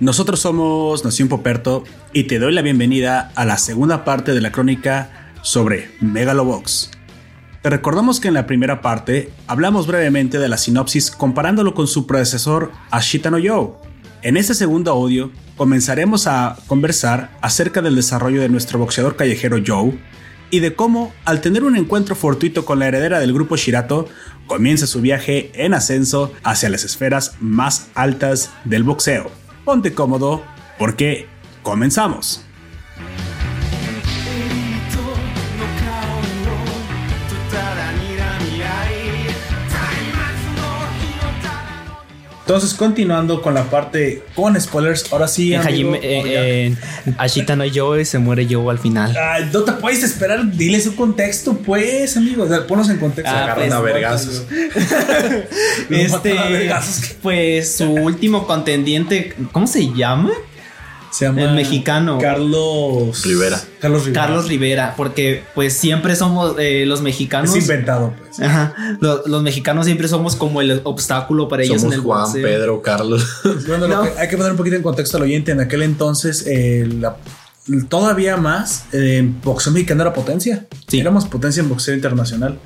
Nosotros somos Nación Poperto y te doy la bienvenida a la segunda parte de la crónica sobre Megalobox. Te recordamos que en la primera parte hablamos brevemente de la sinopsis comparándolo con su predecesor Ashita no Yo. En este segundo audio comenzaremos a conversar acerca del desarrollo de nuestro boxeador callejero Joe y de cómo, al tener un encuentro fortuito con la heredera del grupo Shirato, comienza su viaje en ascenso hacia las esferas más altas del boxeo. Ponte cómodo porque comenzamos. Entonces, continuando con la parte con spoilers, ahora sí. En amigo, Hajime, eh, eh, en Ashita no Joe se muere Joe al final. Ay, no te puedes esperar, dile su contexto, pues, amigos. Ponlos en contexto. Ah, agarran pues, a vergazos. Lo matan a Este, vergazos. pues su último contendiente, ¿cómo se llama? Se llama El mexicano. Carlos Rivera. Carlos Rivera. Carlos Rivera, porque pues siempre somos eh, los mexicanos. Es inventado, pues. Ajá, lo- los, mexicanos siempre somos como el obstáculo para ellos en Somos el Juan, boxeo. Pedro, Carlos. Bueno, lo No. que- hay que poner un poquito en contexto al oyente. En aquel entonces, eh, la- todavía más, eh, boxeo mexicano era potencia. Sí. Éramos potencia en boxeo internacional.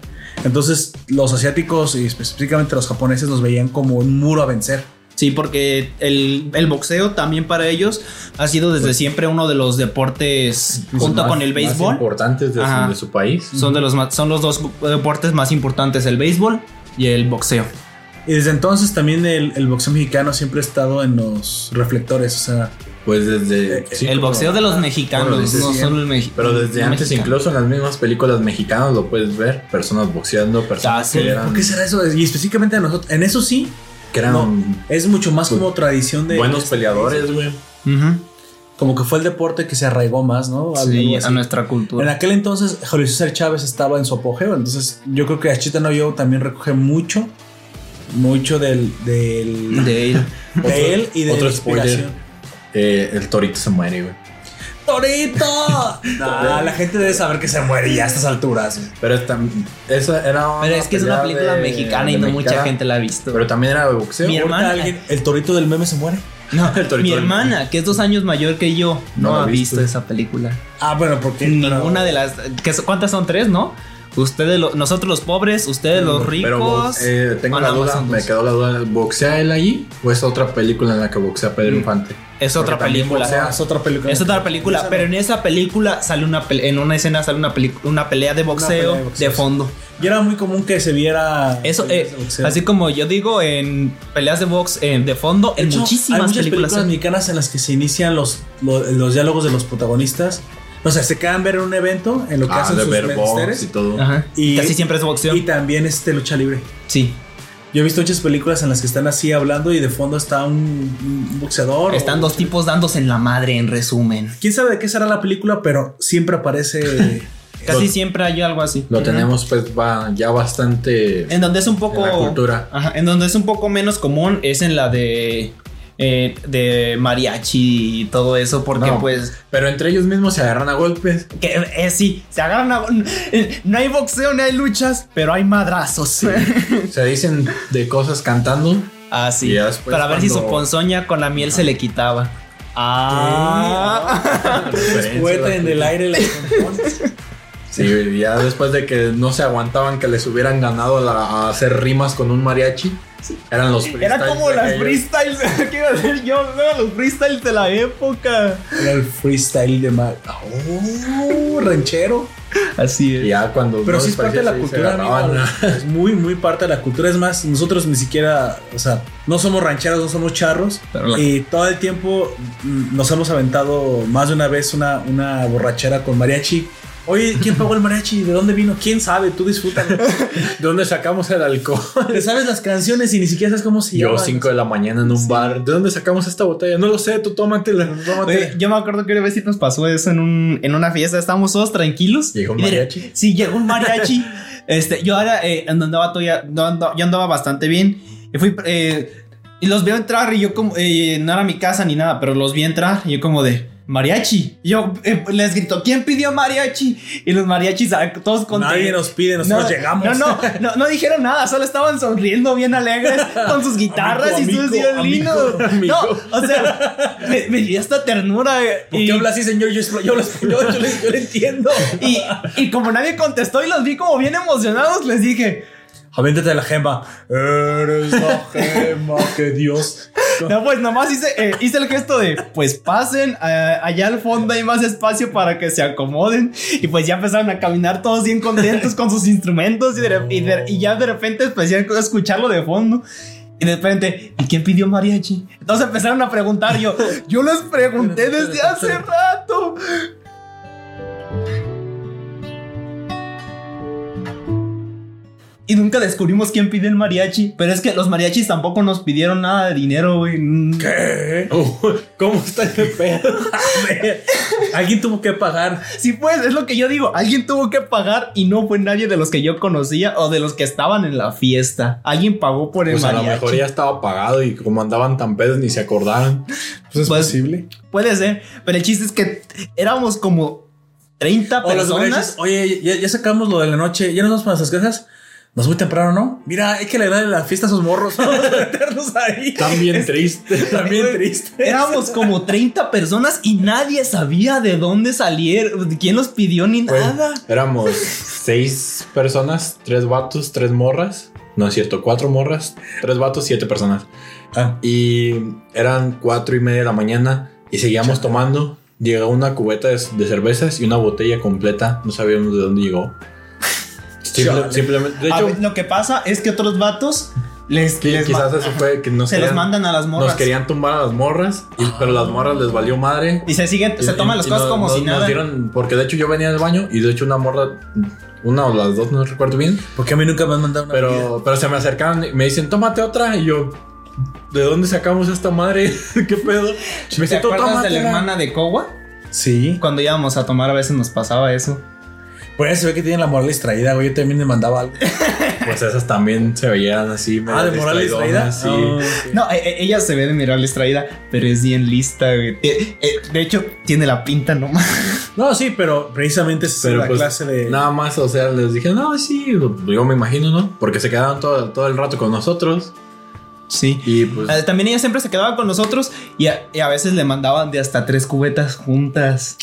Entonces, los asiáticos y específicamente los japoneses nos veían como un muro a vencer. Sí, porque el, el boxeo también para ellos ha sido desde siempre uno de los deportes junto Pues, Más- con el Más béisbol. importantes de, Ajá. su, de su país. Son de los ma- son los dos deportes más importantes, el béisbol y el boxeo. Y desde entonces también el, el boxeo mexicano siempre ha estado en los reflectores. O sea, Pues desde. Eh, sí, el como- boxeo de los mexicanos, Bueno, desde no siempre. solo el mexicano. Pero desde antes, incluso en las mismas películas mexicanas lo puedes ver. Personas boxeando, personas Ah, sí. que eran, ¿por qué será eso? Y específicamente a nosotros. En eso sí, que eran No, es mucho más Pues, como tradición de. buenos peleadores, güey. Como que fue el deporte que se arraigó más, ¿no? Algo Sí, así. a nuestra En cultura. aquel entonces, Julio César Chávez estaba en su apogeo. Entonces, yo creo que Ashita no Yo también recoge mucho, mucho del. del De él. de Otro- él y de otro la inspiración. Eh, el torito se muere, güey. ¡Torito! Nah, la gente debe saber que se muere ya a estas alturas. güey. Pero esta, esa era. Pero es que es una película mexicana y no mucha gente la ha visto. Pero también era de boxeo. Mi güey. hermana- Ahorita alguien- el torito del meme se muere. No, El torito mi del- hermana, que es dos años mayor que yo, no, No la ha he visto visto. esa película. Ah, bueno, porque. Ninguna de las. que so- ¿Cuántas son tres, no? Ustedes, lo- nosotros los pobres, ustedes los ricos. Pero box- eh, tengo Ah, la no, duda, son me dos. quedó la duda. ¿Boxea él ahí o es otra película en la que boxea Mm. Pedro Infante? es otra porque también película. boxea. Ah, es otra película. Es otra película, Esa pero no. en esa película sale una pele- en una escena sale una, peli- una pelea de boxeo pelea de de, boxeo, sí. fondo. Y era muy común que se viera. Eso peleas eh, de boxeo. así como yo digo en peleas de box eh, de fondo De en hecho, muchísimas hay muchas películas. películas, mexicanas en las que se inician los, lo- los, diálogos de los protagonistas. O sea, se quedan ver en un evento en lo que Ah, hacen de sus ver box y menesteres todo. Ajá. Y- Casi siempre es boxeo. y también este lucha libre. sí. Yo he visto muchas películas en las que están así hablando y de fondo está un, un boxeador. Están o- dos tipos dándose en la madre en resumen. Quién sabe de qué será la película, pero siempre aparece. Casi Lo- siempre hay algo así. Lo Ajá. tenemos pues va ya bastante En donde es un poco en la cultura. Ajá, en donde es un poco menos común es en la de eh, de mariachi y todo eso porque No. pues Pero entre ellos mismos se agarran a golpes. Que eh, sí, se agarran a. eh, No hay boxeo, no hay luchas, pero hay madrazos. Se dicen de cosas cantando. Ah, sí. Y ya después Para ver si su cuando- ponzoña con la miel se le quitaba. Ah. Poeta en el aire. las pompones. Sí, güey, ya después de que no se aguantaban que les hubieran ganado la- a hacer rimas con un mariachi. Eran los Era como de las aquellos. freestyles. ¿Qué iba a decir yo? No, los freestyles de la época. Era el freestyle de Mar. ¡Oh! Ranchero. Así Y Ya cuando Pero no sí les es parte de parecía, la sí se cultura, agarraban. amigo. Es muy, muy parte de la cultura. Es más, nosotros ni siquiera, o sea, no somos rancheros, no somos charros. Pero la- Y todo el tiempo mm, nos hemos aventado más de una vez una, una borrachera con mariachi. Oye, ¿quién pagó el mariachi? ¿De dónde vino? ¿Quién sabe? Tú disfrútalo. ¿De dónde sacamos el alcohol? Te sabes las canciones y ni siquiera sabes cómo se Yo llaman. 5 de la mañana en un bar. ¿De dónde sacamos esta botella? No lo sé, tú tómatela. Oye, tómatela. yo me acuerdo que una vez sí nos pasó eso en, un, en una fiesta, estábamos todos tranquilos. Llegó un Y de- mariachi. Sí, llegó un mariachi. este, yo ahora eh, andaba todavía- no, no, yo andaba bastante bien. Y fui, eh, y los veo entrar y yo como, eh, no era mi casa ni nada, pero los vi entrar y yo como de, mariachi. Y yo eh, les grito, ¿quién pidió mariachi? Y los mariachis, ah, todos contentos. Nadie nos pide, nosotros No, llegamos. No, no, no, no dijeron nada, solo estaban sonriendo bien alegres con sus guitarras Amigo, y sus amigo, violinos. amigo, amigo. No, o sea, me, me dio esta ternura. eh, ¿Por y- qué habla así, señor? Yo, yo, hablo español, yo, le- yo le entiendo. Y, y como nadie contestó y los vi como bien emocionados, les dije, Avéntate la gema. Eres la gema que Dios. no, pues nomás hice, eh, hice el gesto de, pues pasen, ah, allá al fondo hay más espacio para que se acomoden. Y pues ya empezaron a caminar todos bien contentos con sus instrumentos y, de re- y de- y ya de repente empecé a escucharlo de fondo. Y de repente, ¿y quién pidió mariachi? Entonces empezaron a preguntar yo, yo les pregunté desde hace rato. Y nunca descubrimos quién pidió el mariachi. Pero es que los mariachis tampoco nos pidieron nada de dinero, güey. Mm. ¿Qué? ¿Cómo está este pedo? A ver, Alguien tuvo que pagar. Sí, pues, es lo que yo digo. Alguien tuvo que pagar y no fue nadie de los que yo conocía o de los que estaban en la fiesta. Alguien pagó por el Pues a lo mariachi. mejor ya estaba pagado y como andaban tan pedos ni se acordaron. Pues es Pues- posible. Puede ser, pero el chiste es que éramos como 30 O los personas. mariachis, Oye, ya, ya sacamos lo de la noche. Ya nos vamos para nuestras casas. Nos muy temprano, ¿no? Mira, hay que alegrarle la fiesta a sus morros. Vamos a meternos ahí. También triste. También triste. Éramos como 30 personas y nadie sabía de dónde salieron, de quién los pidió ni Pues, nada. éramos seis personas, tres vatos, tres morras. No es cierto, cuatro morras, tres vatos, siete personas. Ah, Y eran cuatro y media de la mañana y seguíamos tomando. Llegó una cubeta de, de cervezas y una botella completa. No sabíamos de dónde llegó. Simple- Chale. simplemente, de A hecho, ver, lo que pasa es que otros vatos les, qui- les quizás ma- eso fue que nos se los querían- mandan a las morras. Nos querían tumbar a las morras, y- pero las morras les valió madre. Y se siguen, se Y- toman las y cosas nos- como nos- si nos nada. dieron- porque de hecho yo venía del baño y de hecho una morra, una o las dos, no recuerdo bien, porque a mí nunca me han mandado una bebida? pero, pero se me acercaron y me dicen, tómate otra. Y yo, ¿de dónde sacamos esta madre? ¿Qué pedo? Me ¿Te dice, "Tú acuerdas de la tómatela". hermana de Kowa? Sí. Cuando íbamos a tomar a veces nos pasaba eso. Por eso se ve que tienen la moral distraída, güey. Yo también me mandaba algo. Pues esas también se veían así. medio Ah, de moral distraída. distraídonas, Sí. Ah, ok. No, e- e- ella se ve de mirar distraída, pero es bien lista, güey. Eh, eh, de hecho, tiene la pinta nomás. No, sí, pero precisamente esa es Pero la pues, clase de. Nada más, o sea, les dije, no, sí, yo me imagino, ¿no? Porque se quedaron todo, todo el rato con nosotros. Sí. Y pues, Eh, También ella siempre se quedaba con nosotros y a, y a veces le mandaban de hasta tres cubetas juntas.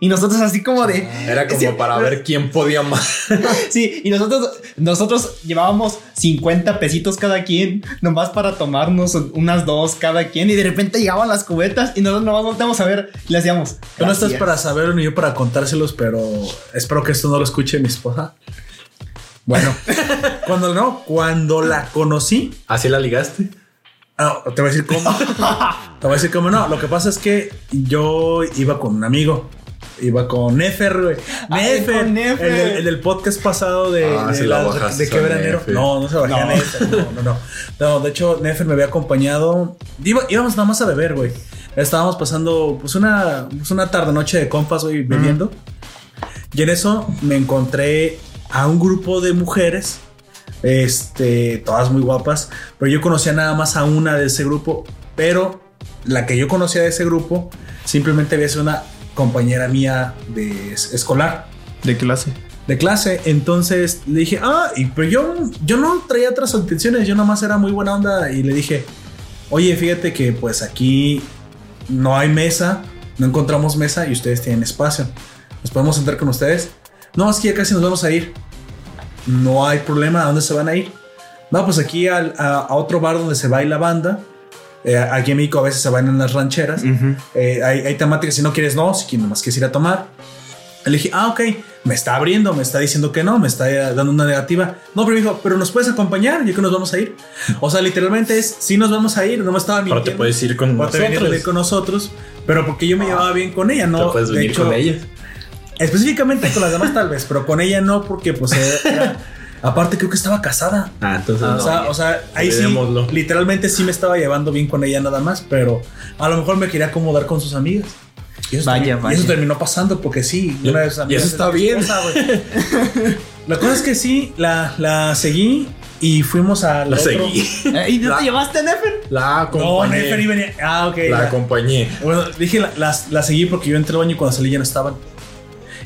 Y nosotros así como de... era como sí, para ver quién podía más. Sí, y nosotros, nosotros llevábamos 50 pesitos cada quien, nomás para tomarnos unas dos cada quien. Y de repente llegaban las cubetas y nosotros nomás volteamos a ver y le hacíamos... Tú no estás "Gracias". para saberlo ni yo para contárselos, pero espero que esto no lo escuche mi esposa. Bueno, cuando no, cuando la conocí, ¿Así la ligaste? Ah, no, te voy a decir cómo. te voy a decir cómo no. Lo que pasa es que yo iba con un amigo. Iba con Nefer, güey. Ah, Nefer. con Nefer. El, del- el del podcast pasado de, Ah, de se la las- bajaste de qué a veranero. Nefer. No, no se bajé a No. Nefer. No, no, no. No, de hecho, Nefer me había acompañado. Iba- íbamos nada más a beber, güey. Estábamos pasando pues una, pues, una tarde noche de compas, güey, bebiendo. Y en eso me encontré a un grupo de mujeres, este, todas muy guapas, pero yo conocía nada más a una de ese grupo, pero la que yo conocía de ese grupo simplemente había sido una compañera mía de es- escolar, De clase. de clase, entonces le dije, ah, y pero yo, yo no traía otras intenciones, yo nada más era muy buena onda y le dije, oye, fíjate que pues aquí no hay mesa, no encontramos mesa y ustedes tienen espacio. ¿Nos podemos sentar con ustedes? No, es que ya casi nos vamos a ir. No hay problema, ¿a dónde se van a ir? No, pues aquí al- a, a otro bar donde se baila banda. Eh, aquí en México a veces se bailan las rancheras. Eh, hay, hay temáticas, si no quieres, no, si quieres, nomás quieres ir a tomar. Le dije, ah, ok, me está abriendo, me está diciendo que no, me está eh, dando una negativa. No, pero me dijo, pero nos puedes acompañar, yo que nos vamos a ir. O sea, literalmente es, si nos vamos a ir, no me estaba mintiendo. Pero te puedes ir con O te venía nosotros. a ir con nosotros, pero porque yo me llevaba bien con ella, ¿no? te puedes De venir hecho, con ellas. Específicamente con las demás tal vez, pero con ella no, porque pues era- era- aparte creo que estaba casada. Ah, entonces o, sea, no. o sea, ahí sí, Olvidémoslo. literalmente sí me estaba llevando bien con ella nada más, pero a lo mejor me quería acomodar con sus amigas. Y eso, Vaya, termi- y vaya. eso terminó pasando porque sí, una de sus Y amigas eso está bien. La cosa es que sí, la, la seguí Y fuimos a La seguí. Eh, ¿Y no La- te llevaste a Nefer? La No, acompañé. Nefer y venía. Ah, ok. la la- acompañé. Bueno, dije, la, las- la seguí porque yo entré al baño y cuando salí ya no estaban.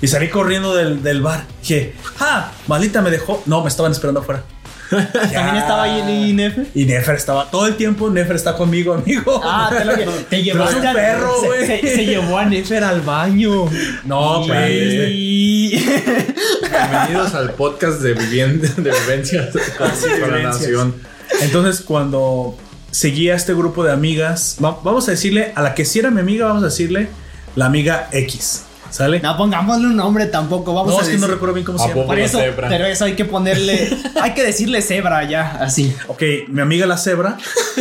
Y salí corriendo del, del bar. Dije, ¡ah! Maldita me dejó. No, me estaban esperando afuera. ¿También estaba ahí y Nefer? Y Nefer estaba todo el tiempo. Nefer está conmigo, amigo. Ah, te lo que. Te llevaste es un al- perro, se- güey. Se, se llevó a Nefer al baño. No, pues. Y- Bienvenidos al podcast de, vivienda- de vivencias con, con la vivencias. nación. Entonces, cuando seguí a este grupo de amigas, va- vamos a decirle a la que sí era mi amiga, vamos a decirle la amiga X. ¿Sale? No, No pongámosle un nombre tampoco. Vamos a es que no decir- recuerdo bien cómo ¿A se llama. poco? Por eso, Zebra. pero eso hay que ponerle. Hay que decirle cebra ya, así. Ok, mi amiga la cebra.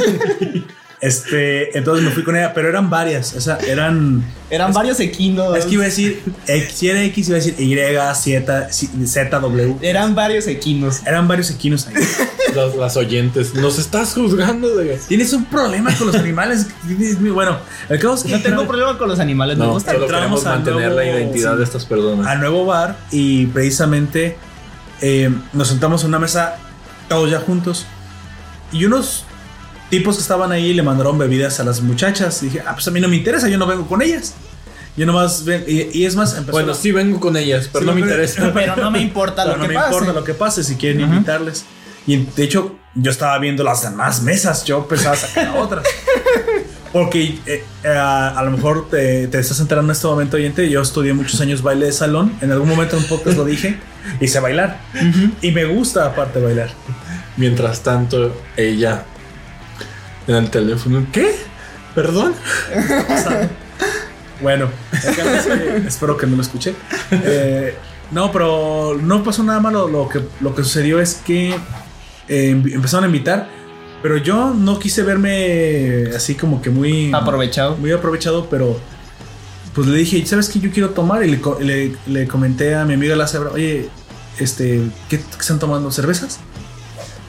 este, entonces me fui con ella, pero eran varias. O sea, eran. Eran varios equinos. Es que iba a decir, X, si era X, iba a decir Y, Z, si- Z, W. Eran varios equinos. Eran varios equinos ahí. Las, las oyentes. Nos estás juzgando de. Tienes un problema con los animales. Tienes muy- Bueno, el caso es que No tengo problema con los animales, me No, gusta. solo queremos Entramos al mantener la nuevo- identidad sí. de estas personas. al nuevo bar y precisamente eh, nos sentamos en una mesa todos ya juntos. Y unos tipos que estaban ahí le mandaron bebidas a las muchachas. Y dije, ah, pues a mí no me interesa, yo no vengo con ellas. Yo nomás ven- y, y es más, empezó Bueno, la- sí vengo con ellas, pero Sí, no me pero- interesa. Pero no me importa Pero no lo que me pase. importa lo que pase si quieren Ajá. invitarles. Y de hecho, yo estaba viendo las demás mesas. Yo pensaba sacar a otras. Porque eh, eh, a, a lo mejor te, te estás enterando en este momento, oyente. Yo estudié muchos años baile de salón. En algún momento en un podcast lo dije. Y sé bailar. Y me gusta, aparte, bailar. Mientras tanto, ella en el teléfono. ¿Qué? ¿Perdón? Bueno, el caso es que- espero que no lo escuche. Eh, no, pero no pasó nada malo. Lo que, lo que sucedió es que eh, envi- empezaron a invitar, pero yo no quise verme así como que muy, Aprovechado. muy aprovechado, pero pues le dije, ¿sabes qué? Yo quiero tomar. Y le, co- le- le comenté a mi amiga la cebra, oye, este, ¿qué, qué están tomando? ¿Cervezas?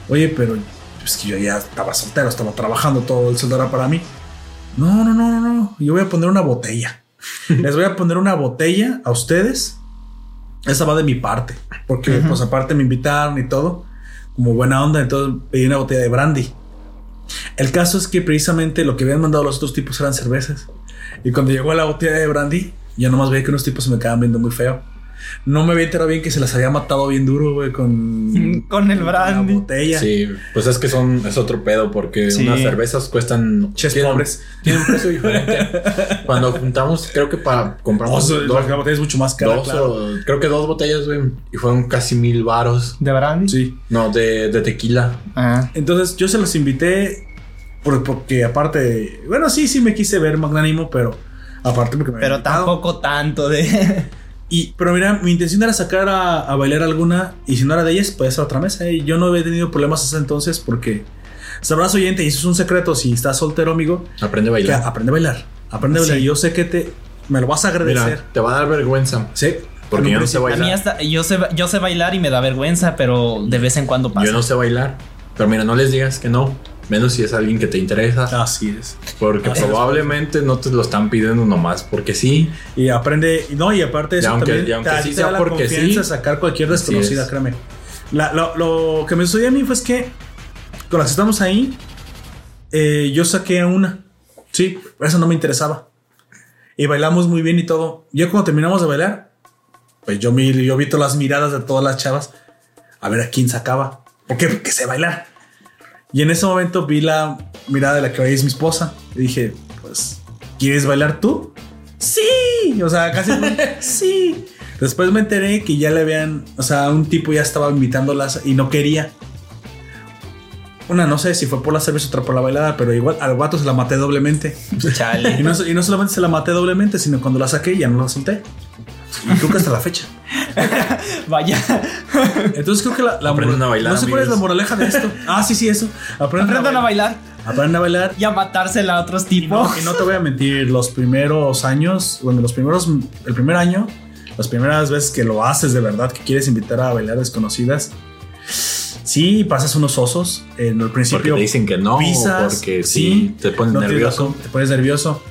Oye, pero es que yo ya estaba soltero, estaba trabajando, todo el sueldo era para mí. No, no, no, no, no. Yo voy a poner una botella. Les voy a poner una botella a ustedes. Esa va de mi parte. Porque, Ujú. pues, aparte me invitaron y todo. Como buena onda, entonces pedí una botella de brandy. El caso es que precisamente lo que habían mandado los otros tipos eran cervezas. Y cuando llegó la botella de brandy, ya nomás veía que unos tipos se me quedaban viendo muy feo. No me había enterado bien que se las había matado bien duro, güey, con... Con el la brandy. botella. Sí, pues es que son, es otro pedo, porque Sí. unas cervezas cuestan. Ches tienen- pobres. Tienen un precio diferente. Cuando juntamos, creo que para compramos Dos, dos, la botella es mucho más cara, dos claro. o- creo que dos botellas, güey. Y fueron casi mil varos. ¿De brandy? Sí. No, de, de tequila. Ah. Entonces yo se los invité por- porque aparte, bueno, sí, sí me quise ver magnánimo, pero aparte porque me habían Pero invitado. tampoco tanto de. Y, pero mira, mi intención era sacar a, a bailar alguna y si no era de ellas, pues a otra mesa. Y yo no había tenido problemas hasta entonces porque sabrás oyente, y eso es un secreto, si estás soltero, amigo, Aprende a que bailar. aprende a bailar. Aprende a Sí. bailar. Yo sé que te me lo vas a agradecer. Mira, te va a dar vergüenza. sí. Porque En yo un no sé principio. A bailar. mí hasta. Yo sé, yo sé bailar y me da vergüenza, pero de vez en cuando pasa. Yo no sé bailar. Pero mira, no les digas que no. Menos si es alguien que te interesa. Así es. Porque Así es. probablemente no te lo están pidiendo nomás. Porque sí. Y aprende, y no, y aparte de Y eso aunque- también y aunque te- sí te sea da la porque sí, confianza de sacar cualquier así desconocida, es. créeme. La- lo, lo que me sucedió a mí fue es que con las que estamos ahí, eh, yo saqué a una. Sí, eso no me interesaba. Y bailamos muy bien y todo. Yo cuando terminamos de bailar, pues yo, mi- yo vi todas las miradas de todas las chavas a ver a quién sacaba. ¿Por qué? Porque sé bailar. Y en ese momento vi la mirada de la que hoy es mi esposa. Y dije, pues, ¿quieres bailar tú? Sí. O sea, casi fue, sí. Después me enteré que ya le habían, o sea, un tipo ya estaba invitándolas y no quería. Una, no sé si fue por la cerveza o otra por la bailada, pero igual al guato se la maté doblemente. Y Chale. no, y no solamente se la maté doblemente, sino cuando la saqué ya no la solté. Y creo que hasta la fecha. Vaya. Entonces creo que la, la Aprendan mora- a bailar, No sé cuál es la amigos. moraleja de esto. Ah, sí, sí, eso. Aprendan, Aprendan a bailar Aprendan a bailar y a matársela a otros tipos. No, y no te voy a mentir, los primeros años, bueno, los primeros, el primer año, las primeras veces que lo haces de verdad, que quieres invitar a bailar desconocidas, sí pasas unos osos. En el Porque principio te dicen que no. pisas, porque sí. sí, Te pones no tienes nervioso. razón, te pones nervioso.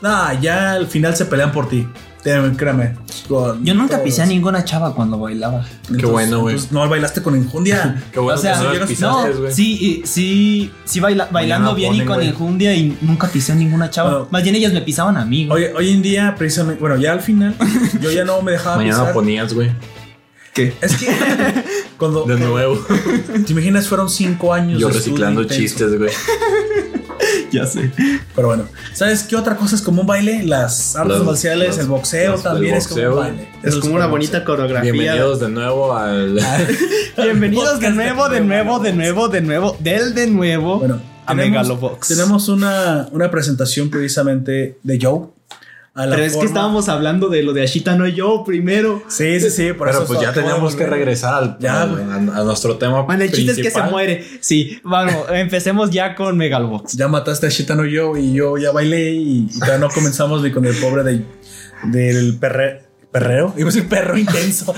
Nah, ya al final se pelean por ti. Créeme, créeme. Con Yo nunca todos. pisé a ninguna chava cuando bailaba. Entonces- bueno, güey. entonces, No bailaste con enjundia. Qué bueno o sea, que no yo las no- pisaste, no, güey. sí, y- sí, sí baila- bailando Mañana bien y ponen, con güey. enjundia y nunca pisé a ninguna chava. No. Más bien ellas me pisaban a mí. güey. Hoy, hoy en día, precisamente, bueno, ya al final, yo ya no me dejaba Mañana pisar. ponías, güey. Es que cuando De nuevo. te imaginas fueron cinco años. Yo de estudio reciclando intenso. chistes, güey. Ya sé. Pero bueno, ¿sabes qué otra cosa es como un baile? Las artes Las- marciales, las- el boxeo las- el también es como un boxeo. baile. Es Eso como una bonita boxeo. coreografía. Bienvenidos de nuevo al. Bienvenidos de Podcast nuevo, de nuevo, de nuevo, de nuevo, del de nuevo Bueno, a tenemos- Megalobox. Tenemos una, una presentación precisamente de Joe. A la Pero es que forma- estábamos hablando de lo de Ashita no yo primero. Sí, sí, sí. Por Pero eso pues ya acabo de teníamos que volver. regresar al, Ya, al- güey. a, a nuestro tema. Bueno, el chiste es que se principal. muere. Sí, bueno, empecemos ya con Megalobox. Ya mataste a Shitano Joe y yo ya bailé y, y todavía no comenzamos ni con el pobre de, del perre, perreo. Iba a decir perro intenso.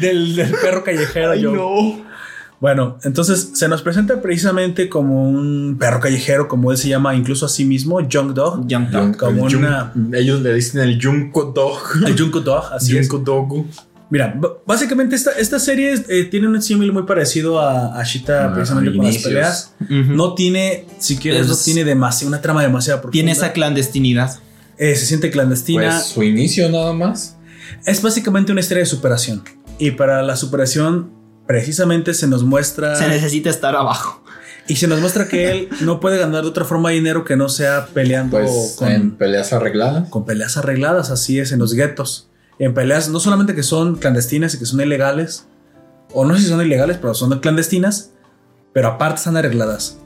del, del perro callejero. Ay, Joe. no. Bueno, entonces se nos presenta precisamente como un perro callejero, como él se llama incluso a sí mismo, Junk Dog. Young Yo- Dog. Como el una- Jun- ellos le dicen el Junko Dog. El Junko Dog, así es. Junko Dogu. Mira, b- básicamente esta, esta serie es, eh, tiene un símil muy parecido a, a Shita Ah, precisamente al con las inicios. peleas. Ujú. No tiene, si quieres, Es- no tiene demasi- una trama demasiado profunda. Tiene esa clandestinidad. Eh, se siente clandestina. Pues su inicio nada más. Es básicamente una historia de superación. Y para la superación, precisamente se nos muestra. Ah. Se necesita estar abajo. y se nos muestra que él no puede ganar de otra forma dinero que no sea peleando Pues con, en peleas arregladas. con peleas arregladas, así es, en los guetos. En peleas no solamente que son clandestinas y que son ilegales, o no sé si son ilegales, pero son clandestinas, pero aparte están arregladas.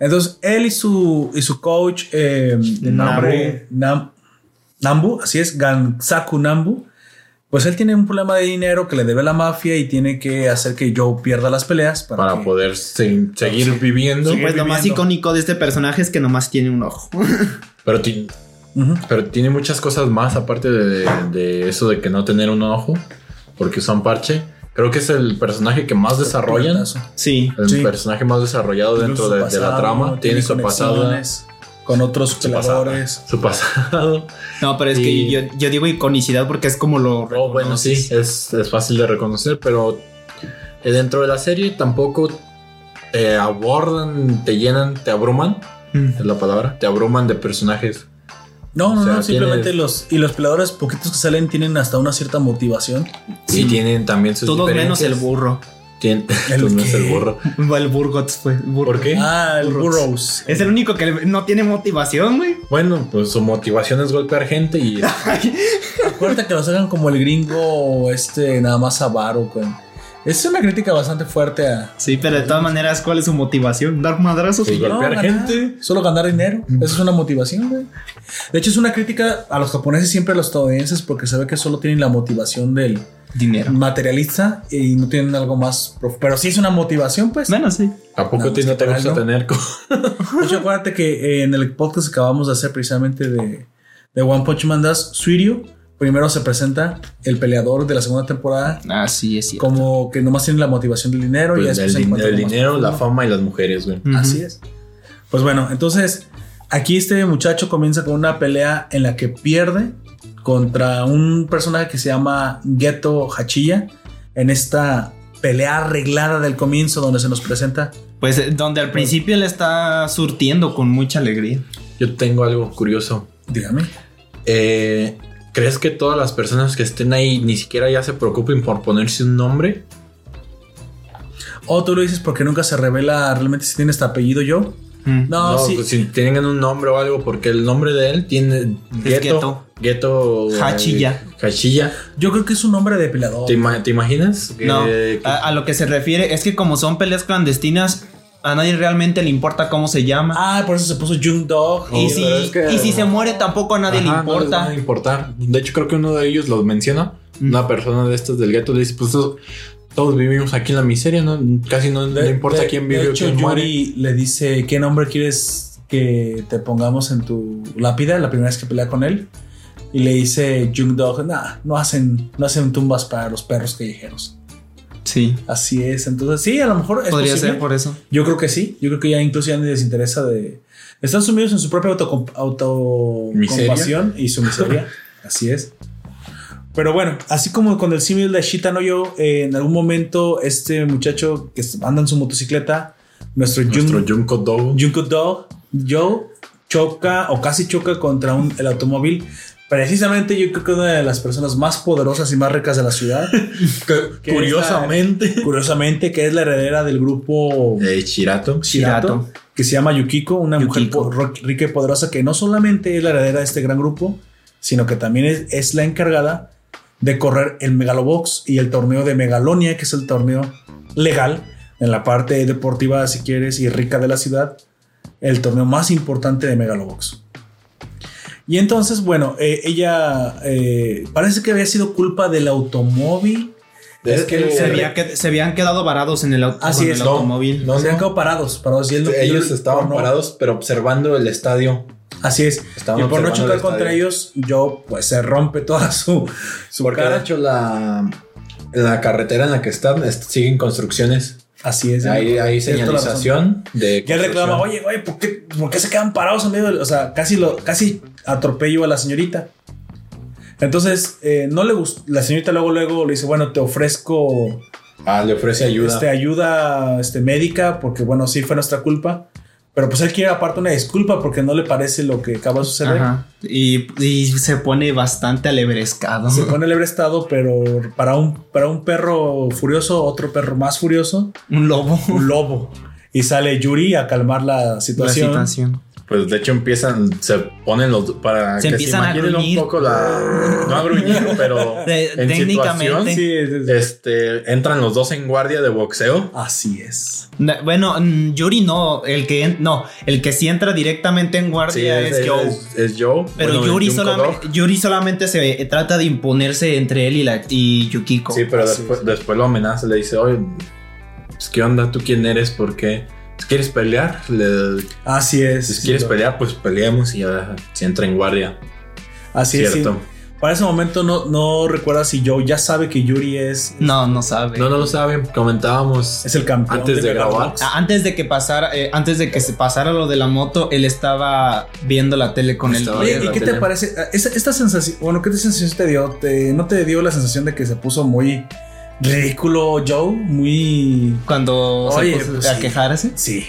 Entonces, él y su, y su coach, eh, de nombre Nam- Nambu, así es, Gansaku Nambu, pues él tiene un problema de dinero que le debe la mafia y tiene que hacer que Joe pierda las peleas para, Para que- poder se- seguir viviendo. pues lo más viviendo. icónico de este personaje es que nomás tiene un ojo. Pero, ti- Ujú. pero tiene muchas cosas más aparte de, de eso de que no tener un ojo. Porque usan parche. Creo que es el personaje que más desarrollan. Sí. El Sí. personaje más desarrollado dentro Su de, de pasado, la trama. Tiene su pasado. conexiones Con otros Su pasado. peleadores. Su pasado. No, pero es que Y- yo, yo digo iconicidad porque es como lo. Oh, bueno, sí, reconoces. es, es fácil de reconocer, pero eh, dentro de la serie tampoco te abordan, te llenan, te abruman, Mm. es la palabra, te abruman de personajes. No, O no, sea, no, simplemente tienes- los. Y los peleadores poquitos que salen tienen hasta una cierta motivación. Sí. Y tienen también sus Todos menos el burro. burro. ¿El Tú no es qué? el burro. El Burgots, fue. ¿Por qué? Ah, el Burros. Burrows. Es el único que no tiene motivación, güey. Bueno, pues su motivación es golpear gente y Acuérdate que los hagan como el gringo, este, nada más avaro. Con... Es una crítica bastante fuerte a. Sí, pero de todas maneras, ¿cuál es su motivación? ¿Dar madrazos? Sí, ya? Golpear ganar, gente. Solo ganar dinero. Eso es una motivación, güey. De hecho, es una crítica a los japoneses siempre a los estadounidenses porque se ve que solo tienen la motivación del Dinero. materialista y no tienen algo más. prof- Pero sí es una motivación, pues. Bueno, sí. tampoco Nada te, más no que te pagarlo. gusta tener co- De hecho, acuérdate que eh, en el podcast que acabamos de hacer precisamente de, de One Punch Man Das, Suirio primero se presenta el peleador de la segunda temporada Así es cierto. como que nomás tiene la motivación del dinero y pues, después el, se din- encuentra el lo más dinero, la profundo. fama y las mujeres, güey. Ujú. Así es. Pues bueno, entonces aquí este muchacho comienza con una pelea en la que pierde contra un personaje que se llama Geto Hachiya en esta pelea arreglada del comienzo donde se nos presenta Pues eh, donde al principio le está surtiendo con mucha alegría. Yo tengo algo curioso. dígame Eh, ¿Crees que todas las personas que estén ahí ni siquiera ya se preocupen por ponerse un nombre? o tú lo dices porque nunca se revela realmente si tiene este apellido yo Mm. No, sí. pues, si tienen un nombre o algo, porque el nombre de él tiene Es Ghetto. Ghetto. Hachiya. eh, Hachiya. Yo creo que es un nombre de peleador. ¿Te, ima- te imaginas? que- No, que- Ah, a, a lo que se refiere es que como son peleas clandestinas, a nadie realmente le importa cómo se llama. Ah, por eso se puso Jung Dog. No, y, y si, Ah, pero es que- y si se muere tampoco a nadie Ajá, le importa. No les van a importar. De hecho, creo que uno de ellos los menciona. Mm. Una persona de estas del ghetto le dice: Pues todos, todos vivimos aquí en la miseria, ¿no? Casi no, no de- importa de- quién vive De o hecho, quién muere. Yuri le dice qué nombre quieres que te pongamos en tu lápida la primera vez que pelea con él. Y le dice Jung Dog, nah, no hacen, no hacen tumbas para los perros callejeros. Sí, Así es, entonces sí, a lo mejor es podría posible. ser por eso. Yo creo que sí, yo creo que ya incluso ya ni les interesa de... Están sumidos en su propia autocom- Miseria. autocompasión y su miseria. Así es. Pero bueno, así como con el símil de Shita no yo, eh, en algún momento este muchacho que anda en su motocicleta, nuestro, Nuestro Jun- Junko Dog. Junko Do, Joe, choca o casi choca contra un- el automóvil. Precisamente yo creo que una de las personas más poderosas y más ricas de la ciudad, Que- que Curiosamente. curiosamente, que es la heredera del grupo Eh, Chirato. Shirato, Shirato. que se llama Yukiko, una Yukiko. mujer po- ro- rica y poderosa que no solamente es la heredera de este gran grupo, sino que también es, es la encargada de correr el Megalobox y el torneo de Megalonia, que es el torneo legal en la parte deportiva, si quieres, y rica de la ciudad, el torneo más importante de Megalobox. Y entonces, bueno, eh, ella eh, parece que había sido culpa del automóvil. Es que se, había qued- se habían quedado varados en el, auto, Así bueno, es, el este no, automóvil. no, se habían no. quedado parados, parados. Y él no- Ellos él- estaban no- parados, pero observando el estadio. Así es. Estaban y por no observando chocar el contra estadio. ellos, yo pues se rompe toda su, su Porque de cara. hecho la, la carretera en la que están es- siguen construcciones. Así es. Hay, hay Tienes toda la razón. señalización de. Y él reclama, oye, güey, ¿por qué, por qué se quedan parados en medio? del-?" O sea, casi, lo, casi atropello a la señorita. Entonces, eh, no le gustó. La señorita luego, luego le dice, bueno, te ofrezco Ah, le ofrece ayuda. este, ayuda este, médica, porque bueno, sí fue nuestra culpa. Pero pues él quiere aparte una disculpa porque no le parece lo que acaba de suceder. Ajá. Y, y se pone bastante alebrescado. Se pone libre estado, pero para un, para un perro furioso, otro perro más furioso, Un lobo. un lobo. Y sale Yuri a calmar la La situación. situación. Pues de hecho empiezan, se ponen los para Se que empiezan a imaginen gruñir. un poco la no a gruñir, pero De- en técnicamente. situación Sí, es- es- este entran los dos en guardia de boxeo. Así es. Na- Bueno, mm, Yuri no, el que en- no, el que sí entra directamente en guardia Sí, es, Joe. es- es Joe. pero Bueno, Yuri, Junko solamente- Dog. Yuri solamente se eh, trata de imponerse entre él y, la, y Yukiko. Ah, Sí, pero Así después, es. después lo amenaza, le dice, oye, pues, ¿qué onda? ¿Tú quién eres? ¿Por qué? ¿Pues, ¿Quieres pelear? Le- Así es. si quieres Sí, pelear, pues peleamos y ya se entra en guardia. Así es. Cierto. sí. Para ese momento no, no recuerda si Joe ya sabe que Yuri es, No, no sabe. No, no lo saben, comentábamos es el campeón. Antes de grabar. Ah, Megalobox. A- Antes de que pasara, eh, antes de que se pasara lo de la moto, él estaba viendo la tele con el Estaba Oye, ¿y viendo la qué te tele. parece? Ah, Esa, esta sensación, bueno, ¿qué sensación te dio? ¿Te- ¿No te dio la sensación de que se puso muy ridículo Joe? Muy... cuando Oye, se puso pues a sí. quejarse. Sí.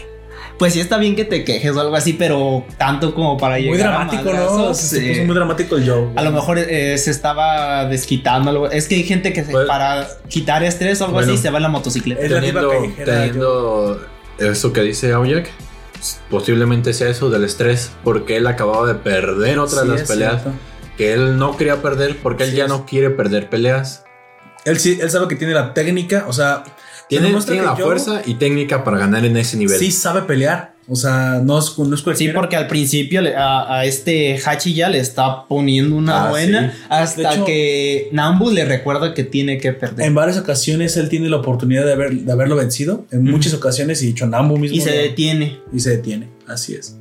Pues sí está bien que te quejes o algo así, pero tanto como para Muy llegar a dramático, ¿no? madrazos, Se sí. puso muy dramático el Joe. A lo mejor eh, se estaba desquitando algo. Es que hay gente que se- Pues- para quitar estrés o algo Bueno. así se va en la motocicleta. Es la diva teniendo, callejera, teniendo eso que dice Aoyak, posiblemente sea eso del estrés, porque él acababa de perder otra de Sí, las es peleas cierto. que él no quería perder porque él Sí, ya es. no quiere perder peleas. Él sí, él sabe que tiene la técnica, o sea, Tiene, demuestra tiene que la yo- fuerza y técnica para ganar en ese nivel. sí sabe pelear. O sea, no es, no es Sí, cualquiera. porque al principio le- a, a este Hachi ya le está poniendo una Ah, buena sí. hasta De hecho- que Nambu le recuerda que tiene que perder. En varias ocasiones él tiene la oportunidad de, haber, de haberlo vencido. En Ujú. muchas ocasiones y Chonambu mismo. y se lo- detiene. y se detiene. Así es.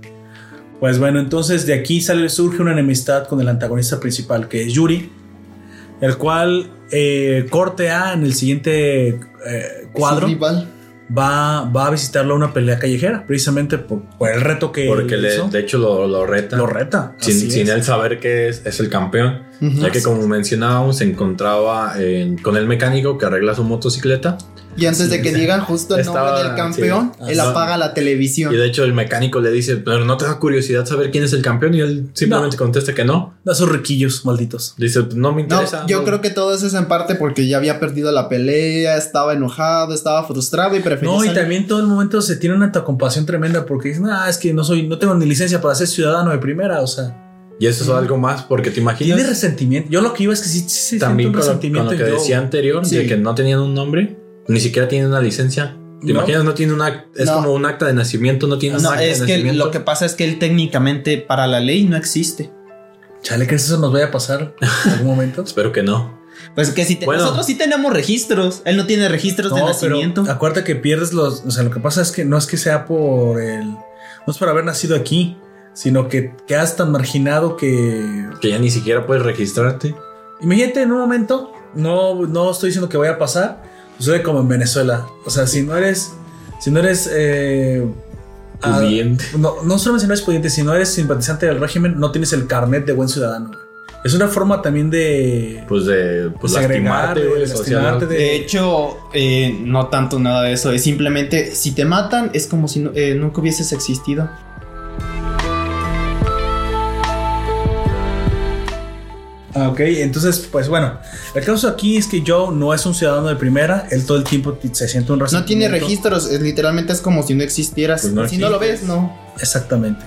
Pues bueno, entonces de aquí sale, surge una enemistad con el antagonista principal, que es Yuri, el cual eh, corte A en el siguiente eh, cuadro va, va a visitarlo a una pelea callejera, precisamente por, por el reto que Porque le- hizo. de hecho lo, lo reta. lo reta. sin, Así sin es. él saber que es, es el campeón. Ya que como mencionábamos, se encontraba en- con el mecánico que arregla su motocicleta. Y antes de que digan justo el Estaba- nombre del campeón, sí. él Ah, apaga la Y televisión. de hecho el mecánico le dice, pero no te da curiosidad saber quién es el campeón. Y él simplemente contesta que no. Da sus riquillos, malditos. Dice, no me No, interesa. yo no". creo que todo eso es en parte porque ya había perdido la pelea, estaba enojado, estaba frustrado y prefería. No, y salir. también todo el momento se tiene una compasión tremenda porque dicen, ah, es que no soy, no tengo ni licencia para ser ciudadano de primera, o sea, Y eso es algo más porque te tiene imaginas resentimiento. Yo lo que iba es que sí, sí, siento también un con lo, con resentimiento lo que en Joe. decía anterior de Sí. que no tenían un nombre, ni siquiera tienen una licencia. ¿Te No. imaginas? No tiene una es No. como un acta de nacimiento, no tiene un No, acta es de que nacimiento. lo que pasa es que él técnicamente para la ley no existe. Chale, ¿crees que eso nos vaya a pasar en algún momento? Espero que no. Pues que si te- Bueno. nosotros sí tenemos registros, él no tiene registros de No, nacimiento. pero acuérdate que pierdes los. O sea, lo que pasa es que no es que sea por el. No es por haber nacido aquí, sino que quedas tan marginado que. Que ya ni siquiera puedes registrarte. Imagínate en un momento, no, no estoy diciendo que vaya a pasar, sucede como en Venezuela. O sea, si no eres. Si no eres. eh, ah, Pudiente. no, no solo si no eres pudiente, si no eres simpatizante del régimen, no tienes el carnet de buen ciudadano. güey. Es una forma también de. Pues de pues segregar, lastimarte, de güey, lastimarte, social. de- De hecho, eh, no tanto nada de eso. Es simplemente si te matan, es como si no- eh, nunca hubieses existido. Ah, Ok, entonces, pues bueno, el caso aquí es que Joe no es un ciudadano de primera, él todo el tiempo ti- se siente un No tiene resentimiento. registros, es- literalmente es como si no existieras. Pues no si no lo ves, no. Exactamente.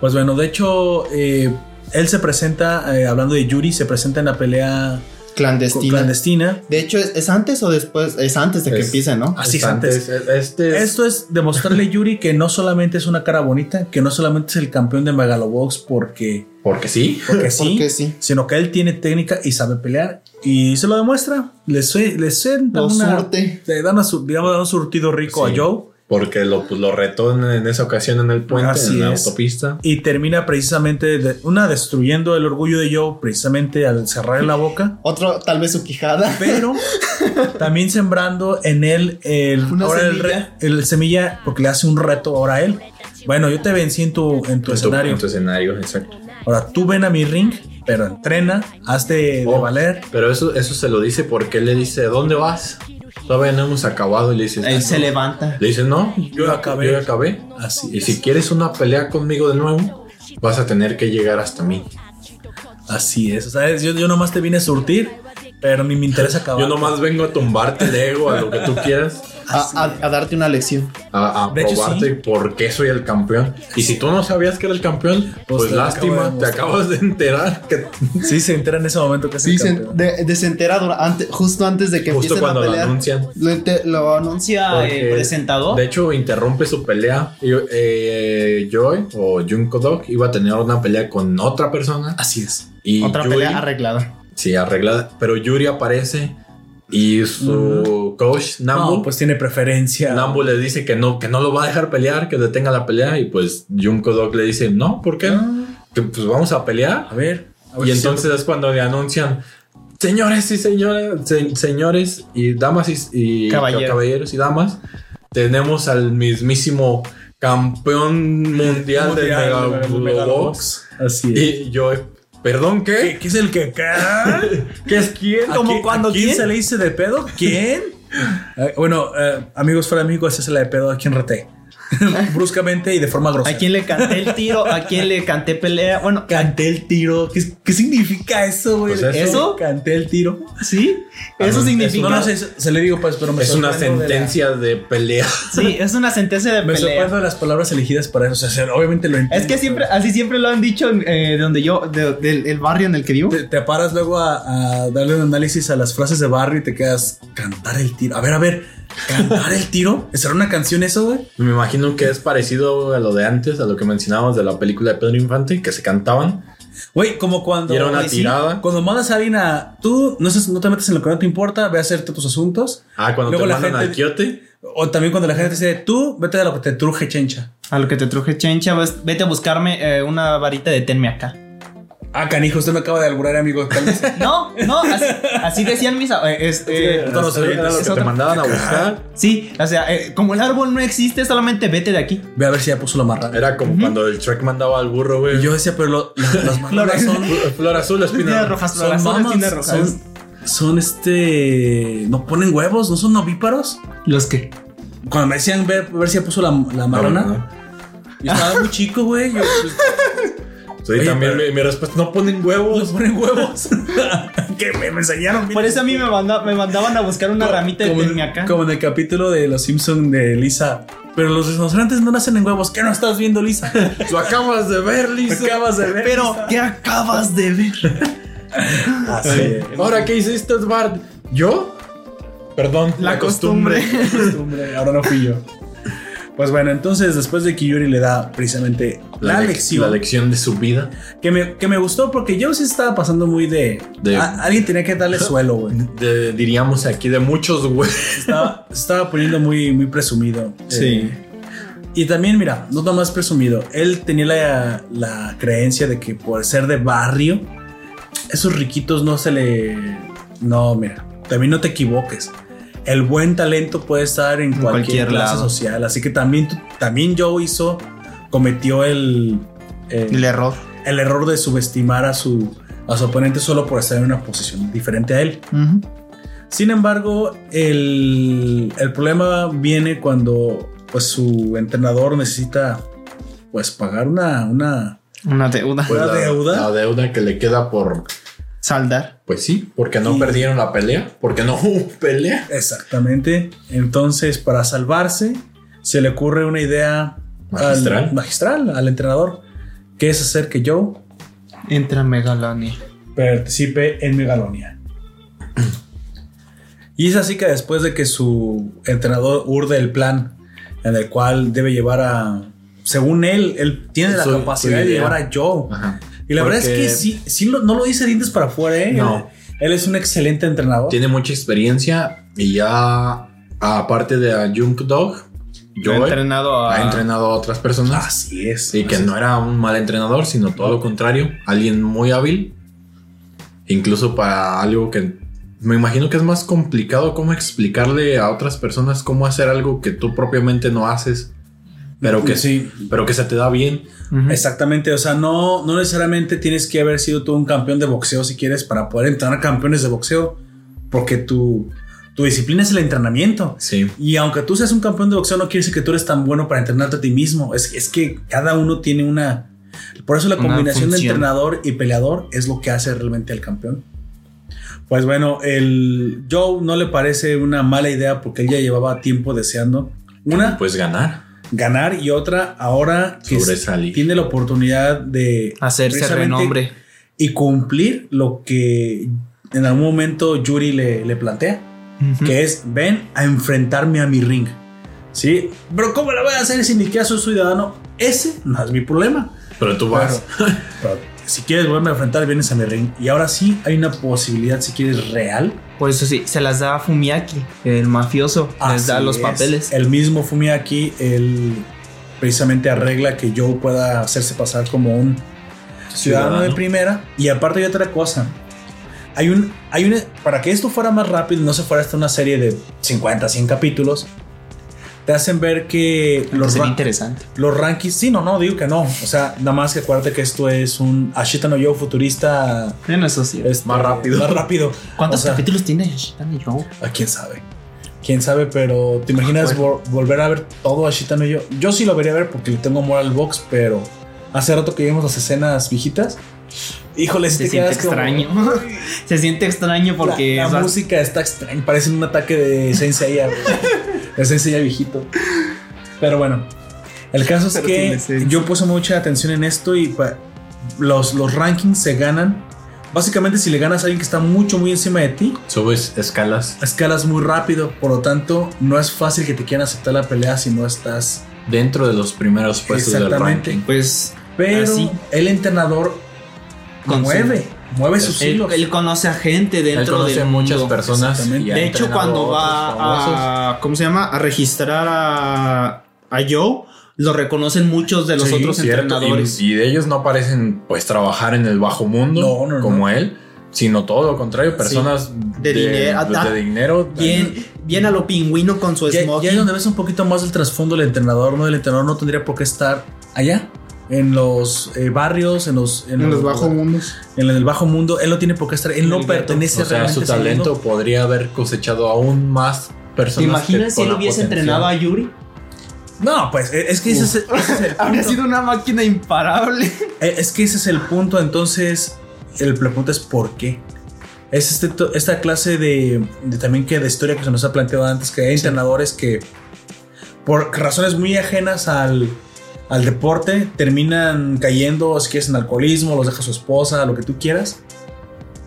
Pues bueno, de hecho, eh, él se presenta, eh, hablando de Yuri, se presenta en la pelea co- Clandestina. clandestina. De hecho, ¿es, es antes o después? Es antes de que Es- empiece, ¿no? Así es Está antes. Este es. Esto es demostrarle a Yuri que no solamente es una cara bonita, que no solamente es el campeón de Megalobox porque, Porque sí. porque sí, Porque sí. sino que él tiene técnica y sabe pelear y se lo demuestra. Le, sue- le sienta Lo una- surte. le dan, una sur- digamos, un surtido rico Sí. a Joe Porque lo, pues, lo retó en, en esa ocasión en el puente, Así en la es. autopista. y termina precisamente de- una destruyendo el orgullo de Joe precisamente al cerrar la boca, Otro, tal vez su quijada. pero también sembrando en él el, Una ahora el semilla. re- el semilla porque le hace un reto ahora a él. Bueno, yo te vencí en tu, en tu En tu- escenario. en tu escenario, exacto. Ahora tú ven a mi ring, pero entrena, hazte de Oh. valer. Pero eso, eso se lo dice porque él le dice, ¿dónde vas? Todavía no hemos acabado. Y le dice, Él se levanta. Le dice, no, yo ya acabé. Yo ya acabé. Así Y si quieres una pelea conmigo de nuevo, vas a tener que llegar hasta mí. Así es. O sea, yo, yo nomás te vine a surtir, pero ni me interesa acabar. Yo nomás vengo a tumbarte el ego, a lo que tú quieras, A, a- a darte una lección. a, a De hecho, probarte por qué soy el campeón. Y si tú no sabías que era el campeón, pues, Pues te lo lástima, acabo de te demostrar. acabas de enterar que Sí, se entera en ese momento que es el Sí, se campeón. de- desentera dura- ante- justo antes de que justo empiecen cuando a lo pelear. anuncian. Lo, ente- lo anuncia. Anuncia el Porque, presentador. De hecho, interrumpe su pelea. Y, eh, Joy o Junko Dog iba a tener una pelea con otra persona. Así es. Y Otra Yuri- pelea arreglada. Sí, arreglada. Pero Yuri aparece y su coach, Nambu, No, pues tiene preferencia. Nambu le dice que no, que no lo va a dejar pelear, que detenga la pelea. Y pues Junko Dog le dice, no, ¿por qué? Que, Pues vamos a pelear. A ver. a ver Y si entonces es cuando le anuncian, señores y señoras, se- señores y damas y, y- Caballeros. caballeros y damas, tenemos al mismísimo campeón mundial, siento- de Mundial, Megalobox. Megalobox. Así es. Y yo, perdón, ¿qué? ¿Quién es el que cae? ¿Qué es quién? ¿A ¿Cómo, quién- cuándo, a quién, quién? se le hice de pedo? ¿Quién? Eh, bueno, eh, amigos fuera amigos, esa es la de pedo a quien reté. Bruscamente y de forma ¿A grosera. quién le canté el tiro? ¿A quién le canté pelea? Bueno, Canté el tiro. ¿Qué, qué significa eso, güey? Pues eso. ¿Eso? Canté el tiro. sí. Ah, Eso no, significa. No, no sé, se, se le digo, pues, pero me Es una sorprendo de la- sentencia de pelea. Sí, es una sentencia de me pelea. sorprendo de las palabras elegidas para eso. O sea, se- obviamente lo entiendo. Es que siempre, pero así siempre lo han dicho eh, de donde yo, de- del el barrio en el que vivo. Te, te paras luego a, a darle un análisis a las frases de Barry y te quedas cantar el tiro. A ver, a ver, cantar el tiro. ¿Será una canción eso, güey? Me imagino que es parecido a lo de antes, a lo que mencionábamos de la película de Pedro Infante, que se cantaban. Güey, como cuando. Y era una Ay, sí. tirada. Cuando mandas a alguien a. Tú no, seas- no te metes en lo que no te importa, ve a hacerte tus asuntos. Ah, cuando Luego te la mandan gente- al quiote. O también cuando la gente te dice, tú vete de lo que te truje, chencha. A lo que te truje chencha, vas- vete a buscarme eh, una varita de tenme acá. Ah, canijo, usted me acaba de alburar, amigo. cálmese. No, no, así, así decían mis. a- eh, este, Sí, todos los Era oyentes. lo es que te otra- mandaban a buscar. Sí, o sea, eh, como el árbol no existe, solamente vete de aquí. ve a ver si ya puso la marrana. Era como cuando el Shrek mandaba al burro, Y güey. yo decía, pero lo- la- las marranas son. Fl- Flor azul, espina Espina roja. roja. Las Son razones mamas, tiene rojas. Son, son este. No ponen huevos, no son ovíparos. ¿Los qué? Cuando me decían ver, ver si ya puso la, la marrana, yo estaba muy chico, güey. Yo, pues, Sí, Oye, también pero- mi, mi respuesta, no ponen no huevos. ponen huevos. que me, me enseñaron. bien. Por eso a mí me, manda- me mandaban a buscar una ramita de como, tenme en, acá. como en el capítulo de Los Simpson de Lisa. Pero los restaurantes no nacen en huevos. ¿Qué no estás viendo, Lisa? Lo acabas de ver, Lisa. acabas de ver. Pero, ¿qué acabas de ver? Así es. Ahora, ¿qué hiciste, Bart? ¿Yo? Perdón, La costumbre. Costumbre, Ahora no fui yo. Pues bueno, entonces después de que Yuri le da precisamente la, lec- lección. La lección de su vida. Que me, que me gustó porque yo sí estaba pasando muy de. De- a- alguien tenía que darle suelo, güey. De- diríamos aquí de muchos güeyes. Estaba, se estaba poniendo muy, muy presumido. Eh, y también, mira, no nomás presumido. Él tenía la, la creencia de que por ser de barrio, esos riquitos no se le. No, mira, también no te equivoques. El buen talento puede estar en, cualquier, cualquier clase lado. social. Así que también, tú- también Joe hizo, cometió el. eh, error. el error de subestimar a su, a su oponente solo por estar en una posición diferente a él. Ujú. Sin embargo, el, el problema viene cuando pues, su entrenador necesita pues, pagar una, una Una deuda. ¿La deuda? La deuda que le queda por. Saldar. Pues sí, porque no Y- perdieron la pelea. Porque no hubo pelea. Exactamente. Entonces, para salvarse, se le ocurre una idea Magistral. al, magistral, al entrenador, que es hacer que Joe Entra Megalani. participe en Megalonia. Y es así que después de que su entrenador urde el plan en el cual debe llevar a... Según él, él tiene la Su- su capacidad de idea. llevar a Joe. Ajá. Y la verdad es Porque- que sí, sí lo- no lo dice dientes para afuera, ¿eh? No. Él es un excelente entrenador. Tiene mucha experiencia y ya, aparte de a Junk Dog, Yo Joe he entrenado a. ha entrenado a otras personas. Ah, Así es. y que así no era un mal entrenador, sino todo lo contrario, alguien muy hábil. Incluso para algo que me imagino que es más complicado cómo explicarle a otras personas cómo hacer algo que tú propiamente no haces, pero que Sí. pero que se te da bien. Ujú. Exactamente, o sea, no, no necesariamente tienes que haber sido tú un campeón de boxeo si quieres para poder entrenar campeones de boxeo, porque tu, tu disciplina es el entrenamiento. Sí. Y aunque tú seas un campeón de boxeo, no quiere decir que tú eres tan bueno para entrenarte a ti mismo. Es, es que cada uno tiene una... Por eso la Una combinación de función. entrenador y peleador es lo que hace realmente al campeón. Pues bueno, el Joe no le parece una mala idea porque él ya llevaba tiempo deseando. Una, Pues ganar, ganar y otra, ahora que sobresalir. tiene la oportunidad de Hacerse precisamente renombre. y cumplir lo que en algún momento Yuri le, le plantea, Ujú. que es ven a enfrentarme a mi ring. Sí, pero ¿cómo la voy a hacer si ni que soy ciudadano? Ese no es mi problema. Pero tú vas. Pero- pero si quieres volverme a enfrentar, vienes a mi ring. Y ahora sí hay una posibilidad, si quieres, real. Por eso sí, se las da a Fumiaki, el mafioso. les da Así los es. Eh, papeles. El mismo Fumiaki, él precisamente arregla que Joe pueda hacerse pasar como un ciudadano, de primera. Y aparte hay otra cosa. Hay un, hay un, para que esto fuera más rápido, no se fuera hasta una serie de 50, 100 capítulos, te hacen ver que los, Sería ra- interesante. los rankings, sí, no, no, digo que no. O sea, nada más que acuérdate que esto es un Ashita no Yo futurista Bueno, eso sí. este, Más rápido. Más rápido. ¿Cuántos o sea- capítulos tiene Shitano Joe? A Ah, quién sabe. Quién sabe, pero ¿te imaginas vol- volver a ver todo a Shitano yo? Yo sí lo vería ver porque le tengo amor al box, pero hace rato que vimos las escenas viejitas. Híjole, si Se te siente quedas como- extraño. Se siente extraño porque la, la o sea, música está extraña, parece un ataque de Senseiya, güey. de Senseiya viejito. Pero bueno, el caso es Pero sin que esencia. yo puse mucha atención en esto y pa- los, los rankings se ganan. Básicamente, si le ganas a alguien que está mucho, muy encima de ti, Subes escalas escalas muy rápido, por lo tanto no es fácil que te quieran aceptar la pelea si no estás. dentro de los primeros puestos del Exactamente. ranking. pues Pero Así. el entrenador Con mueve, mueve sus él, hilos. él conoce a gente Él dentro conoce del a muchas mundo. personas. Exactamente. y ha De hecho, entrenado cuando otros famosos. va a, ¿cómo se llama? A registrar a, a Joe, lo reconocen muchos de los Sí, otros Cierto, entrenadores. Y, y de ellos no parecen pues trabajar en el bajo mundo No, no, no. como él, sino todo lo contrario, personas De dinero, de- ah, de dinero. Bien, bien a lo pingüino con su Ya, ya es smoking. donde ves un poquito más el trasfondo del entrenador, ¿no? El entrenador no tendría por qué estar allá. En los eh, barrios, en los. En los bajos mundos. En el bajo mundo. Él no tiene por qué estar. Él En no el gueto. pertenece O sea, realmente su a ese talento mundo. podría haber cosechado aún más ¿Te personas. que imaginas si con él la hubiese potencial. entrenado a Yuri? No, pues eh, es que ese es, el- ese es el Habría punto. sido una máquina imparable. Eh, Es que ese es el punto, entonces el la pregunta es por qué. Es este, to- esta clase de, de también que de historia que se nos ha planteado antes, que hay entrenadores que por razones muy ajenas al, al deporte terminan cayendo, si quieres, en alcoholismo, los deja su esposa, lo que tú quieras,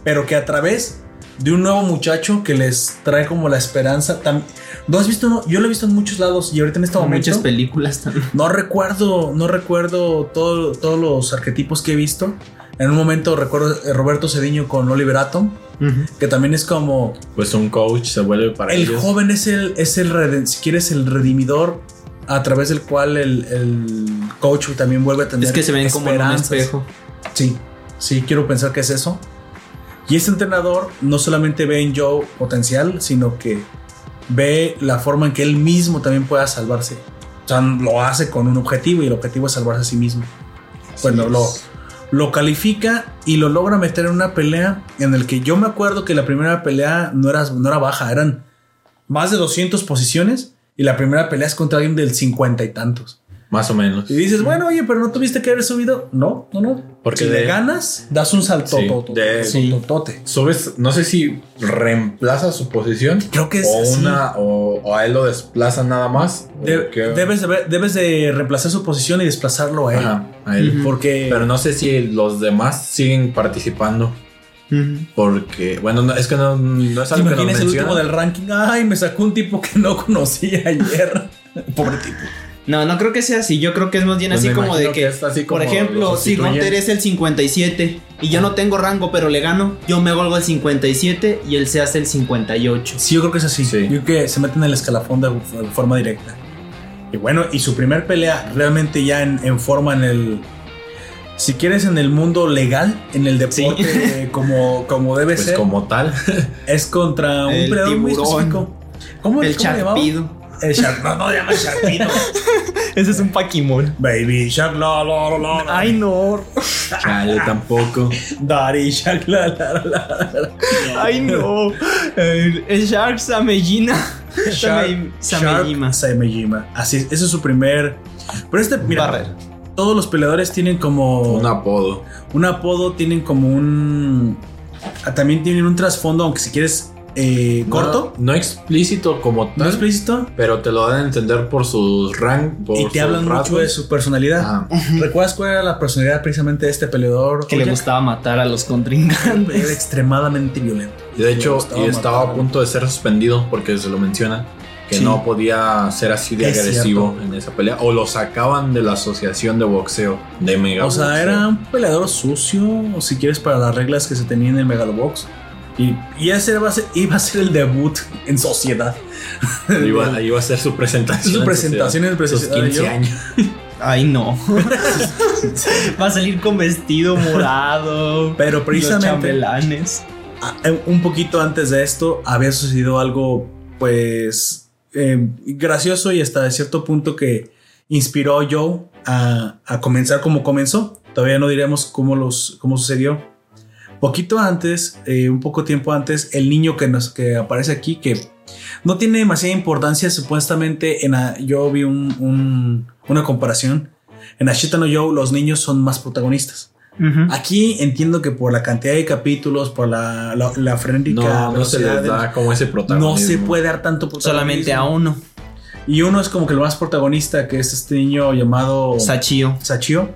pero que a través de un nuevo muchacho que les trae como la esperanza, tam- ¿no has visto? uno? Yo lo he visto en muchos lados y ahorita en este momento... Muchas películas también. No recuerdo, no recuerdo todo- todos los arquetipos que he visto. En un momento recuerdo eh, Roberto Cediño con Oliver Atom, que también es como Pues un coach se vuelve para el ellos. joven es el, es el reden- si quieres, el redimidor a través del cual el, el coach también vuelve a tener Es que se ven como en un esperanzas. espejo. Sí, sí, quiero pensar que es eso. Y este entrenador no solamente ve en Joe potencial, sino que ve la forma en que él mismo también pueda salvarse. O sea, lo hace con un objetivo y el objetivo es salvarse a sí mismo. Bueno, lo, lo califica y lo logra meter en una pelea en el que yo me acuerdo que la primera pelea no era, no era baja, eran más de 200 posiciones y la primera pelea es contra alguien del 50 y tantos. Más o menos. Y dices, bueno, oye, pero no tuviste que haber subido. No, no, no. Porque si de- le ganas, das un salto. Sí, de- Sobes, no sé si reemplaza su posición. Creo que es O así. una, o, o a él lo desplaza nada más. o De- qué. debes, de ver- debes de reemplazar su posición y desplazarlo a él. Ajá, a él. Ujú. Porque Pero no sé si los demás siguen participando. Porque, bueno, no- es que no, no es ¿te algo que nos imaginas el último mencionan. del ranking. Ay, me sacó un tipo que no conocí ayer. Pobre tipo. No, no creo que sea así. Yo creo que es más bien Pues así me como de imagino que, que es así como por ejemplo, los si sustituyen. Gunter es el 57 y yo no tengo rango, pero le gano, yo me vuelvo el 57 y él se hace el 58. Sí, yo creo que es así. Sí. Yo creo que se meten en el escalafón de de forma directa. Y bueno, y su primer pelea realmente ya en, en forma en el. Si quieres, en el mundo legal, en el deporte eh, como, como debe Pues ser, como tal. es contra un El peleador muy tiburón. específico. ¿Cómo, El cómo le llamaba? charpido. El Shark. No, no le llaman Sharpino. Ese es un Paquimón. Baby Shark, la, la, la, la, la. Ay, no. Chale, tampoco. Daddy Shark, la, la, la, la, la. Ay, no. El, el Shark Samellina. Shark, Same- Samejima. Shark Samejima. Así es, ese es su primer. Pero este, mira, Barrera. todos los peleadores tienen como Un apodo. un apodo, tienen como un. ah, También tienen un trasfondo, aunque si quieres eh, corto, No, no explícito como tal. no explícito, pero te lo dan a entender por sus rank. Por y te sus hablan mucho rasgos. Ah. de su personalidad. Ajá. ¿Recuerdas cuál era la personalidad precisamente de este peleador? Que le Oye, gustaba matar a los contrincantes. Era extremadamente violento. Y de hecho, gustaba y estaba matar. a punto de ser suspendido porque se lo menciona que Sí. no podía ser así de Es agresivo en esa pelea. O lo sacaban de la asociación de boxeo de Mega. O sea, Boxeo. era un peleador sucio, o si quieres, para las reglas que se tenían en el Megalobox. Y, y ese iba a, ser, iba a ser el debut en sociedad. Iba, iba a ser su presentación. Su presentación en el o sea, sus presentación. 15 años. Ay, no. Va a salir con vestido morado. Pero Precisamente. Los precisamente chambelanes. a- eh, un poquito antes de esto había sucedido algo, pues, eh, gracioso y hasta cierto punto que inspiró a Joe a, a comenzar como comenzó. Todavía no diremos cómo, los, cómo sucedió. Poquito antes, eh, un poco tiempo antes, el niño que, nos, que aparece aquí, que no tiene demasiada importancia, supuestamente, en la- yo vi un- un- una comparación. En Ashita no Joe los niños son más protagonistas. Aquí entiendo que por la cantidad de capítulos, por la, la, la frenética No, no se velocidad les de- da como ese protagonismo. no se puede dar tanto protagonismo. Solamente a uno. Y uno es como que el más protagonista, que es este niño llamado Sachio. Sachio.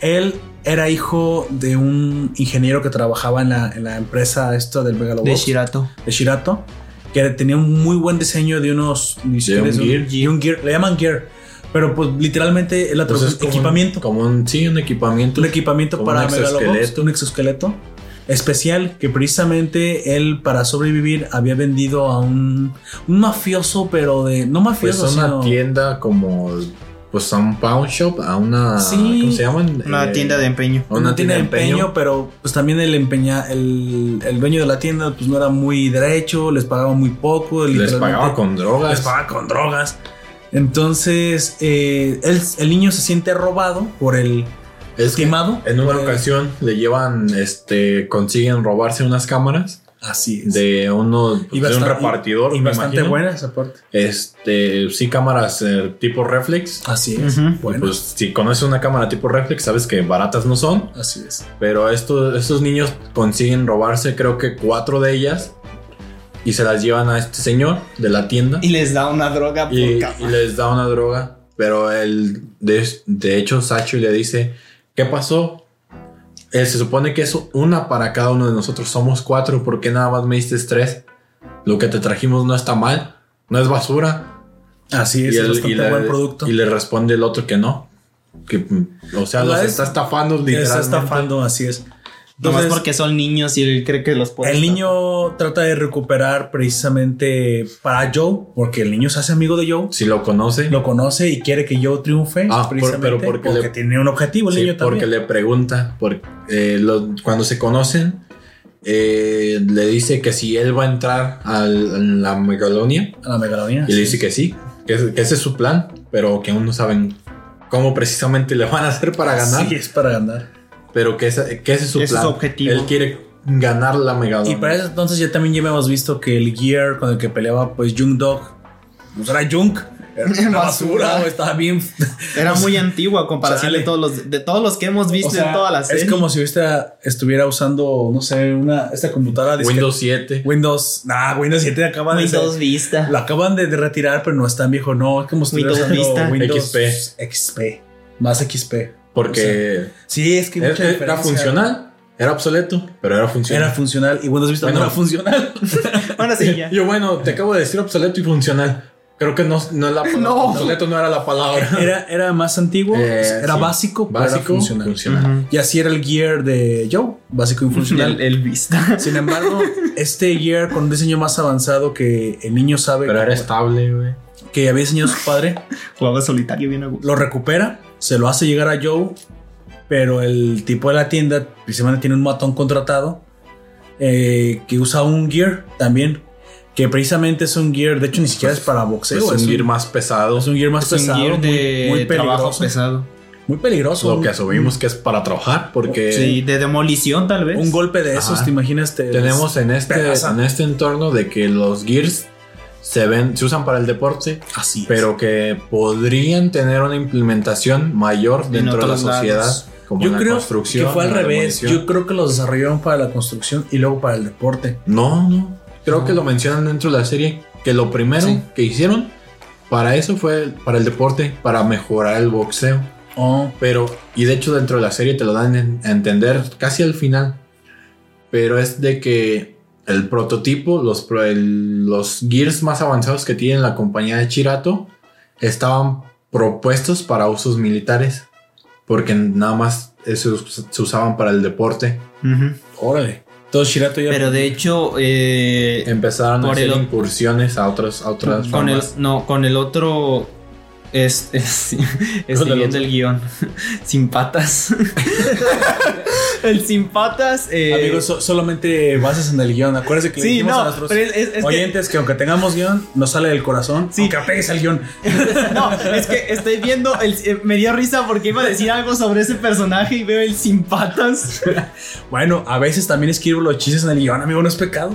Él era hijo de un ingeniero que trabajaba en la, en la empresa esta del Megalobox. De Shirato. de Shirato, que tenía un muy buen diseño de unos... De un gear. de un gear. Le llaman gear. Pero pues literalmente es la Pues es traducción como equipamiento. Un, como un, sí, un equipamiento. un equipamiento Como para un Megalobox, exoesqueleto. un exoesqueleto especial que precisamente él para sobrevivir había vendido a un, un mafioso, pero de no Pues mafioso, a una sino- tienda como. Pues a un pawn shop, a una. Sí. ¿Cómo se llaman? Una Eh, tienda de empeño. a una tienda de empeño. pero pues también el empeña el, el dueño de la tienda pues no era muy derecho, les pagaba muy poco, Les pues, literalmente, pagaba con drogas. les pagaba con drogas. Entonces, eh, él- el niño se siente robado por el Es que timado. en una por el- ocasión le llevan, este, consiguen robarse unas cámaras Así es. de uno, Y de un bastan- y- repartidor, Y, me bastante imagino. buenas aparte. Este, sí, cámaras eh, tipo reflex. Así es. Ujú. Ah, Bueno, Pues si conoces una cámara tipo reflex, sabes que baratas no son. así es. Pero estos, estos niños consiguen robarse, creo que cuatro de ellas. Y se las llevan a este señor de la tienda. Y les da una droga por y, cama. y les da una droga. Pero él, de, de hecho, Sachi le dice, ¿qué pasó? Él se supone que es una para cada uno de nosotros. Somos cuatro. ¿Por qué nada más me diste tres? Lo que te trajimos no está mal. No es basura. Así es, y, es él- bastante y le, buen producto. y le responde el otro que no. Que, mm, o sea, O sea, los es- está estafando Que literalmente. está estafando, así es. Nomás Entonces, porque son niños y él cree que los puede. el estar- niño trata de recuperar precisamente para Joe, porque el niño se hace amigo de Joe, Si lo conoce. lo conoce y quiere que Joe triunfe, Ah, por- precisamente pero porque porque, le- tiene un objetivo el Sí, niño porque también. le pregunta, por, eh, lo- cuando se conocen, eh, le dice que si él va a entrar al- a la megalonia, A la megalonía. y le dice que sí, que, es- que ese es su plan, pero que aún no saben cómo precisamente le van a hacer para ganar. Sí, es para ganar. Pero que ese, que ese es su Ese es plan. su objetivo. Él quiere ganar la Megalodon. Y para ese entonces ya también ya habíamos visto que el gear con el que peleaba pues Jung Dog, pues era Jung, era una basura, güey, estaba bien. Era muy antigua a comparación Chale. de todos los de todos los que hemos visto O sea, en todas es las series. como si esta estuviera usando, no sé, una esta computadora disque- Windows 7. Windows, nah, Windows 7 acaban de Vista. lo acaban de, de retirar, pero no es tan viejo, no, es como si estuviera Windows usando Vista. Windows XP. más XP. Porque Sí, es que era- mucha era, diferencia. funcional. Era obsoleto, pero era funcional. Era funcional y Windows Vista no Bueno. era funcional. Bueno, sí, ya. Yo, bueno, te acabo de decir obsoleto y funcional. Creo que no, no es la palabra. No. Obsoleto no era la palabra. Era, era más antiguo, Eh, era sí. básico, pero era básico, funcional. funcional. Y así era el gear de Joe, básico y funcional. El, el Vista. Sin embargo, este gear con un diseño más avanzado que el niño sabe Pero que, era estable, güey. que había diseñado su padre, Jugaba solitario bien a gusto. lo recupera, se lo hace llegar a Joe, pero el tipo de la tienda, precisamente tiene un matón contratado eh, que usa un gear también, que precisamente es un gear, de hecho ni siquiera es para boxeo, es Pues un gear gear, más pesado. es un gear más Es un pesado, gear de muy, muy trabajo peligroso, pesado. muy peligroso. Lo que asumimos que es para trabajar, porque Sí, de demolición tal vez. Eh, un golpe de esos, Ajá. ¿te imaginas? Te- tenemos en este, Pedazo. en este entorno de que los gears se ven, se usan para el deporte, así, es. pero que podrían tener una implementación mayor dentro de la otros lados. sociedad, como en Yo la creo construcción. que fue al en la revés. demolición. Yo creo que los desarrollaron para la construcción y luego para el deporte. No, no. Creo No. que lo mencionan dentro de la serie. Que lo primero Sí. que hicieron para eso fue para el deporte, para mejorar el boxeo. Oh, Pero, y de hecho dentro de la serie te lo dan en- a entender casi al final. Pero es de que el prototipo, los, pro- el- los gears más avanzados que tiene la compañía de Chirato estaban propuestos para usos militares. Porque nada más esos se usaban para el deporte. Ujú. órale. Entonces Shirato ya. Pero de hecho, eh, Empezaron Por a hacer el- incursiones a otras, a otras con el, ramas. no, con el otro. Este, sí, estoy el viendo otro. el guión. Sin patas. el sin patas. eh, Amigos, so- solamente bases en el guión. Acuérdense que le sí, dijimos a no. nuestros pero es- es- es que- oyentes que... aunque tengamos guión, nos sale del corazón. Sí. Aunque apegues al guión. No, es que estoy viendo, el, eh, me dio risa porque iba a decir algo sobre ese personaje y veo el sin patas. Bueno, a veces también escribo los chistes en el guión, amigo, no es pecado.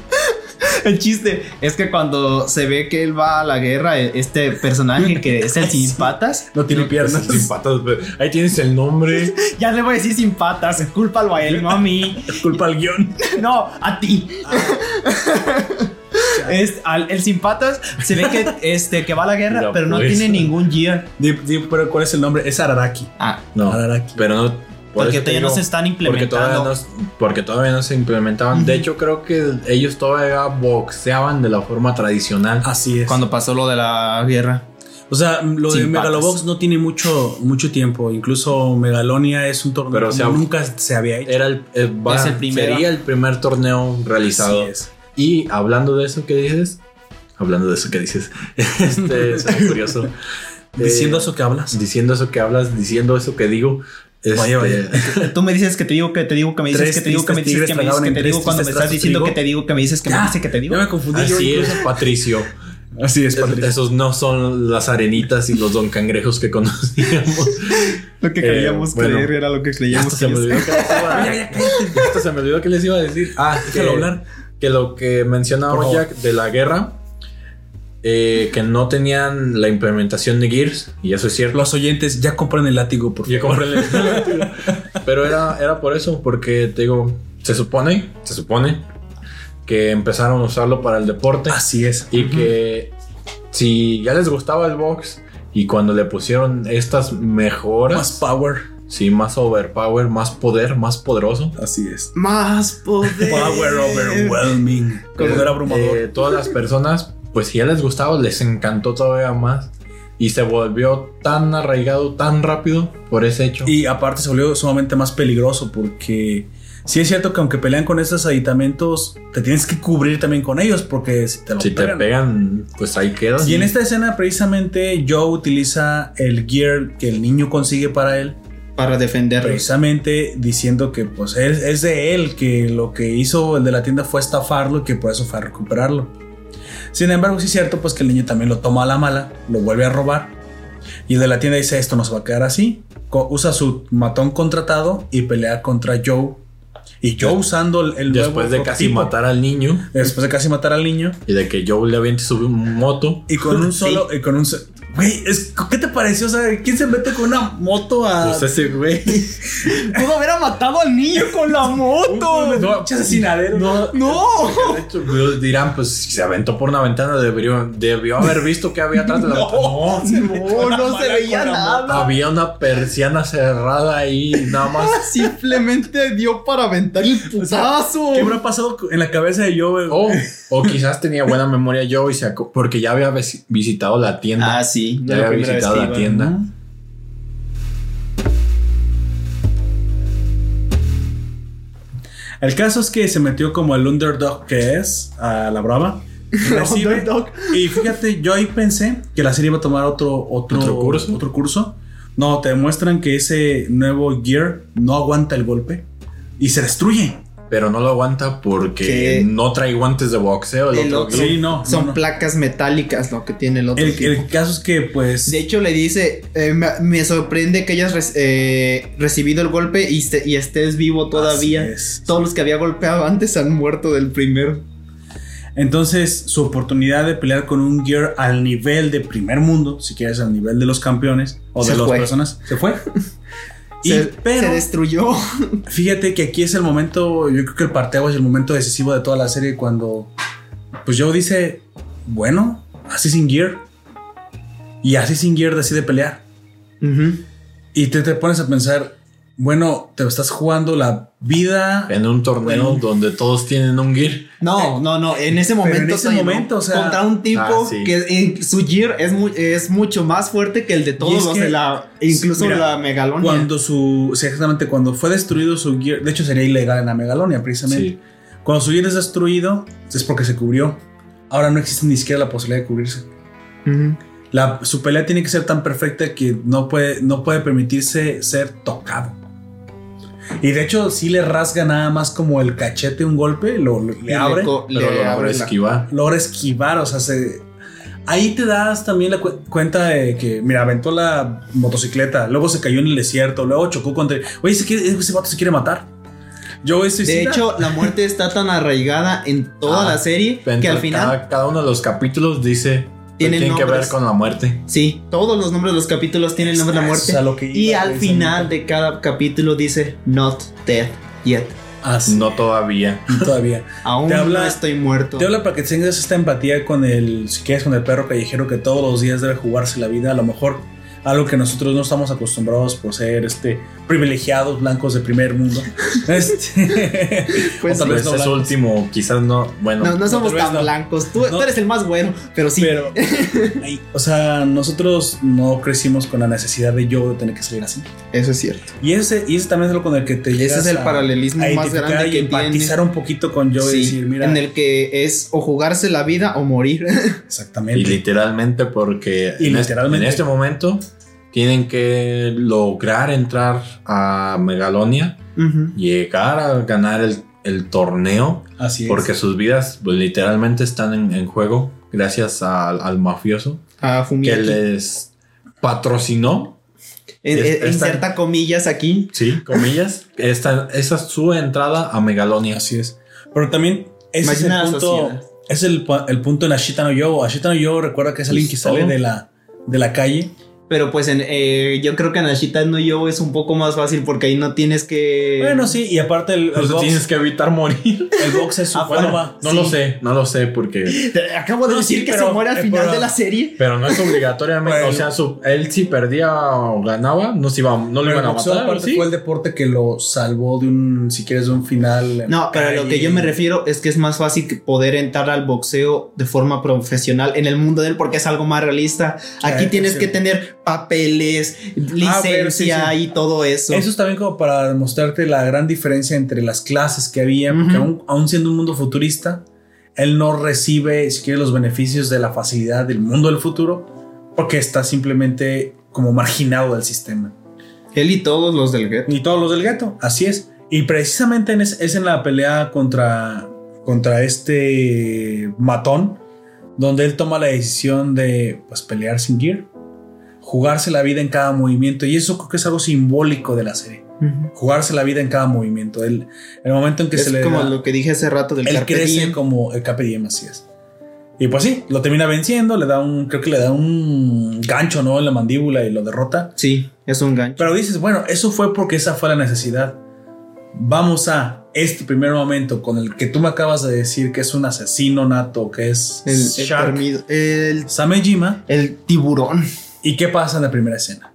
El chiste es que cuando se ve que él va a la guerra, eh, este personaje que es el sin patas, No tiene piernas. Sin patas, pero Ahí tienes el nombre. ya le voy a decir sin patas, cúlpalo a él, no a mí, Culpa al guión. no, a ti. Es, al- el sin patas se ve que, este, que va a la guerra, La pero no fuerza. tiene ningún gear. Di- di- pero ¿cuál es el nombre? Es Araraki. Ah, No, Araraki. pero no. por porque eso te todavía no digo, se están Porque todavía, no, implementando. s- porque todavía no se implementaban. De Ujú. hecho, creo que ellos todavía boxeaban de la forma tradicional. Ah, Así es. Cuando pasó lo de la guerra. o sea, lo de Sin patas. Megalobox no tiene mucho, mucho tiempo. Incluso Megalonia es un torneo Pero, o que sea, nunca se había hecho. Era el, eh, va- Es el primero. Sería el primer torneo realizado. Así es. Y hablando de eso que dices, hablando de eso que dices, este es curioso. Diciendo Eh, eso que hablas. diciendo eso que hablas, diciendo eso que digo. Vaya, vaya. este, Tú me dices que te digo que te digo que me dices Tres que te digo que me dices tristes que me tigres dices que te tragaban digo en cuando tres me estás tristes diciendo trazos que te digo que me dices que me Ya, dices que te digo. Ya me confundí yo Así es, incluso. Patricio. Así es, Es- Patricio. esos no son las arenitas y los don cangrejos que conocíamos. Lo que Eh, bueno. era lo que Ya hasta se me olvidó que les iba a- Ya, ya, cállate. ya hasta se me olvidó que les iba a decir. Ah, Déjalo hablar. Que lo que Por mencionaba favor. Jack de la guerra, eh, que no tenían la implementación de Gears, y eso es cierto. Los oyentes ya compran el látigo, por Yo favor. compré el- Pero era, era por eso, porque te digo, se supone, se supone que empezaron a usarlo para el deporte Así es. y que si ya les gustaba el box y cuando le pusieron estas Más mejoras, power. sí, más overpower, más poder, más poderoso, eh, Así es. Más poder. Power overwhelming. Como era abrumador. eh, todas las personas, pues si ya les gustaba, les encantó todavía más y se volvió tan arraigado, tan rápido por ese hecho. Y aparte se volvió sumamente más peligroso porque sí es cierto que aunque pelean con estos aditamentos, te tienes que cubrir también con ellos porque si te lo si te pegan- pegan, pues ahí quedas. Y en este esta escena precisamente Joe utiliza el gear que el niño consigue para él Para defenderlo. precisamente diciendo que pues es, es de él, que lo que hizo el de la tienda fue estafarlo y que por eso fue a recuperarlo. Sin embargo, sí es cierto pues que el niño también lo toma a la mala, lo vuelve a robar Y el de la tienda dice, esto nos va a quedar así. Co- usa su matón contratado y pelea contra Joe. Y Joe usando el, el nuevo Después de casi prototipo. matar al niño Después de casi matar al niño. y de que Joe le aviente su moto. Y con un solo... Y con un... so- Güey, es- ¿qué te pareció? O sea, ¿quién se mete con una moto a... Pues ese güey. Pudo haber matado al niño con la moto. No, pinche asesinadero. No. No. De hecho, pues, dirán, pues si se aventó por una ventana, debió, debió haber visto que había atrás de la No, ventana. no, no se veía No, nada. había una persiana cerrada ahí, nada más. Simplemente dio para aventar el putazo. ¿Qué habrá pasado en la cabeza de Joe? güey? O, o quizás tenía buena memoria Joe y se aco- porque ya había vis- visitado la tienda. Ah, sí. ya la había primera vez visitado que la iba. tienda. El caso es que se metió como el underdog que es a la brava. Recibe- Underdog. Y fíjate, yo ahí pensé que la serie iba a tomar otro, otro, ¿Otro curso? otro curso. No, te demuestran que ese nuevo Gear no aguanta el golpe y se destruye. Pero no lo aguanta porque Ah. ¿Qué? no trae guantes de boxeo. El El otro otro. güey. Sí, no. Son no, no. placas metálicas lo que tiene el otro. El, tipo. el caso es que, pues. De hecho, le dice: eh, me, me sorprende que hayas res- eh, recibido el golpe y, se- y estés vivo todavía. Así es. Todos los que había golpeado antes han muerto del primero. Entonces, su oportunidad de pelear con un Gear al nivel de primer mundo, si quieres, al nivel de los campeones o Se de las fue. personas, se fue. y, se, pero, se destruyó. Fíjate que aquí es el momento, yo creo que el parteaguas es el momento decisivo de toda la serie cuando pues Joe dice, bueno, así sin Gear. Y así sin Gear decide pelear. Y te, te pones a pensar, bueno, te estás jugando la vida. En un torneo Bueno. donde todos tienen un gear. No, no, no. En ese momento, Eh, en ese todavía no. momento, o sea- contra un tipo Ah, sí. que en su gear es, mu- es mucho más fuerte que el de Y todos es los que- de la, incluso mira, la megalonia. Cuando su, sí, exactamente, cuando fue destruido su Gear, de hecho sería ilegal en la Megalonia precisamente. Sí. Cuando su Gear es destruido es porque se cubrió. Ahora no existe ni siquiera la posibilidad de cubrirse. Ujú. La- su pelea tiene que ser tan perfecta que no puede, no puede permitirse ser tocado. Y de hecho, si le rasga nada más como el cachete un golpe, lo, lo- Y le abre, co- Pero le lo logra abre la- esquivar. logra esquivar. O sea, se- ahí te das también la cu- cuenta de que, mira, aventó la motocicleta, luego se cayó en el desierto, luego chocó contra. Oye, ese, quiere- ese vato se quiere matar. Yo estoy De hecho, la muerte está tan arraigada en toda Ah, la serie que Entonces, al final, Cada, cada uno de los capítulos dice. Tienen Tienen, que ver nombres. con la muerte. sí, todos los nombres de los capítulos tienen el nombre Ah, de la muerte. y al final de cada capítulo dice Not dead yet. No todavía. todavía. Aún Te habla- no estoy muerto. Te habla para que tengas esta empatía con el, si quieres, con el perro callejero que todos los días debe jugarse la vida. A lo mejor algo que nosotros no estamos acostumbrados por ser este privilegiados blancos de primer mundo. Este, Pues o tal vez sí. Pues no es blancos. último, quizás no. Bueno, no, no somos tal vez tan no. blancos. Tú, No. tú eres el más bueno, pero sí. Pero, ay, o sea, nosotros no crecimos con la necesidad de yo de tener que salir así. Eso es cierto. Y ese, y ese también es lo con el que te Ese llegas es el a- paralelismo a más identificar grande y que empatizar tiene. un poquito con yo y Sí, decir, mira, En el que es o jugarse la vida o morir. exactamente. y literalmente porque Y en, es- literalmente. en este momento tienen que lograr entrar a Megalonia, Ujú. llegar a ganar el, el torneo, así es. porque sus vidas pues, literalmente están en, en juego gracias al, al mafioso A que Fumiaki. les patrocinó En- en- es- está- inserta comillas aquí. Sí, comillas. Esta, esa es su entrada a Megalonia. Así es. Pero también ese es el Imagina la punto. sociedad. Es el, pa- el punto en Ashita no Yo. Ashita no Yo recuerda que es alguien que Pues sale todo. de la, de la calle. Pero pues en, eh, yo creo que en Ashita no yo es un poco más fácil porque ahí no tienes que. Bueno, sí, y aparte el, el Entonces box, Pues tienes que evitar morir. el box es su Afuera. forma. No Sí. lo sé, no lo sé porque... Te- Acabo de No, decir sí, que pero- se muere al eh, final pero- de la serie. Pero no es obligatoriamente, Bueno. o sea, su- él si perdía o ganaba, no, se iba, no lo Pero iban a el boxeo matar, aparte ¿sí? fue el deporte que lo salvó de un, si quieres, de un final. en No, pero calle. lo que yo me refiero es que es más fácil que poder entrar al boxeo de forma profesional en el mundo de él porque es algo más realista. Aquí Ah, tienes sí. que tener papeles, licencia pero sí, sí. y todo eso. Eso es también como para demostrarte la gran diferencia entre las clases que había, porque Ujú. aún, aún siendo un mundo futurista, él no recibe, si quieres, los beneficios de la facilidad del mundo del futuro, porque está simplemente como marginado del sistema. Él y todos los del gueto. Y todos los del gueto, así es. Y precisamente en es, es en la pelea contra, contra este matón, donde él toma la decisión de pues, pelear sin gear. jugarse la vida en cada movimiento. Y eso creo que es algo simbólico de la serie. Jugarse la vida en cada movimiento. El, el momento en que es se le como da- lo que dije hace rato del él carpe crece diem. como el Carpe Diem, así es. Y pues sí, lo termina venciendo, le da un, creo que le da un gancho, ¿no? En la mandíbula y lo derrota. Sí, es un gancho. Pero dices, bueno, eso fue porque esa fue la necesidad. Vamos a este primer momento con el que tú me acabas de decir que es un asesino nato, que es El, el Shark dormido- el- Samejima. el tiburón. ¿Y qué pasa en la primera escena?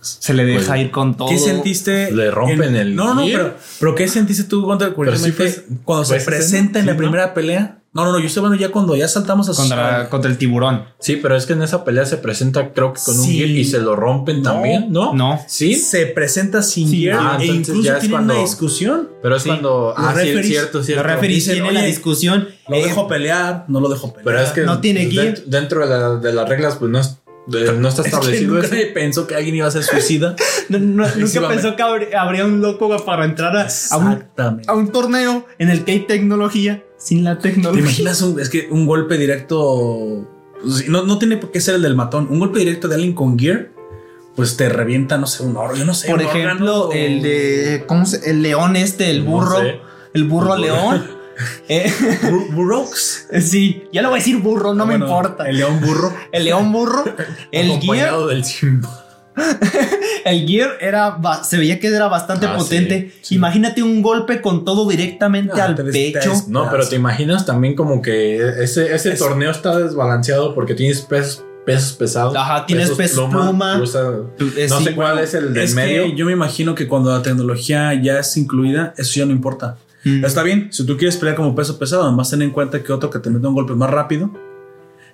Se le deja ir con todo. ¿Qué sentiste? Le rompen en- el No, no, no, gear. pero, pero ¿qué sentiste tú Gunter, curiosamente, sí fue- cuando fue se esa escena, presenta en sí, la ¿no? primera pelea? No, no, no, yo estoy hablando ya cuando ya saltamos a Contra, contra el tiburón. Sí, pero es que en esa pelea se presenta, creo que con un Sí. gear y se lo rompen No, también, ¿no? No. Sí. se presenta sin Sí. hierro Ah, e entonces incluso ya es tienen cuando- una discusión. Pero es Sí. cuando. Los Ah, sí, es referees- cierto, cierto. Los referees Dicen, tienen la "Oye, discusión. Lo eh, dejo pelear, no lo dejo pelear. Pero es que. pues, No tiene dent- gear. Dentro de, la- de las reglas, pues no, es- de- no está Es que establecido nunca eso. nadie pensó que alguien iba a ser suicida. no- no- Sí, va nunca a pensó que habr- habría un loco para entrar a, a un, Exactamente. a un torneo en el que hay tecnología sin la ¿Te tecnología. imaginas un, es que un golpe directo? pues, No, no tiene por qué ser el del matón. Un golpe directo de alguien con gear, pues te revienta, no sé, un oro. Yo no sé. Por un órgano ejemplo, o- el de. ¿Cómo se El león este, el No burro. sé. El burro león. Eh, Bur- Burrox. sí, ya lo voy a decir burro, no me Ah, Bueno, importa. El león burro. El león burro, el gear, Acompañado del Simba. el gear era ba- se veía que era bastante Ah, sí, potente. sí. Imagínate un golpe con todo directamente Ah, al te des- te pecho. des- No, pero te imaginas también como que ese, ese Es- torneo está desbalanceado porque tienes pesos, pesos pesados. Ajá, tienes pez pluma. plus a- Eh, no sí, sé cuál es el del Es medio. que yo me imagino que cuando la tecnología ya es incluida, eso ya no importa. Mm. Está bien, si tú quieres pelear como peso pesado, además ten en cuenta que otro que te mete un golpe más rápido.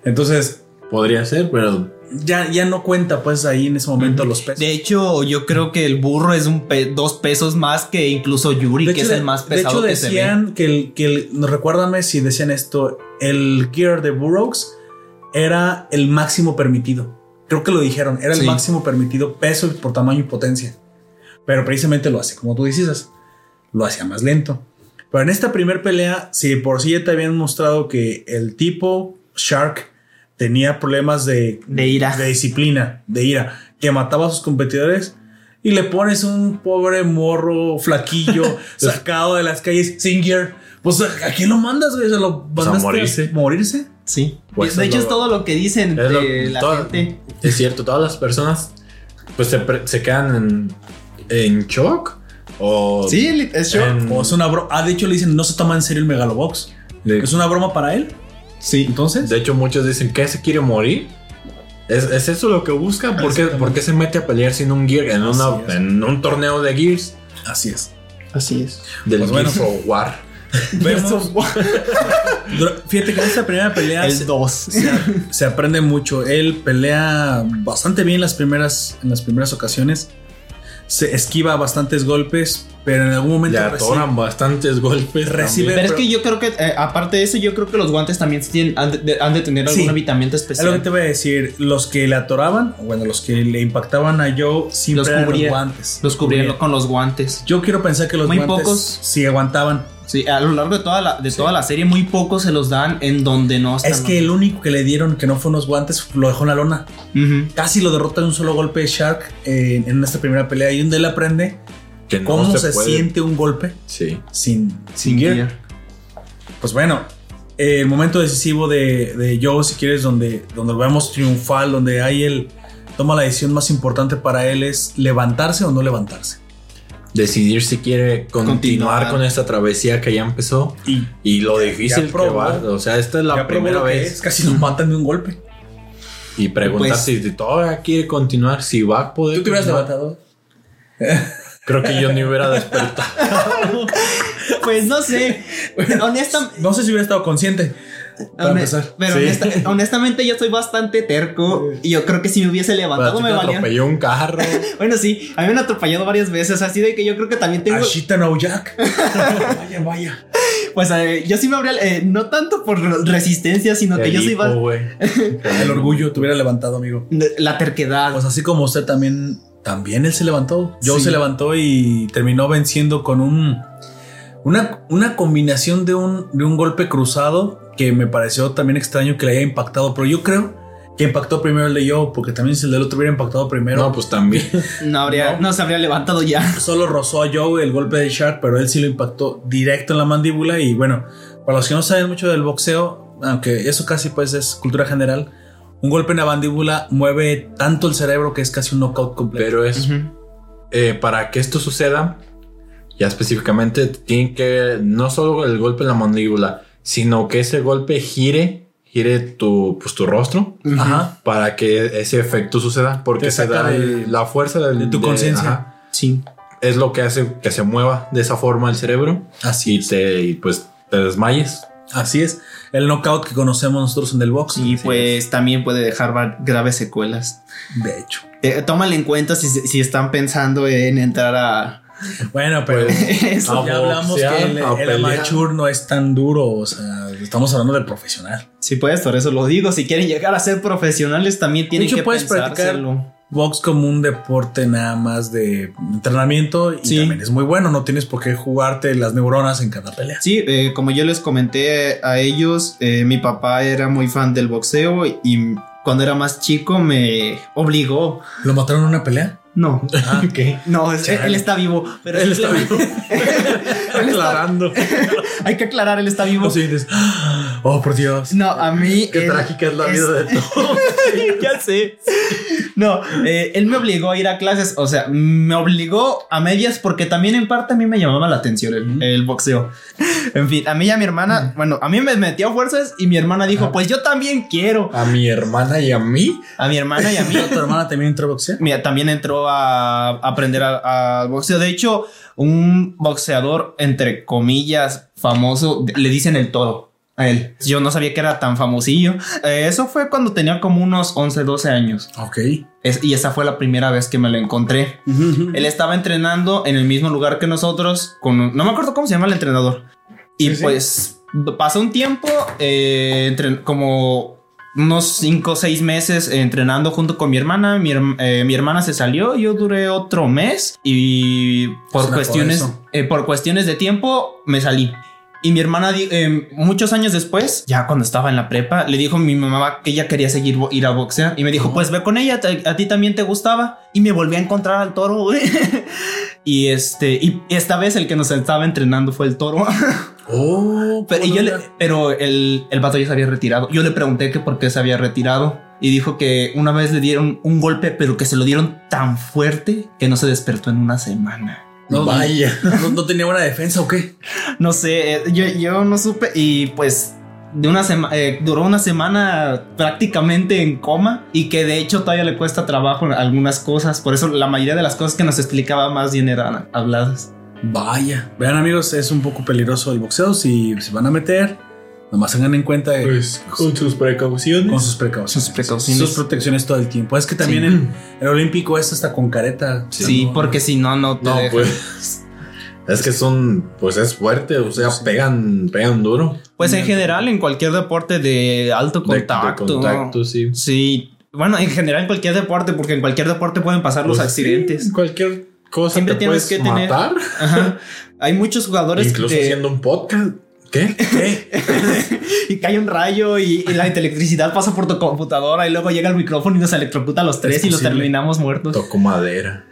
Entonces, Podría ser, pero ya, ya no cuenta pues ahí en ese momento los pesos. De hecho, yo creo que el burro es un pe- dos pesos más que incluso Yuri, De que hecho, es el más de- de pesado hecho, que se ve. decían que el, que el- no, recuérdame si decían esto, el gear de Burroughs era el máximo permitido. Creo que lo dijeron, era el Sí. máximo permitido peso por tamaño y potencia. Pero precisamente lo hace, como tú dices, lo hacía más lento. Pero en esta primera pelea, si de por sí ya te habían mostrado que el tipo Shark tenía problemas de, De ira. de disciplina, de ira, que mataba a sus competidores y le pones un pobre morro flaquillo sacado de las calles sin gear. Pues a quién lo mandas, güey? ¿Se lo Pues, a mandaste morirse. morirse? Sí. Pues de es hecho, lo- es todo lo que dicen es, lo- de la todo- gente. es cierto, todas las personas pues se, pre- se quedan en, en shock o Sí, li- es shock. en- O es una broma. Ah, de hecho le dicen, no se toma en serio el Megalobox. de, Es una broma para él. Sí. Entonces, de hecho muchos dicen que se quiere morir. ¿Es, es eso lo que busca? ¿Por qué, Exactamente. por qué se mete a pelear sin un gear en, Así una, es. en un torneo de gears así es. Así es. del Pues bueno. Gears of War? Vemos, dura- fíjate que en esta primera pelea El se, 2. se a- se aprende mucho. Él pelea bastante bien las primeras, en las primeras ocasiones. Se esquiva bastantes golpes, pero en algún Le momento recibe- atoran bastantes golpes. Recibe- también. Pero, es que yo creo que, eh, aparte de eso, yo creo que los guantes también tienen, han, de, de- han de tener Sí. algún habitamiento Es lo que especial. te voy a decir, los que le atoraban, o bueno, los que le impactaban a Joe siempre Los eran los cubría. guantes. Los cubrieron con los guantes. Yo quiero pensar que los Muy guantes pocos. sí aguantaban. Sí, a lo largo de toda la, de toda la serie, muy pocos se los dan en donde no están. es que el único que le dieron que no fue unos guantes lo dejó en la lona. Ujú. Casi lo derrota de un solo golpe de Shark en, en esta primera pelea. Y donde él aprende que no cómo se, puede. siente un golpe Sí. sin, sin gear. Pues bueno, eh, el momento decisivo de, de Joe, si quieres, donde, donde lo vemos triunfal, donde hay él toma la decisión más importante para él es levantarse o no levantarse. Decidir si quiere continuar, Continuar. con esta travesía que ya empezó Y y lo difícil que probó. va. O sea, esta es la Ya probó primera lo que vez. es, casi nos matan de un golpe. Y preguntar Pues- si todavía quiere continuar, si va a poder. ¿Tú te hubieras continuar. levantado? Creo que yo ni hubiera despertado. Pues no sé. Honestamente. No sé si hubiera estado consciente. Para empezar. Pero Sí. honesta- honestamente yo soy bastante terco y yo creo que si me hubiese Para levantado ti te me valía. atropelló un carro. Bueno, sí, a mí me han atropellado varias veces, así de que yo creo que también tengo... Ashita Ah, no Jack. vaya, vaya. Pues eh, yo sí me habría... eh, no tanto por resistencia, sino que El yo soy... hipo, bas- Oh, güey. El orgullo te hubiera levantado, amigo. La terquedad. Pues así como usted también, también él se levantó. Joe Sí. se levantó y terminó venciendo con un una, una combinación de un, de un golpe cruzado que me pareció también extraño que le haya impactado, pero yo creo que impactó primero el de Joe, porque también si el del otro hubiera impactado primero, no, pues también. No habría, no. se habría levantado ya. solo rozó a Joe el golpe de Shark, pero él sí lo impactó directo en la mandíbula. Y bueno, para los que no saben mucho del boxeo, aunque eso casi pues es cultura general, un golpe en la mandíbula mueve tanto el cerebro que es casi un knockout completo. Pero es eh, para que esto suceda, ya específicamente, tiene que no solo el golpe en la mandíbula, sino que ese golpe gire, gire tu, pues, tu rostro Ajá. para que ese efecto suceda, porque Te se saca da de- la fuerza del- de tu conciencia. ajá, Sí. Es lo que hace que se mueva de esa forma el cerebro Así y, te, y pues te desmayes. Así es. El knockout que conocemos nosotros en el box. Y pues también puede dejar va- graves secuelas. de hecho. Eh, tómale en cuenta si, si están pensando en entrar a. Bueno, pero Pues, Eso. a ya hablamos boxear, que el, a el pelear. amateur no es tan duro. O sea, estamos hablando del profesional. Sí, pues, por eso lo digo. Si quieren llegar a ser profesionales, también tienen hecho, que puedes practicar- pensárselo. Box como un deporte nada más de entrenamiento y Sí. también es muy bueno. No tienes por qué jugarte las neuronas en cada pelea. Sí, eh, como yo les comenté a ellos, eh, mi papá era muy fan del boxeo y cuando era más chico me obligó. ¿Lo mataron en una pelea? No, Ah, no, es- Chale. él está vivo, pero Él está simplemente- Él está- Aclarando. hay que aclarar, él está vivo. Los siguientes, "Ah, Oh, por Dios. No, a mí. Qué él- trágica es la vida de todos. ya sé. No, eh, él me obligó a ir a clases, o sea, me obligó a medias porque también en parte a mí me llamaba la atención el, el boxeo. En fin, a mí y a mi hermana, bueno, a mí me metió a fuerzas y mi hermana dijo, pues yo también quiero. A mi hermana y a mí. A mi hermana y a mí. ¿Tu hermana también entró a boxear? Mira, también entró a aprender a, a boxeo. De hecho, un boxeador, entre comillas, famoso, le dicen el todo a él. Yo no sabía que era tan famosillo. Eh, eso fue cuando tenía como unos 11, 12 años. Ok. Es- y esa fue la primera vez que me lo encontré. Él estaba entrenando en el mismo lugar que nosotros, con un- no me acuerdo cómo se llama el entrenador. Y Sí, sí. pues pasó un tiempo, eh, entre- como unos 5 o 6 meses entrenando junto con mi hermana. Mi, herm- eh, mi hermana se salió, yo duré otro mes y por Suena cuestiones, por eso. eh, por cuestiones de tiempo me salí. Y mi hermana, di- eh, muchos años después, ya cuando estaba en la prepa, le dijo a mi mamá que ella quería seguir bo- ir a boxear. Y me dijo, pues ve con ella, te- a ti también te gustaba. Y me volví a encontrar al toro. güey. y este, y esta vez el que nos estaba entrenando fue el toro. Oh, pero, y yo le- pero el, el vato ya se había retirado. Yo le pregunté que por qué se había retirado. Y dijo que una vez le dieron un golpe, pero que se lo dieron tan fuerte que no se despertó en una semana. No, Vaya. ¿No, no tenía buena defensa o qué? No sé, eh, yo, yo no supe y pues de una sema- eh, duró una semana prácticamente en coma y que de hecho todavía le cuesta trabajo en algunas cosas, por eso la mayoría de las cosas que nos explicaba más bien eran habladas. Vaya. Vean, amigos, es un poco peligroso el boxeo. Si se van a meter, nomás tengan en cuenta eh, Pues con sus precauciones. con sus precauciones. Sus precauciones. Sus protecciones todo el tiempo. Es que también Sí. el, el olímpico es hasta con careta. Sí, porque si no, no te No, dejan. pues. pues. Es que son, pues es fuerte, o sea, Sí. pegan, pegan duro. Pues, en general en cualquier deporte de alto De- de contacto. contacto, sí. Sí, bueno, en general en cualquier deporte, porque en cualquier deporte pueden pasar los Pues sí, accidentes. cualquier cosa Siempre te tienes puedes que tener matar. Ajá. Hay muchos jugadores Incluso de- haciendo un podcast. ¿Qué? ¿Qué? y cae un rayo y, y la electricidad pasa por tu computadora y luego llega el micrófono y nos electrocuta a los tres Es y los posible. terminamos muertos. Toco madera.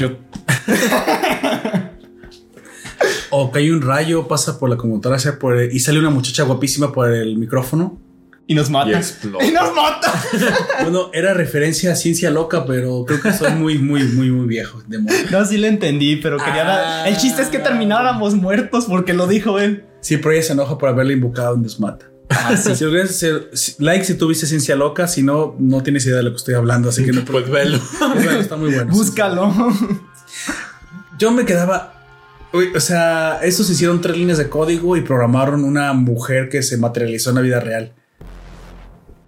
Yo- o cae un rayo, pasa por la computadora sea por el- y sale una muchacha guapísima por el micrófono. Y nos Y mata. explota. Y nos mata. Bueno, era referencia a ciencia loca, pero creo que soy muy, muy, muy, muy viejo. De modo. No, sí lo entendí, pero quería Ah. dar- El chiste es que termináramos muertos porque lo dijo él. Sí, pero ella se enoja por haberle invocado en Desmata. Ah, Si si hubieras- si- like si tuviste ciencia loca, si no, no tienes idea de lo que estoy hablando, así que no Pues velo. Bueno, está muy bueno. Búscalo. Yo me quedaba. uy, o sea, estos hicieron tres líneas de código y programaron una mujer que se materializó en la vida real.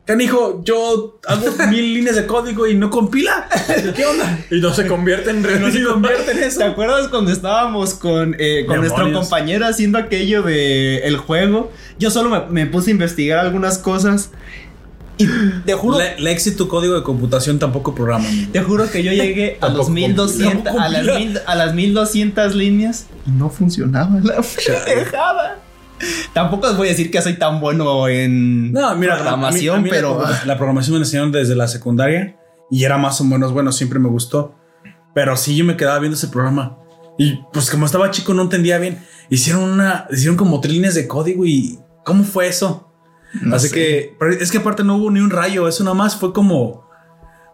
Canijo, yo hago mil líneas de código y no compila. ¿Qué onda? Y no se convierte en No se renocido. convierte en ¿Te eso. acuerdas cuando estábamos con, eh, con nuestro Demonios. compañero haciendo aquello de el juego? Yo solo me, me puse a investigar algunas cosas. Y te juro, La, la exit, tu código de computación tampoco programa. amigo. Te juro que yo llegué a los Tampoco 1200 compila. a las, mil, a las 1200 líneas y no funcionaba la pendejada. Tampoco les voy a decir que soy tan bueno en No, mira, a mí- programación, a mí la pero programa- La programación me la enseñaron desde la secundaria y era más o menos bueno, siempre me gustó. Pero sí, yo me quedaba viendo ese programa. Y pues como estaba chico, no entendía bien. Hicieron una, hicieron como tres líneas de código y ¿cómo fue eso? No Así sé. que, pero es que aparte no hubo ni un rayo, eso nada más fue como,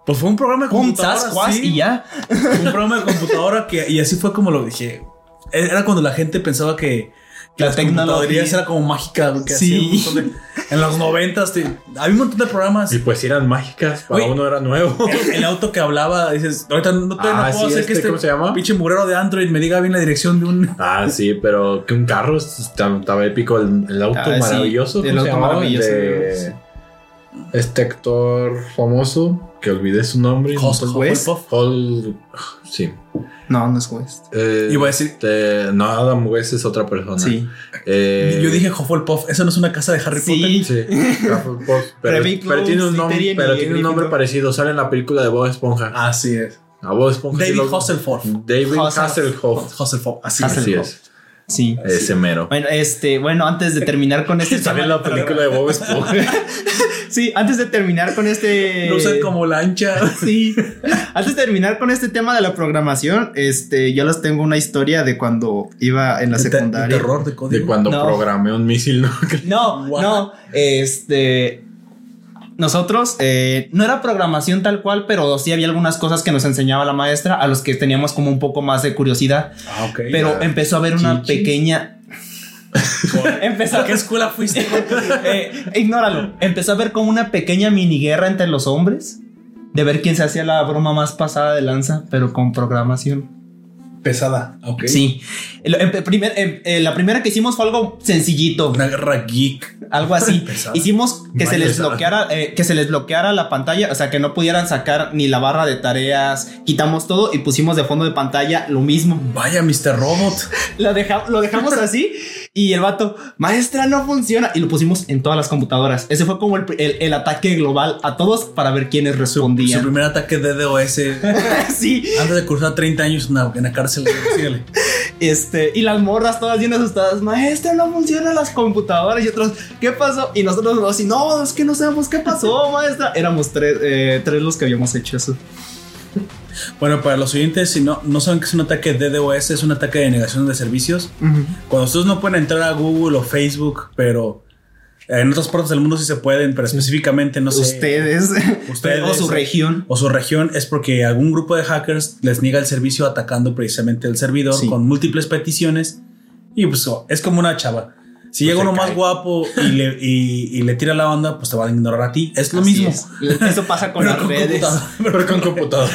pues fue un programa de pum, computadora, zas, cuas, sí, y ya. un programa de computadora que, y así fue como lo dije. Era cuando la gente pensaba que, que La las computadoras tecnología. era como mágica. güey, Que Sí. hacía un montón de- en los noventas te- había un montón de programas. Y pues eran mágicas, para Oye. uno era nuevo. El, el auto que hablaba, dices, ahorita no, todavía no Ah, puedo sí, hacer que este, este ¿cómo se llama? pinche murero de Android me diga bien la dirección de un... Ah, sí, pero que un carro estaba, estaba épico, el, el auto Ah, sí, maravilloso. el ¿cómo auto se llamaba? maravilloso, De sí. este actor famoso, que olvidé su nombre. Hos- Entonces, Hufflepuff. Hol- sí. No, no es West. Eh, Iba a decir- este, no, Adam West es otra persona. Sí. Eh, Yo dije Hufflepuff, eso no es una casa de Harry Sí. Sí, Hufflepuff, pero, Ravenclaw, pero tiene un nombre, Slytherin pero y tiene un nombre Gryffindor. parecido. Sale en la película de Bob Esponja. Potter. Así es. a Bob Esponja. sí Ah. David lo- Hasselhoff. David Hasselhoff. Hasselhoff. Hufflepuff, así es. Así Hasselhoff. es. Sí. Ese mero. Bueno, este, bueno, antes de terminar con este Sale en tema, la película de Bob Esponja. sí, antes de terminar con este Lo usan como lancha. Sí. Antes de terminar con este tema de la programación, este, yo les tengo una historia de cuando iba en la De te- de secundaria. terror de De código. cuando No. programé un misil nuclear. No, What? no, este. Nosotros eh, no era programación tal cual, pero sí había algunas cosas que nos enseñaba la maestra a los que teníamos como un poco más de curiosidad. Ah, ok. Pero empezó a haber una Chichis. pequeña. empezó ¿A qué escuela fuiste? eh, ignóralo. Empezó a haber como una pequeña mini guerra entre los hombres de ver quién se hacía la broma más pasada de lanza, pero con programación. Pesada. Ok. Sí. El- em- primer- em- eh, la primera que hicimos fue algo sencillito. Una guerra geek. Algo así. Pesado. Hicimos que se les Pesado. bloqueara, eh, que se les bloqueara la pantalla, o sea, que no pudieran sacar ni la barra de tareas. Quitamos todo y pusimos de fondo de pantalla lo mismo. Vaya, Mr. Robot. Lo, deja- lo dejamos así y el vato, maestra, no funciona. Y lo pusimos en todas las computadoras. Ese fue como el, pri- el- el ataque global a todos para ver quiénes Su respondían. primer ataque de DOS. sí, Antes de cursar 30 años en la, en la cárcel. Síguele. este, y las morras todas bien asustadas, maestra, no funcionan las computadoras. Y otros, ¿qué pasó? Y nosotros, no, así, no, es que no sabemos qué pasó, maestra. Éramos tres, eh, tres los que habíamos hecho eso. Bueno, para los oyentes, si no, no saben qué es un ataque DDoS, es un ataque de negación de servicios. Cuando ustedes no pueden entrar a Google o Facebook, pero en otras partes del mundo sí se pueden, pero específicamente no sé. Ustedes, Ustedes. o su región. O su región es porque algún grupo de hackers les niega el servicio atacando precisamente el servidor Sí. con múltiples peticiones. Y pues oh, es como una chava. Pues Si llega se uno más cae. guapo y le, y- y le tira la onda, pues te van a ignorar a ti. Es lo Así mismo. es. Eso pasa con Pero las redes. computador. Pero con computador.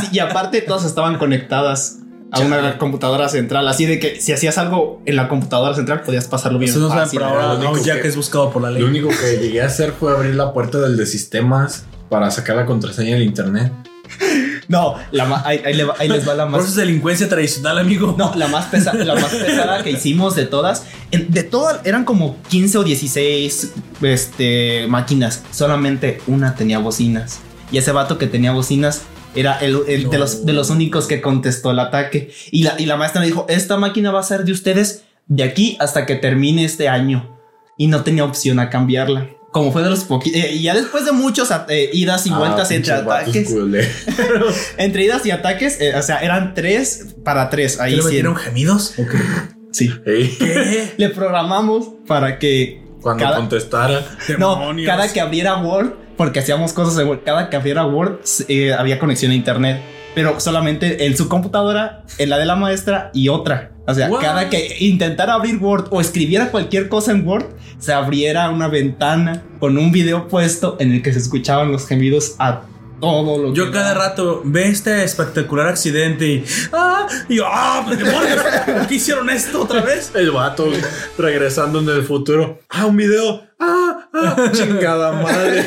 Sí, y aparte todas estaban conectadas a una computadora central, así de que si hacías algo en la computadora central podías pasarlo bien Eso no saben, fácil. pero era ahora lo único no, ya que- que es buscado por la ley. Lo único que llegué a hacer fue abrir la puerta del de sistemas para sacar la contraseña del internet. No, la ma- ahí, ahí le va- ahí les va la Por eso es más. delincuencia tradicional, amigo. No, la más, pesa- la más pesada que hicimos de todas. en- de todas eran como 15 o 16 este, máquinas. Solamente una tenía bocinas. Y ese vato que tenía bocinas era el, el No. de, los, de los únicos que contestó el ataque. Y la, y la maestra me dijo, esta máquina va a ser de ustedes de aquí hasta que termine este año. Y no tenía opción a cambiarla. Como fue de los poquitos. y ya después de muchos at- eh, idas y vueltas Ah, entre pinches vatos ataques. culeros. Entre idas y ataques, eh, o sea, eran tres para tres. ¿Qué Ahí le sí. metieron gemidos? Sí. Ey, ¿Qué? Le programamos para que. Cuando Cada- contestara. No, Demonios. cada que abriera Word, porque hacíamos cosas en Word, cada que abriera Word eh, había conexión a Internet, pero solamente en su computadora, en la de la maestra y otra. O sea, What? cada que intentara abrir Word o escribiera cualquier cosa en Word, se abriera una ventana con un video puesto en el que se escuchaban los gemidos a todo lo Yo que cada rato ve este espectacular accidente y. ¡Ah! Y yo, ¡Ah! pues, demonios! ¿Por qué hicieron esto otra vez? El vato regresando en el futuro. Ah, un video. Ah, ah, chingada madre.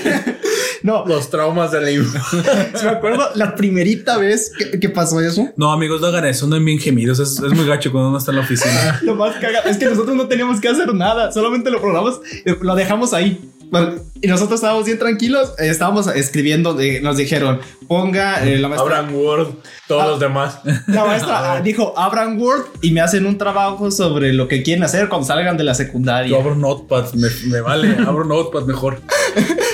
No, Los traumas de la infancia. si me acuerdo la primerita vez que, que pasó eso. No, amigos, no hagan eso, no den bien gemidos. Es, es muy gacho cuando uno está en la oficina. Lo más caga es que nosotros no teníamos que hacer nada, solamente lo programamos, eh, lo dejamos ahí. Bueno, y nosotros estábamos bien tranquilos, eh, estábamos escribiendo, eh, nos dijeron, ponga eh, la maestra. Abran Word, todos Ah. los demás. La maestra ah, dijo, abran Word y me hacen un trabajo sobre lo que quieren hacer cuando salgan de la Yo secundaria. abro Notepad, me, me vale, abro Notepad mejor.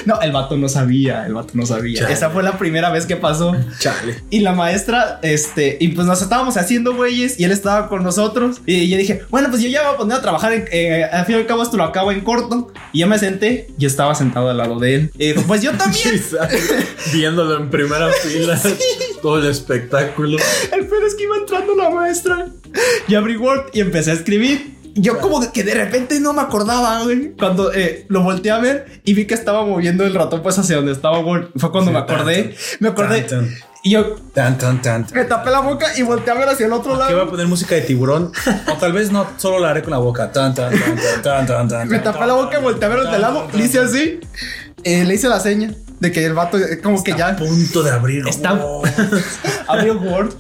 No, el vato no sabía, el vato no sabía. Chale. Esa fue la primera vez que pasó. Chale. Y la maestra, este, y pues nos estábamos haciendo güeyes y él estaba con nosotros. Y yo dije, bueno, pues yo ya me voy a poner a trabajar. en- eh, al fin y al cabo, esto lo acabo en corto. Y ya me senté y estaba sentado al lado de él. Y dijo, pues yo también. Viéndolo en primera fila, todo el espectáculo. el peor es que iba entrando la maestra. Y abrí Word y empecé a escribir. Yo como que de repente no me acordaba, güey. Cuando eh, lo volteé a ver y vi que estaba moviendo el ratón pues hacia donde estaba Word. Fue cuando Sí, me acordé. Me acordé. Tan, Y yo tan, tan, tan, tan. me tapé la boca y volteé a ver hacia el otro Que voy a lado. poner música de tiburón. O tal vez no, solo la haré con la boca. Tan, tan, tan, tan, tan, tan, tan, Me tan, tapé la boca, tan, volteé a ver al de tan, lado, tan, le hice tan, así, eh, le hice la seña de que el vato, eh, como que A ya punto de abrir. Está- Oh. abrió Word.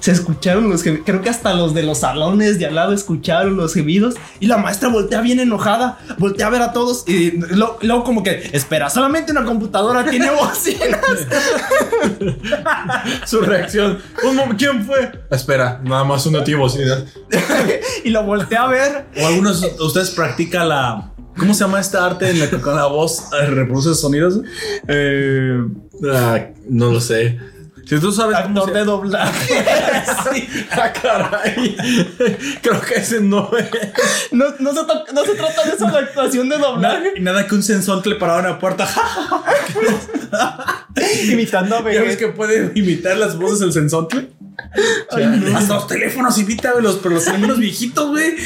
Se escucharon los gemidos, creo que hasta los de los salones de al lado escucharon los gemidos y la maestra voltea bien enojada, voltea a ver a todos y lo- luego como que, espera, solamente una computadora tiene bocinas. Su reacción. "Un mom- ¿Quién fue? Espera, nada más uno tiene bocina. y lo voltea a ver O algunos de ustedes practica la. ¿Cómo se llama esta arte en la que con la voz eh, reproduce sonidos? Eh, ah, no lo sé. Si tú sabes. cómo actor se- de doblaje. Ah, caray. Creo que ese no es. No, no se, to- no se trata de eso la actuación de doblaje. Nada, y nada que un sensón le paraba una puerta. Ja, Imitando a ¿Ya ves que puede imitar las voces del sensontle? Hasta los teléfonos imítamelos, pero los teléfonos viejitos, güey.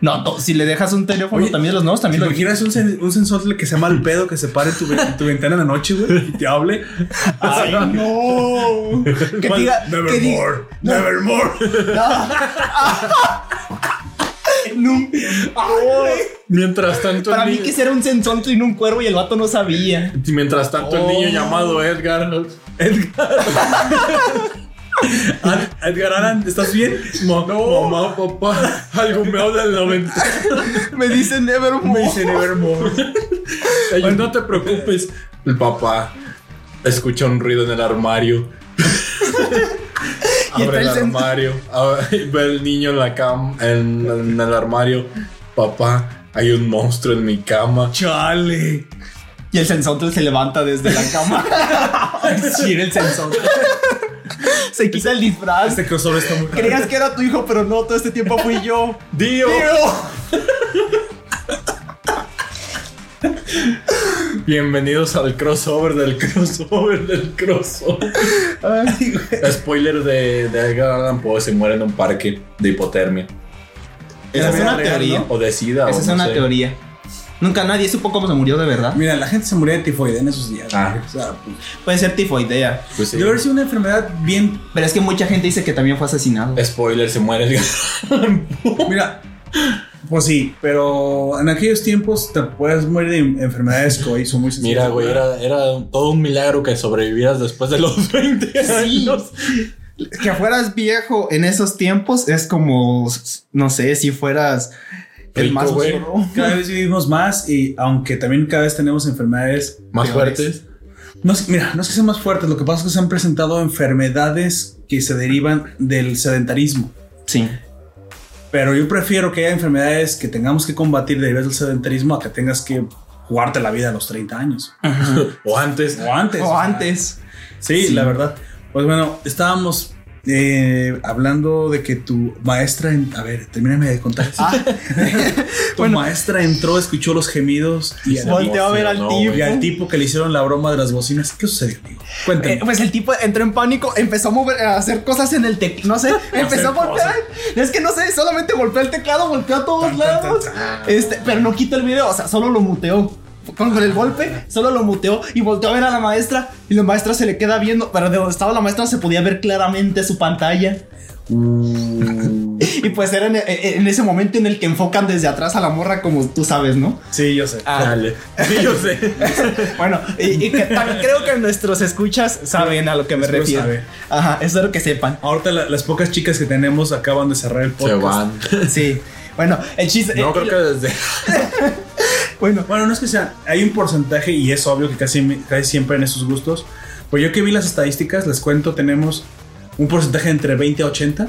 No, to- si le dejas un teléfono Oye, también los nuevos ¿Te también lo imaginas un, sen- un sensontle que sea mal pedo, que se pare en tu, ve- en tu ventana en la noche, güey, y te hable? Ay, no. Que ¿Cuál? diga que diga- Nevermore, nevermore. Nun- Ay, Mientras tanto, Para el mí niño- que ese era un sensontle y un cuervo y el vato no sabía. mientras tanto el Oh. niño llamado Edgar. Ad- Edgar Aran, ¿estás bien? "Ma- Mamá, papá, algo me habla del 90. Me dice Me Nevermore. dice nevermore. Ay, no te preocupes. El papá escucha un ruido en el armario. Y está Abre el el sen- armario. a- y Ve el niño en la cama, en, en el armario. Papá, hay un monstruo en mi cama. Chale. Y el sensontle se levanta desde la cama. Sí, era el sensontle. Se quita el disfraz. Este crossover está muy raro. Creías que era tu hijo, pero no, todo este tiempo fui yo. Dio. Bienvenidos al crossover del crossover del crossover. Ay, güey. Spoiler de, de Edgar Allan Poe se muere en un parque de hipotermia. Esa es vida una real, teoría. ¿no? O de SIDA. o Esa es no una sé. teoría. Nunca nadie supo cómo se murió de verdad. Mira, la gente se moría de tifoidea en esos días. Ah. güey. O sea, pues, Puede ser tifoidea. Pues sí. Debe haber sido una enfermedad bien. Pero es que mucha gente dice que también fue asesinado. Spoiler, se muere Edgar Allan Poe. Mira, pues sí, pero en aquellos tiempos te puedes morir de enfermedades que hoy son muy sencillas. Mira, güey, era, era todo un milagro que sobrevivieras después de los 20 años. que fueras viejo en esos tiempos es como, no sé, si fueras el Rico, más güey. zorro. Cada vez vivimos más y aunque también cada vez tenemos enfermedades. Más peores. fuertes. No, es- mira, no es que sean más fuertes, lo que pasa es que se han presentado enfermedades que se derivan del sedentarismo. Sí. Pero yo prefiero que haya enfermedades que tengamos que combatir derivadas del sedentarismo a que tengas que jugarte la vida a los 30 años. O antes. O antes. O sea, antes. Sí, la verdad. Pues bueno, estábamos eh, hablando de que tu maestra. en- a ver, termíname de contar. Ah. tu maestra entró, escuchó los gemidos y, al- Volteó a ver al No, tío. y al tipo que le hicieron la broma de las bocinas. ¿Qué sucedió, amigo? Cuéntame. Eh, pues el tipo entró en pánico, empezó a mover, a hacer cosas en el teclado, no sé, empezó a voltear. Es que no sé, solamente golpeó el teclado, golpeó a todos Tan, tan, lados. tan, Este, pero no quitó el video, o sea, solo lo muteó. Con con el golpe, solo lo muteó y volteó a ver a la maestra. Y la maestra se le queda viendo, pero de donde estaba la maestra se podía ver claramente su pantalla. Mm. Y pues era en, en ese momento en el que enfocan desde atrás a la morra, como tú sabes, ¿no? sí, yo sé. Ah. Dale. Sí, yo sé. Bueno, y, y que tan- creo que nuestros escuchas saben a lo que me Espero refiero. saber. Ajá, espero que sepan. Ahorita la- las pocas chicas que tenemos acaban de cerrar el Se podcast. van. Sí. Bueno, el chiste. No, creo que desde. Bueno, Bueno, no es que sea, hay un porcentaje y es obvio que casi, casi siempre en esos gustos. Pues yo que vi las estadísticas, les cuento, tenemos un porcentaje entre 20 a 80.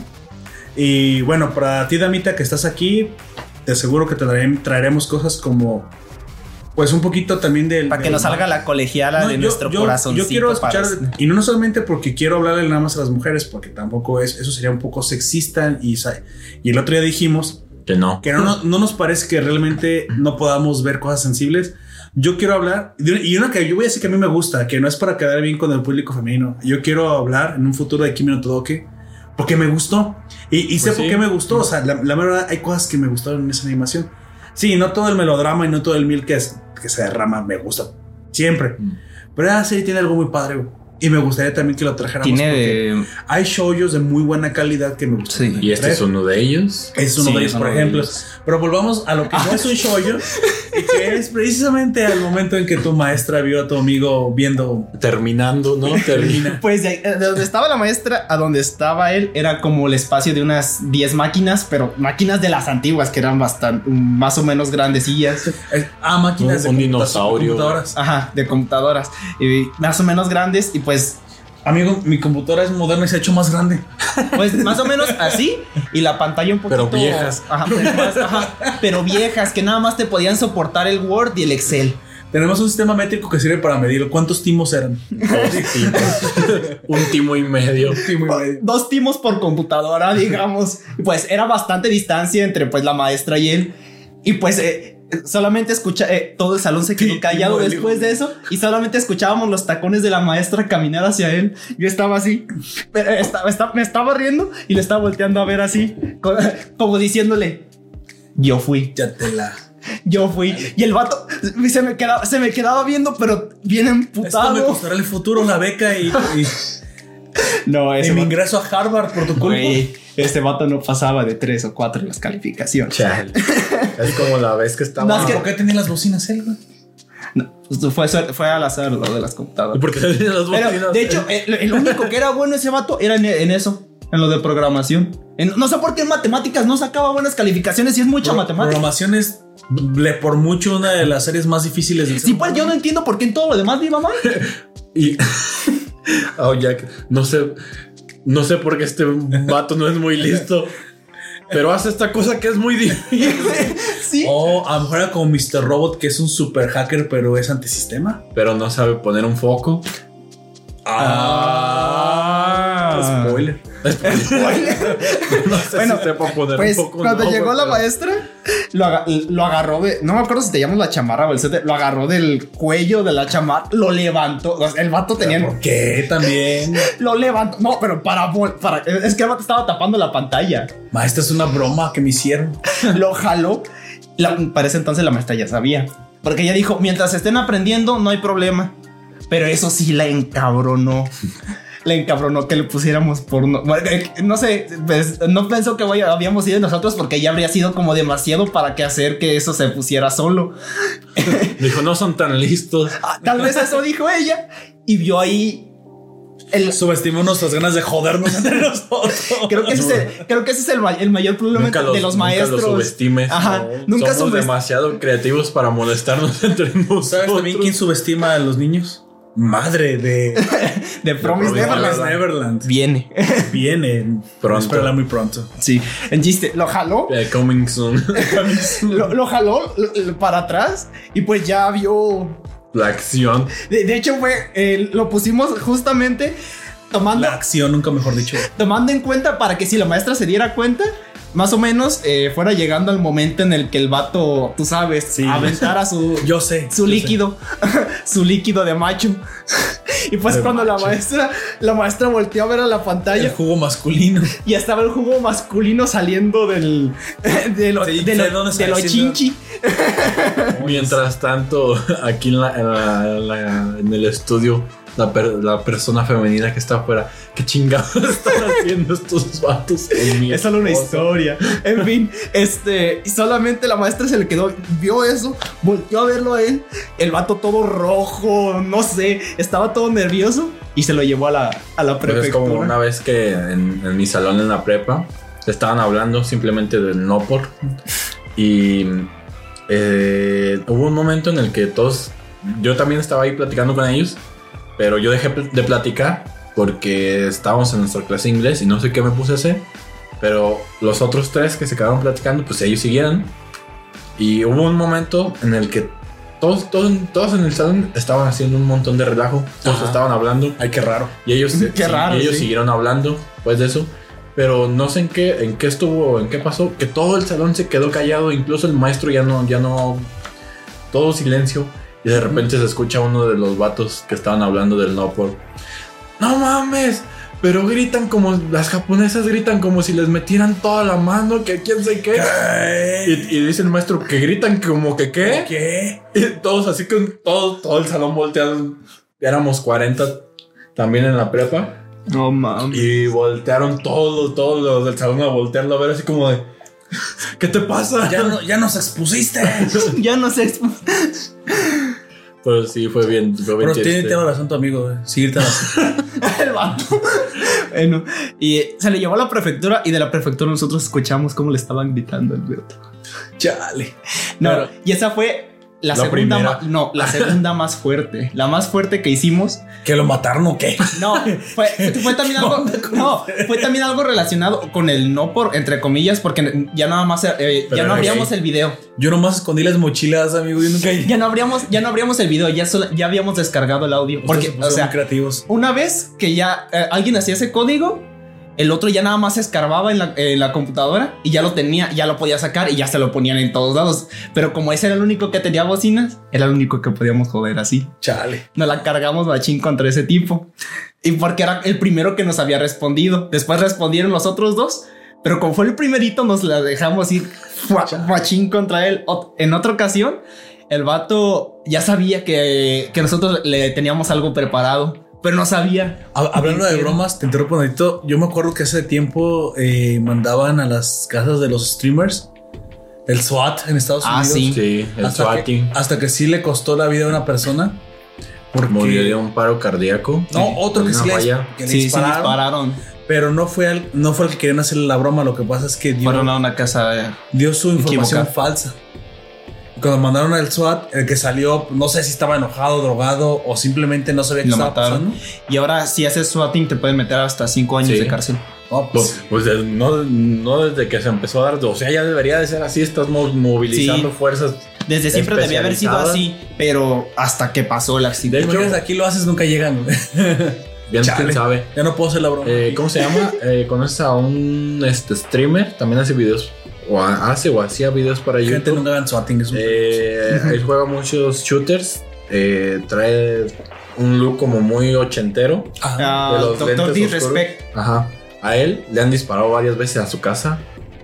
Y bueno, para ti, Damita, que estás aquí, te aseguro que te trae- traeremos cosas como, pues un poquito también del... Para que del- nos salga la colegiala No, de yo- nuestro yo- corazoncito. Yo quiero para- escuchar, y no solamente porque quiero hablarle nada más a las mujeres, porque tampoco es, eso sería un poco sexista. Y, sa- y el otro día dijimos Que no. que no, no- no nos parece que realmente no podamos ver cosas sensibles. Yo quiero hablar, de una- y una que yo voy a decir que a mí me gusta, que no es para quedar bien con el público femenino. Yo quiero hablar en un futuro de Kimi no Todoke, porque me gustó. Y, y sé Pues por sí. qué me gustó. O sea, la, la verdad, hay cosas que me gustaron en esa animación. Sí, no todo el melodrama y no todo el mil que, es- que se derrama me gusta siempre. Mm. Pero la serie tiene algo muy padre güey. y me gustaría también que lo trajéramos. Tiene porque de. Hay shows de muy buena calidad que me gustan. Sí. Y este es uno de ellos. Es uno Sí, de ellos, son por los ejemplo. bellos. Pero volvamos a Ah. lo que no es un shoyo y que es precisamente al momento en que tu maestra vio a tu amigo viendo Terminando, ¿no? Termina. termina. Pues de, de donde estaba la maestra a donde estaba él era como el espacio de unas 10 máquinas, pero máquinas de las antiguas que eran bastante, más o menos grandecillas. Es- Ah, máquinas de Un computa- dinosaurio. computadoras. Ajá, de computadoras. Y más o menos grandes. Y pues, Amigo, mi computadora es moderna y se ha hecho más grande. pues más o menos así. Y la pantalla un poquito. Pero viejas. Ajá, pero, más- ajá, pero viejas, que nada más te podían soportar el Word y el Excel. Tenemos un sistema métrico que sirve para medir cuántos timos eran. Dos timos. un timo y medio. Dos timos por computadora, digamos. Y pues era bastante distancia entre pues la maestra y él. Y pues eh, solamente escucha, eh, todo el salón se quedó Sí, callado timo, después timo. de eso. Y solamente escuchábamos los tacones de la maestra caminar hacia él. Yo estaba así, pero eh, estaba, estaba- me estaba riendo y le estaba volteando a ver así, co- como diciéndole. Yo fui, Ya te la. yo fui. Y el vato se me quedaba, se me quedaba viendo, pero bien Esto me emputado. costará el futuro, la beca y, y- No, y ese mi vato- ingreso a Harvard por tu culpa. Güey, este vato no pasaba de tres o cuatro en las calificaciones. Chale. Es como la vez que estaba. No, es que- ¿Por qué tenía las bocinas él, güey? No, fue, suer- fue al azar lo de las computadoras. Porque tenía las Pero, bocinas. de hecho, el, el único que era bueno ese vato era en, en eso, en lo de programación. En- no sé por qué en matemáticas no sacaba buenas calificaciones y es mucha matemática. Programación es le por mucho una de las series más difíciles del Sí, pues yo no entiendo por qué en todo lo demás mi mamá. Y. Oh, Jack. No sé. No sé por qué este vato no es muy listo. Pero hace esta cosa que es muy difícil. Sí. O a lo mejor era como Mr. Robot, que es un super hacker, pero es antisistema. Pero no sabe poner un foco. Ah. Spoiler. No sé Bueno, si sepa poner Pues un foco. cuando no, llegó güey, la pero- maestra, lo, aga- lo agarró de. No me acuerdo si te llamas la chamarra o el sete. Lo agarró del cuello de la chamarra, lo levantó. o sea, El vato tenía. ¿Por qué también? Lo levantó. No, pero para, vol- para. Es que el vato estaba tapando la pantalla. Maestra, es una broma que me hicieron. lo jaló. La, para ese entonces la maestra ya sabía. Porque ella dijo, mientras estén aprendiendo, no hay problema. Pero eso sí la encabronó. La encabronó que le pusiéramos porno. Bueno, eh, No sé, pues, no pensó que vaya- habíamos ido nosotros porque ya habría sido como demasiado para que hacer que eso se pusiera solo. Dijo, no son tan listos. Ah, Tal vez eso dijo ella y vio ahí el... Subestimó nuestras ganas de jodernos entre nosotros. Creo que ese es el, creo que ese es el, ma- el mayor problema Nunca de los nunca maestros. los subestimes. Ajá, No. nunca Somos subestimes. demasiado creativos para molestarnos entre nosotros. ¿Sabes también quién subestima a los niños? Madre de De Promise Promise Neverland. Promise Neverland. Viene. Viene. Pronto. Espérala muy pronto. Sí, el chiste, lo jaló, Eh, coming soon. lo, lo jaló lo- lo- para atrás y pues ya vio. la acción. De, de hecho, fue, eh, lo pusimos justamente tomando, La acción, nunca mejor dicho. tomando en cuenta para que si la maestra se diera cuenta, más o menos eh, fuera llegando al momento en el que el vato, tú sabes, Sí. aventara su, Yo sé. yo su sé. líquido, su líquido de macho. y pues De cuando macho. la maestra, la maestra volteó a ver a la El pantalla jugo masculino. y estaba el jugo masculino saliendo del, de lo, Sí, de lo- sé dónde de sale, lo sí, chinchi. Mientras tanto, aquí en, la- en la- en la- en el estudio, la, per- la persona femenina que está afuera, ¿qué chingados están haciendo estos vatos? con mi Es solo una esposa? historia. En fin, este, y solamente la maestra se le quedó, vio eso, volvió a verlo a él, el vato todo rojo, no sé, estaba todo nervioso y se lo llevó a la, a la Pero es como prefectura. una vez que en, en mi salón en la prepa Estaban hablando simplemente del no por. Y eh, hubo un momento en el que todos. Yo también estaba ahí platicando con ellos, pero yo dejé pl- de platicar porque estábamos en nuestra clase de inglés y no sé qué me puse a hacer. Pero los otros tres que se quedaron platicando, pues ellos siguieron. Y hubo un momento en el que todos, todos, todos en el salón estaban haciendo un montón de relajo. Todos Ajá. estaban hablando. Ay, qué raro. Y ellos, Qué sí, raro, y ellos sí. siguieron hablando pues de eso. Pero no sé en qué, en qué estuvo, en qué pasó, que todo el salón se quedó callado, incluso el maestro ya no, ya no, todo silencio. Y de repente se escucha uno de los vatos que estaban hablando del no por. No mames, pero gritan como, las japonesas gritan como si les metieran toda la mano, que quién sé qué. Y, ¿Qué? y dice el maestro que gritan como que qué. ¿Qué? Y todos así con todo, todo el salón volteado. Éramos 40 también en la prepa. No mames. Y voltearon todos, todos los del salón a voltearlo a ver así como de... ¿Qué te pasa? Ya, no- ya nos expusiste. Ya no sé. expo- Pero "Pues sí, fue bien, este". fue bien Pero tiene chiste. este, toda la razón tu amigo. eh, Seguirte la El vato. bueno, y eh, se le llevó a la prefectura y de la prefectura nosotros escuchamos cómo le estaban gritando al vato. Chale. No, Pero- y esa fue la, La segunda primera. ma- no, la segunda más fuerte. La más fuerte que hicimos. ¿Que lo mataron o qué? No, fue, fue también algo. No, fue también algo relacionado con el no por, entre comillas, porque ya nada más eh, ya Pero no era abríamos el video. Yo nomás escondí las mochilas, amigo. Yo nunca. Ya no abríamos, ya no abríamos el video, ya, solo- ya habíamos descargado el audio. Porque, Ustedes o son sea, creativos. una vez que ya eh, alguien hacía ese código, el otro ya nada más escarbaba en la, en la computadora y ya lo tenía, ya lo podía sacar y ya se lo ponían en todos lados. Pero como ese era el único que tenía bocinas, era el único que podíamos joder así. Chale. Nos la cargamos machín contra ese tipo. Y porque era el primero que nos había respondido. Después respondieron los otros dos. Pero como fue el primerito, nos la dejamos ir fua- machín contra él. Ot- En otra ocasión, el vato ya sabía que, que nosotros le teníamos algo preparado. Pero no sabía. Ha- Hablando de bromas, te interrumpo un ratito. Yo me acuerdo que hace tiempo eh, mandaban a las casas de los streamers el SWAT en Estados Ah, Unidos. sí. Sí, el hasta, SWAT que, team hasta que sí le costó la vida a una persona. Porque murió de un paro cardíaco. No, otro de que una sí le, falla. que le sí, dispararon, sí, dispararon. Pero no fue, al, no fue el que querían hacerle la broma. Lo que pasa es que dio, Fueron a una casa. eh, dio su información equivocada. falsa. Y Cuando mandaron al SWAT, el que salió, no sé si estaba enojado, drogado o simplemente no sabía qué Lo estaba mataron. pasando. Y ahora, si haces swatting, te pueden meter hasta cinco años Sí. de cárcel. No, pues, Pues, pues, eh, no, no desde que se empezó a dar, o sea, ya debería de ser así, estás mo- movilizando Sí. fuerzas. Desde siempre debía haber sido así, pero hasta que pasó el accidente. de hecho, hecho- aquí lo haces, nunca llegan. güey. Bien, Chale. quién sabe. ya no puedo hacer la broma. Eh, ¿Cómo se llama? Eh, ¿Conoces a un este, streamer? También hace videos, o ha- hace o hacía videos para Gente, YouTube. nunca hagan swatting. es un- Eh, él juega muchos shooters. eh, trae un look como muy ochentero. Ah, Ah, de los Doctor lentes Disrespect, Ajá. A él le han disparado varias veces a su casa.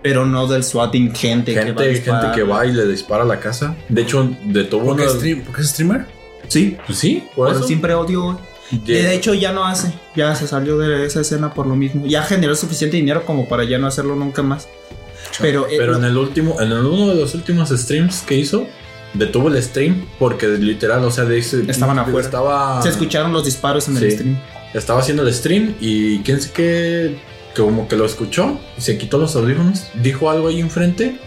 pero no del swatting, gente, que va a gente, gente disparar. que va y le dispara a la casa. De hecho, detuvo ¿por, qué uno. stream- por qué es streamer? Sí, pues sí, por Pero eso. siempre odio. eh. Ye- De hecho, ya no hace. Ya se salió de esa escena por lo mismo. Ya generó suficiente dinero como para ya no hacerlo nunca más. Pero, eh, Pero lo- en el último, en uno de los últimos streams que hizo, detuvo el stream porque literal, o sea, dice, Estaban afuera. Estaba, se escucharon los disparos en el Sí. stream. estaba haciendo el stream y quién sé qué, como que lo escuchó, y se quitó los audífonos, dijo algo ahí enfrente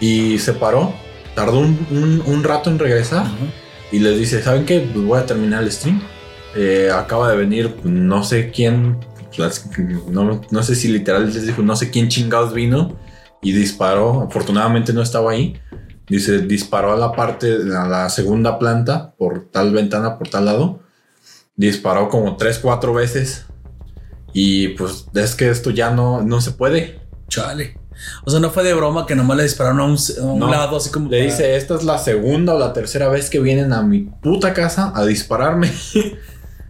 y se paró. Tardó un, un- un rato en regresar Ajá. y les dice, ¿saben qué? Pues voy a terminar el stream. Eh, acaba de venir no sé quién, las- no, no sé si literal les dijo, no sé quién chingados vino y disparó. Afortunadamente no estaba ahí. Dice, disparó a la parte, a la segunda planta, por tal ventana, por tal lado. Disparó como tres, cuatro veces. Y pues es que esto ya no, no se puede. Chale. O sea, no fue de broma que nomás le dispararon a un, a un No. lado, así como. Le para- dice, esta es la segunda o la tercera vez que vienen a mi puta casa a dispararme.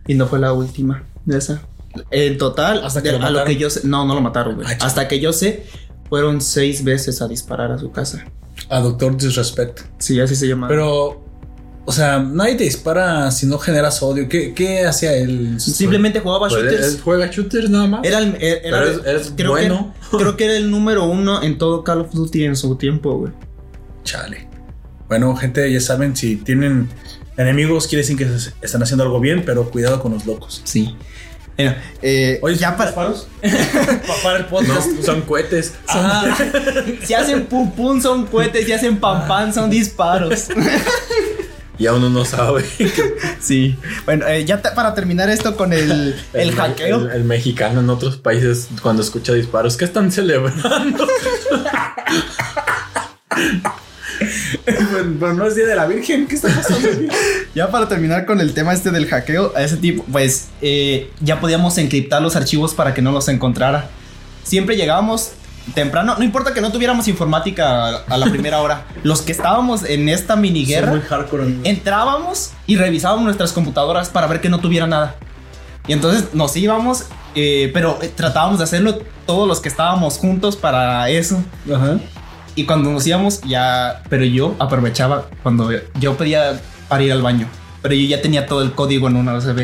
Y no fue la última de esa. En total, Hasta que de- lo a lo mataron. que yo sé. No, no lo mataron, güey. Ah, chido. Hasta que yo sé, fueron seis veces a disparar a su casa. a Doctor Disrespect. Sí, así se llama. Pero, o sea, nadie te dispara si no generas odio. ¿Qué, qué hacía él? Simplemente jugaba Pues, shooters. él juega shooters nada más. Era el. era- era- Pero es- es creo bueno. Que, creo que era el número uno en todo Call of Duty en su tiempo, güey. Chale. Bueno, gente, ya saben, si tienen enemigos, quiere decir que se- están haciendo algo bien, pero cuidado con los locos. Sí. Mira, eh, Oye, ya para- disparos? Pa- para el podcast. No, son cohetes. Ajá. Ah. si hacen pum pum son cohetes, si hacen pam pam son disparos. Y aún uno no sabe. Sí. Bueno, eh, ya te- para terminar esto con el, el me- hackeo. El, el mexicano en otros países, cuando escucha disparos, ¿qué están celebrando? Pero no es Día de la Virgen. ¿Qué está pasando? Ya para terminar con el tema este del hackeo, a ese tipo, pues eh, ya podíamos encriptar los archivos para que no los encontrara. Siempre llegábamos temprano, no importa que no tuviéramos informática a, a la primera hora. Los que estábamos en esta miniguerra Soy muy hardcore. amigo. entrábamos y revisábamos nuestras computadoras para ver que no tuviera nada. Y entonces nos íbamos, eh, pero eh, tratábamos de hacerlo todos los que estábamos juntos para eso. Ajá. Y cuando nos íbamos ya, pero yo aprovechaba cuando yo pedía para ir al baño, pero yo ya tenía todo el código en una USB.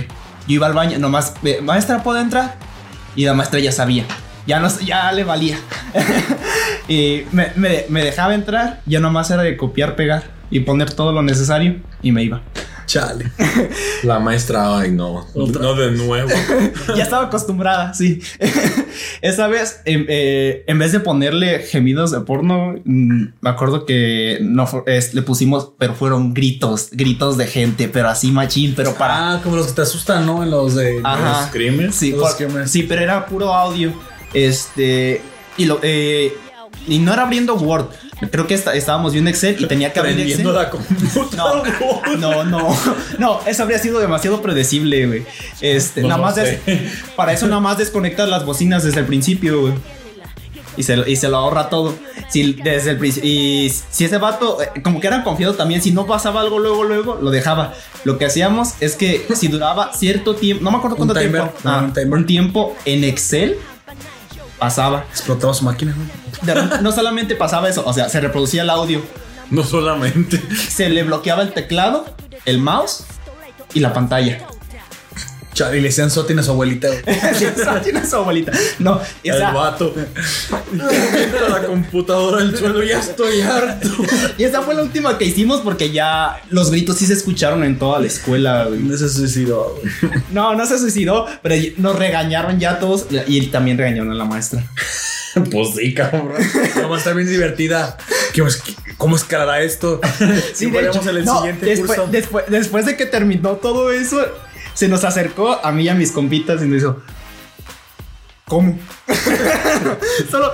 Yo iba al baño, nomás, eh, maestra, ¿puedo entrar? Y la maestra ya sabía, ya, nos, ya le valía. y me, me- me dejaba entrar, ya nomás era de copiar, pegar y poner todo lo necesario y me iba. Chale. La maestra, ay no, Otra no de nuevo. ya estaba acostumbrada, sí. Esa vez, em, eh, en vez de ponerle gemidos de porno, mm, me acuerdo que no fu- es- le pusimos, pero fueron gritos, gritos de gente, pero así machín, pero para. Ah, como los que te asustan, ¿no? En los de. Ajá. Los crímenes. Sí, Ah, Los por- que me- sí, pero era puro audio. Este. Y lo. eh, y no era abriendo Word. Creo que esta- estábamos viendo Excel y tenía que abrir Excel. Prendiendo la computadora. No, no, no, eso habría sido demasiado predecible, güey. Pues Este, No nada lo más sé. des- para eso nada más desconectas las bocinas desde el principio, güey. Y se, lo- y se lo ahorra todo. Si desde el principio y si ese vato eh, como que era confiado también, si no pasaba algo luego luego lo dejaba. Lo que hacíamos es que si duraba cierto tiempo, no me acuerdo Un cuánto timer, tiempo, ah, un timer. un tiempo en Excel pasaba. Explotaba su máquina, ¿no? De repente, No solamente pasaba eso, o sea, se reproducía el audio, No solamente. se le bloqueaba el teclado, el mouse y la pantalla. Chale, y le decían Sotin a su abuelita. Tiene su abuelita. No, o El sea, vato. Avienta la computadora al suelo, ya estoy harto. y esa fue la última que hicimos porque ya los gritos sí se escucharon en toda la escuela. güey. No se suicidó. güey. No, no se suicidó, pero nos regañaron ya todos y también regañaron a la maestra. Pues sí, cabrón. No, va a estar bien divertida. ¿Qué- ¿Cómo escalará esto? Si Sí, de ponemos hecho, en el no, siguiente después, curso. Después, después de que terminó todo eso, se nos acercó a mí y a mis compitas y nos hizo. ¿Cómo? Solo.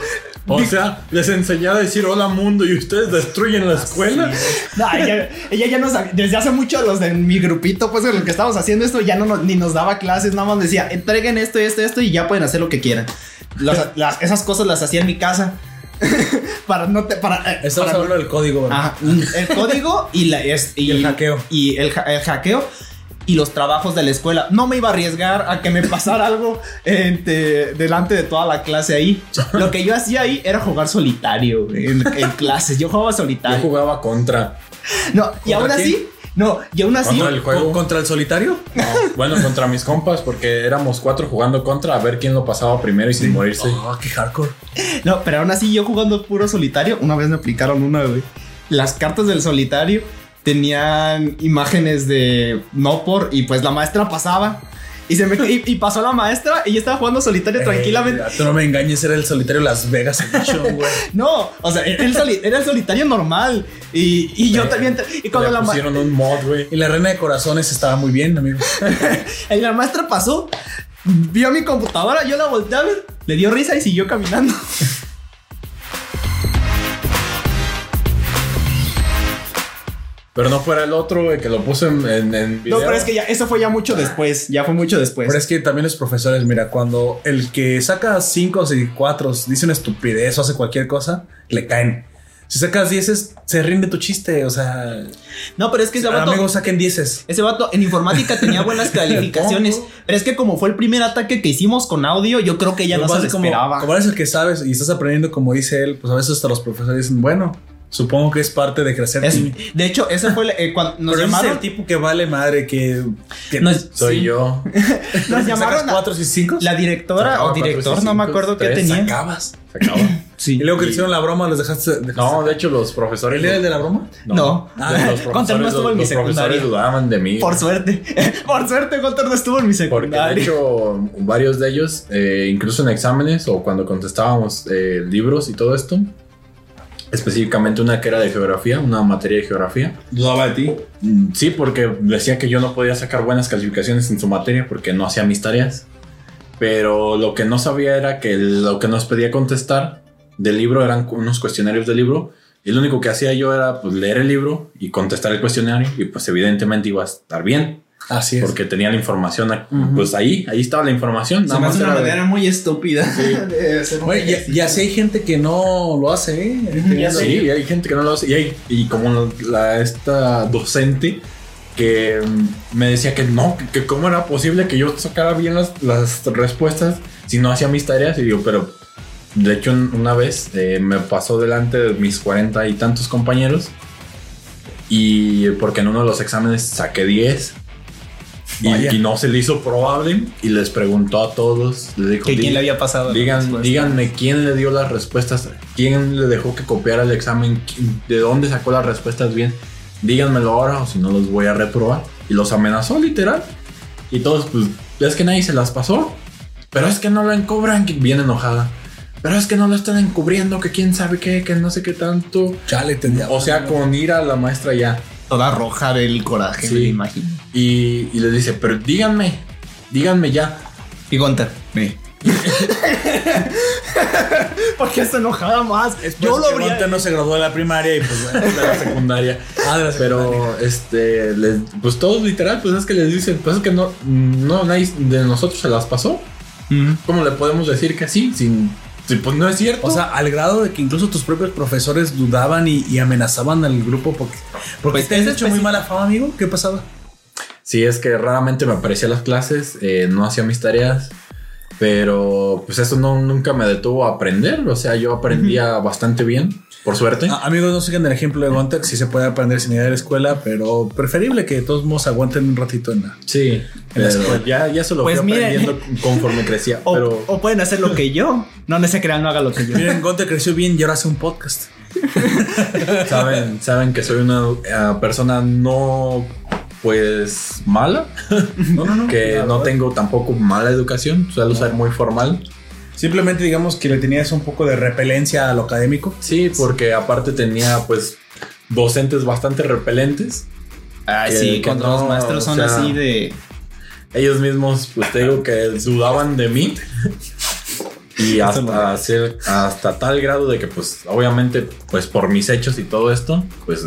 O sea, les enseñé a decir hola mundo y ustedes destruyen la Ah, escuela. No, ella, ella ya nos desde hace mucho los de mi grupito, pues en lo que estábamos haciendo esto, ya no nos- ni nos daba clases, nada más decía, entreguen esto, esto, esto y ya pueden hacer lo que quieran. Las- las- esas cosas las hacía en mi casa. para no te, para, eh, Estamos para- hablando del código, ¿verdad? Ajá, el código y, la, es- y, Y el hackeo. Y el, ha- el hackeo y los trabajos de la escuela. No me iba a arriesgar a que me pasara algo este, delante de toda la clase ahí. Lo que yo hacía ahí era jugar solitario güey, en, en clases. Yo jugaba Yo solitario. jugaba contra. No, y aún ¿Contra así, no, y aún así, ¿Contra el ¿Con- juego? ¿Contra el solitario? No, bueno, contra mis compas, porque éramos cuatro jugando contra a ver quién lo pasaba primero y sin morirse. Ah, Oh, qué hardcore. no, pero aún así yo jugando puro solitario, una vez me aplicaron una, güey. Las cartas del solitario tenían imágenes de no por y pues la maestra pasaba. Y, se me, y, y pasó la maestra y yo estaba jugando solitario tranquilamente. Eh, tú no me engañes, era el solitario Las Vegas Edition, güey. No, o sea, era el, soli- era el solitario normal. Y, y yo Eh, también. Y cuando Le la, ma- pusieron un mod, güey. Y la reina de corazones estaba muy bien, amigo. y la maestra pasó, vio mi computadora, yo la volteé a ver, le dio risa y siguió caminando. Pero no fuera el otro, güey, que lo puso en, en, en video. No, pero es que ya, eso fue ya mucho después. Ya fue mucho después. Pero es que también los profesores, mira, cuando el que saca 5 y 4 dice una estupidez o hace cualquier cosa, le caen. Si sacas 10, se rinde tu chiste. O sea, No, pero es que ese vato, amigos, saquen 10. ese vato en informática tenía buenas calificaciones. pero es que como fue el primer ataque que hicimos con audio, yo creo que ya no se lo como, esperaba. como eres el que sabes y estás aprendiendo, como dice él, pues a veces hasta los profesores dicen, bueno, Supongo que es parte de crecer. Es- niño. de hecho, ese fue el- eh, cuando Pero nos ese es el llamaron. tipo que vale madre, que, que Nos- Soy yo. Nos ¿Sacas llamaron a- cuatro y cinco. La directora Sacaba o director, cuatro, no me cinco, acuerdo qué tres, tenía. Sacabas. Sacaba. Sí. Y luego que te hicieron la broma, los dejaste. dejaste- No, de hecho, los profesores. ¿El día de la broma? No. Ah, los Gonzalo profesores, no estuvo en mi los profesores secundaria. dudaban de mí. Por suerte. Por suerte, Gontor no estuvo en mi Porque secundaria. de hecho varios de ellos, eh, incluso en exámenes o cuando contestábamos eh, libros y todo esto, específicamente una que era de geografía, una materia de geografía. Dudaba de ti. Mm, Sí, porque decía que yo no podía sacar buenas calificaciones en su materia porque no hacía mis tareas. Pero lo que no sabía era que lo que nos pedía contestar del libro eran unos cuestionarios del libro. Y lo único que hacía yo era pues, leer el libro y contestar el cuestionario. Y pues evidentemente iba a estar bien Así es. porque tenía la información, ac- Ujú. pues ahí, ahí estaba la información. Se Nada me más hace una era de- manera muy estúpida de hacer un Güey, ya, ejercicio. ya sí hay gente que no lo hace, ¿eh? Ya sé. Sí, y hay gente que no lo hace. Y, hay- y como la, esta docente que mm, me decía que no, que, que cómo era posible que yo sacara bien las, las respuestas si no hacía mis tareas. Y digo, pero de hecho un- una vez eh, me pasó delante de mis cuarenta y tantos compañeros y porque en uno de los exámenes saqué 10. Y, Vaya. y no se le hizo probable y les preguntó a todos, le dijo, Que quién "Di- le había pasado. la Digan, respuesta. díganme quién le dio las respuestas, quién le dejó que copiara el examen, ¿Quién- de dónde sacó las respuestas bien. Díganmelo ahora o si no los voy a reprobar. Y los amenazó literal. Y todos, pues, es que nadie se las pasó. Pero es que no lo encubran, que- bien enojada. Pero es que no lo están encubriendo, que quién sabe qué, que no sé qué tanto. Chale, tendría. O sea, con ir a la maestra ya. Toda roja del coraje, Sí. me imagino. Y, y les dice, pero díganme, díganme ya. Y Gonter, ve. ¿Por qué se enojaba más? Yo lo habría. pues, no se graduó de la primaria y pues bueno, de la secundaria. Ah, de la secundaria. Pero, este, les- pues todos literal, pues es que les dicen, pues es que no, no, nadie de nosotros se las pasó. ¿Cómo le podemos decir que sí? Sin, si, pues no es cierto. O sea, al grado de que incluso tus propios profesores dudaban y, y amenazaban al grupo porque, porque Pues te has es hecho muy mala fama, amigo. ¿Qué pasaba? sí, es que raramente me aparecía a las clases, eh, no hacía mis tareas, pero pues eso no, nunca me detuvo a aprender. O sea, yo aprendía bastante bien, por suerte. A- Ah, amigos, no sigan el ejemplo de Gonter. Sí se puede aprender sin ir a la escuela, pero preferible que de todos modos aguanten un ratito en la. Sí, la pero escuela. ya, ya se lo Pues fui miren. aprendiendo conforme crecía. O, pero o pueden hacer lo que yo. No, no se crean, no haga lo que yo. Miren, Gonter creció bien y ahora hace un podcast. saben, saben que soy una eh, persona no pues mala, No, no, no. que La no verdad. tengo tampoco mala educación, suelo ser muy formal. Simplemente digamos que le tenías un poco de repelencia a lo académico. Sí, porque aparte tenía pues docentes bastante repelentes. Ay, Que- sí, que cuando no, los maestros son o sea, así de. Ellos mismos, pues te digo que dudaban de mí. Y hasta, hacer- hasta tal grado de que pues obviamente pues por mis hechos y todo esto, pues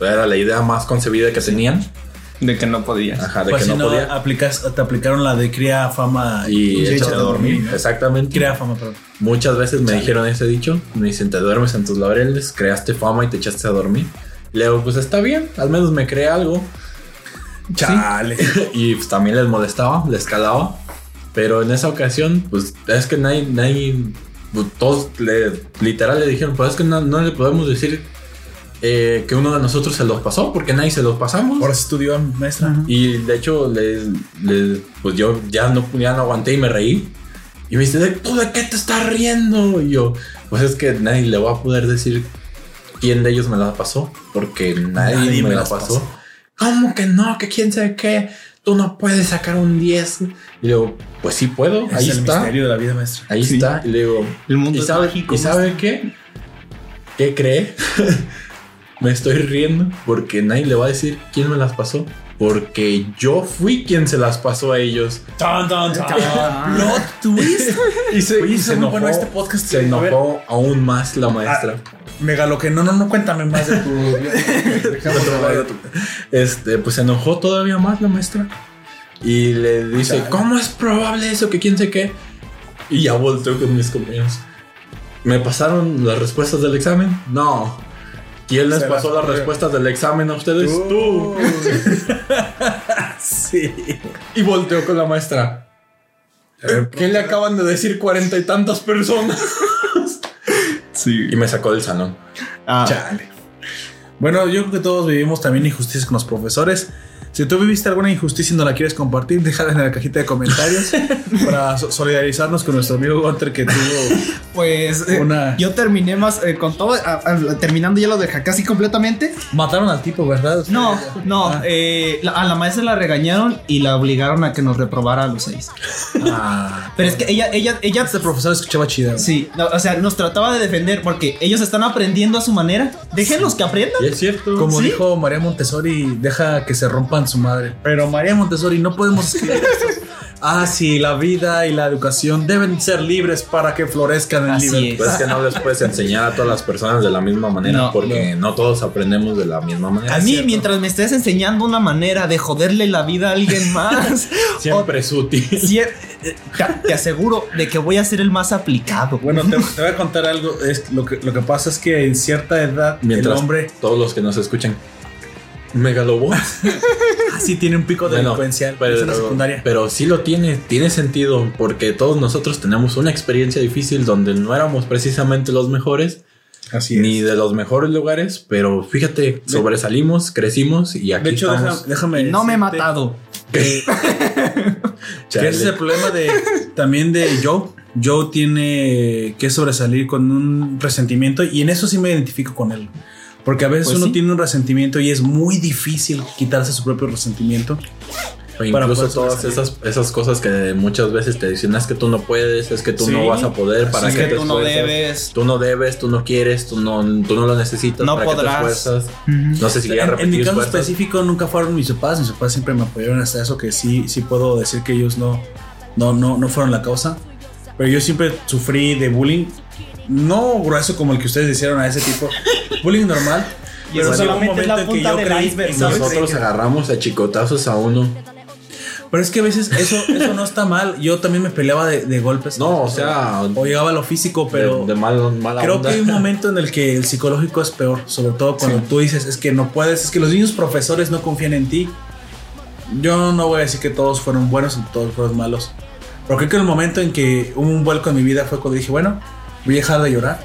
era la idea más concebida que tenían. de que no podías. Ajá, de Pues que si no, podía. aplicas, te aplicaron la de cría fama y Sí, échate a dormir. Exactamente. Cría fama, perdón. Muchas veces me dijeron ese dicho. Me dicen, te duermes en tus laureles, creaste fama y te echaste a dormir. Le digo, pues está bien, al menos me creé algo. Chale. Y pues, también les molestaba, les calaba. Pero en esa ocasión, pues es que nadie, nadie, pues, todos le, literal le dijeron, pues es que no, no le podemos decir eh, que uno de nosotros se los pasó, porque nadie se los pasamos. Ahora sí estudió maestra. Y de hecho, les- les- pues yo ya no, ya no aguanté y me reí. Y me dice, "¿De- ¿tú de qué te estás riendo? Y yo, pues es que nadie le va a poder decir quién de ellos me la pasó, porque nadie, Nadie me me la las pasó. ¿Cómo que no? ¿Que quién sabe qué? Tú no puedes sacar un 10. Y yo, pues sí puedo, Es ahí el está. misterio de la vida maestra. Ahí Sí. está. Y le digo, El mundo ¿y es sabe, mágico, ¿y ¿no? sabe qué? ¿Qué cree? me estoy riendo porque nadie le va a decir quién me las pasó. Porque yo fui quien se las pasó a ellos. Plot twist. Y se, Oye, y está se muy enojó, bueno este podcast. se A ver. Ah, enojó aún más la maestra. Megalo que no, no, no, cuéntame más de tu. Dejamos hablar de tu- Este, pues se enojó todavía más la maestra. Y le dice, Chale. ¿cómo es probable eso? Que quién sé qué. Y ya volteó con mis compañeros. ¿Me pasaron las respuestas del examen? No. ¿Quién les Se las pasó las ocurrió. respuestas del examen a Pues ustedes? Tú. sí. Y volteó con la maestra. ¿Qué le acaban de decir cuarenta y tantas personas? Sí. Y me sacó del salón. Ah, Chale. Bueno, yo creo que todos vivimos también injusticias con los profesores. Si tú viviste alguna injusticia y no la quieres compartir, déjala en la cajita de comentarios para so- solidarizarnos con nuestro amigo Gunter que tuvo Pues eh, Una- yo terminé más eh, con todo, a- a- terminando ya lo dejé casi completamente. Mataron al tipo, ¿verdad? ah, No, no, Ah. eh, la- a la maestra la regañaron y la obligaron a que nos reprobara a los seis. Ah, Pero es que ella, ella, ella, Este profesor escuchaba chida. güey. sí, no, o sea, nos trataba de defender porque ellos están aprendiendo a su manera. Déjenlos que aprendan. y es cierto. Como ¿Sí? dijo María Montessori, deja que se rompan su madre. Pero María Montessori, no podemos escribir esto. Ah, sí, la vida y la educación deben ser libres para que florezcan en Así libertad. Pues es que no les puedes enseñar a todas las personas de la misma manera No, porque no. todos aprendemos de la misma manera. A mí, cierto. mientras me estés enseñando una manera de joderle la vida a alguien más, Siempre es útil. sí, eh, te, te aseguro de que voy a ser el más aplicado. Bueno, te, te voy a contar algo. Es lo, que, lo que pasa es que en cierta edad Mientras el hombre todos los que nos escuchan, Megalobox. Ah, sí tiene un pico Bueno, delincuencial es en la Pero, secundaria. pero sí lo tiene, tiene sentido porque todos nosotros tenemos una experiencia difícil donde no éramos precisamente los mejores Así ni de los mejores lugares, pero fíjate, sobresalimos, crecimos y aquí De hecho, deja- estamos. déjame, no me he decirte matado. que- que Chale. ese es el problema de también de Joe. Joe tiene que sobresalir con un resentimiento y en eso sí me identifico con él. Porque a veces Pues uno sí. tiene un resentimiento y es muy difícil quitarse su propio resentimiento. O para incluso poder todas sobresalir. esas, esas cosas que muchas veces te dicen es que tú no puedes, es que tú Sí. no vas a poder, para Así que, que te tú no esfuerzas? debes. Tú no debes, tú no quieres, tú no, tú no lo necesitas, No para qué podrás. te esfuerzas. No sé si En, ya en mi repetí caso esfuerzos. específico nunca fueron mis papás, mis papás siempre me apoyaron hasta eso que sí, sí puedo decir que ellos no, no, no, no fueron la causa. Pero yo siempre sufrí de bullying, no grueso como el que ustedes hicieron a ese tipo, bullying normal. Y eso pero sí hubo un solamente es la momento en que punta yo del creí- iceberg, en ¿sabes? nosotros. Nosotros agarramos a chicotazos a uno. Pero es que a veces eso, eso no está mal. Yo también me peleaba de, de golpes. No, o sea, O llegaba a lo físico, pero de, de mal, mala creo onda. que hay un momento en el que el psicológico es peor. Sobre todo cuando tú dices, es que no puedes, es que los niños profesores no confían en ti. Yo no voy a decir que todos fueron buenos y todos fueron malos. Pero creo que el momento en que hubo un vuelco en mi vida fue cuando dije, bueno, voy a dejar de llorar.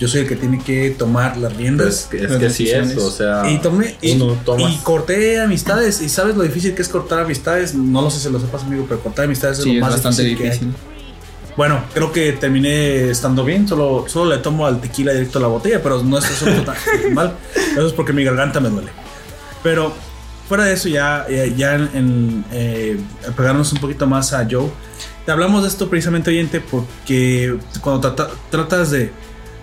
Yo soy el que tiene que tomar las Es riendas. que, es las que sí es, decisiones". o sea. Y tomé y, uno toma- y corté amistades. Y sabes lo difícil que es cortar amistades. No lo sé si lo sepas, amigo, pero cortar amistades es Sí, lo es más bastante que hay. difícil. Bueno, creo que terminé estando bien. Solo, solo le tomo al tequila directo a la botella, pero no es eso tan mal. Eso es porque mi garganta me duele. Pero fuera de eso, ya, ya, ya en, en, eh, pegarnos un poquito más a Joe. Te hablamos de esto precisamente, oyente, porque cuando trata- tratas de,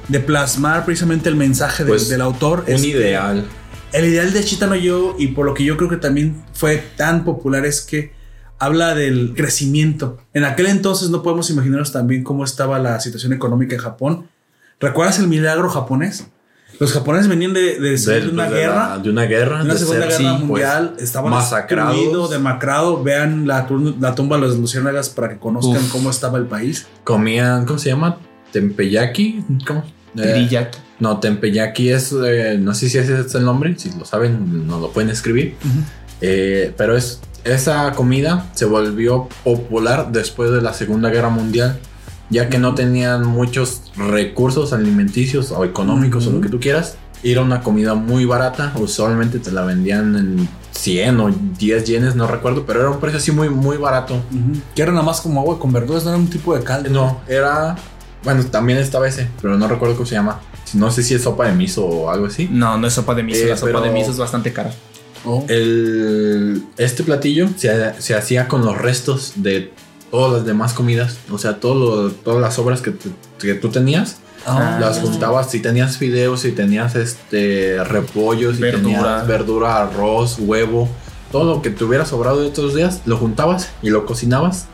de plasmar precisamente el mensaje de- Pues, del autor, un es- ideal. el ideal de Chitano Yo, y por lo que yo creo que también fue tan popular, es que habla del crecimiento. En aquel entonces no podemos imaginarnos también cómo estaba la situación económica en Japón. ¿Recuerdas el milagro japonés? Los japoneses venían de, de salir de Del- una de la- guerra, de una guerra. de una de segunda ser, guerra sí, pues, mundial, estaban masacrados. destruidos, demacrados. Vean la, tur- la tumba de los luciérnagas para que conozcan Uf. cómo estaba el país. pues, Comían, ¿cómo se llama? Tempeyaki. ¿Cómo? Eh, Teriyaki. no, Tempeyaki es. eh, no sé si ese es el nombre. Si lo saben, nos lo pueden escribir. Eh, pero es, esa comida se volvió popular después de la Segunda Guerra Mundial, ya que no tenían muchos recursos alimenticios o económicos o lo que tú quieras. Y Era una comida muy barata, usualmente te la vendían en 100 o 10 yenes, no recuerdo, pero era un precio así muy, muy barato. Que era nada más como agua con verduras, no era un tipo de caldo. No, era. Bueno, también estaba ese, pero no recuerdo cómo se llama. No sé si es sopa de miso o algo así. No, no es sopa de miso. Eh, la sopa pero- de miso es bastante cara. Oh. Eh, El, este platillo se, se hacía con los restos de todas las demás comidas. O sea, todo lo- todas las obras que, tú- que tú tenías, Ah. las juntabas. Si tenías fideos, si tenías este repollo, si Verdura. tenías verdura, arroz, huevo, todo lo que te hubiera sobrado de estos días, lo juntabas y lo cocinabas.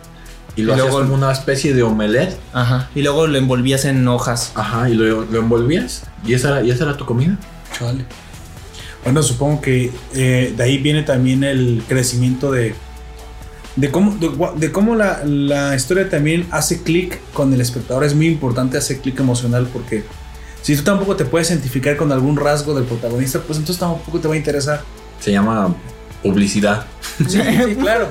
Y lo Y hacías luego- como una especie de omelette. Ajá. Y luego lo envolvías en hojas. Ajá, y lo, lo envolvías. Y esa, era- y esa era tu comida. Chale. Bueno, supongo que eh, de ahí viene también el crecimiento de, de cómo, de, gua- de cómo la, la historia también hace clic con el espectador. Es muy importante hacer clic emocional porque si tú tampoco te puedes identificar con algún rasgo del protagonista, pues entonces tampoco te va a interesar. Se llama publicidad. Sí, sí, claro.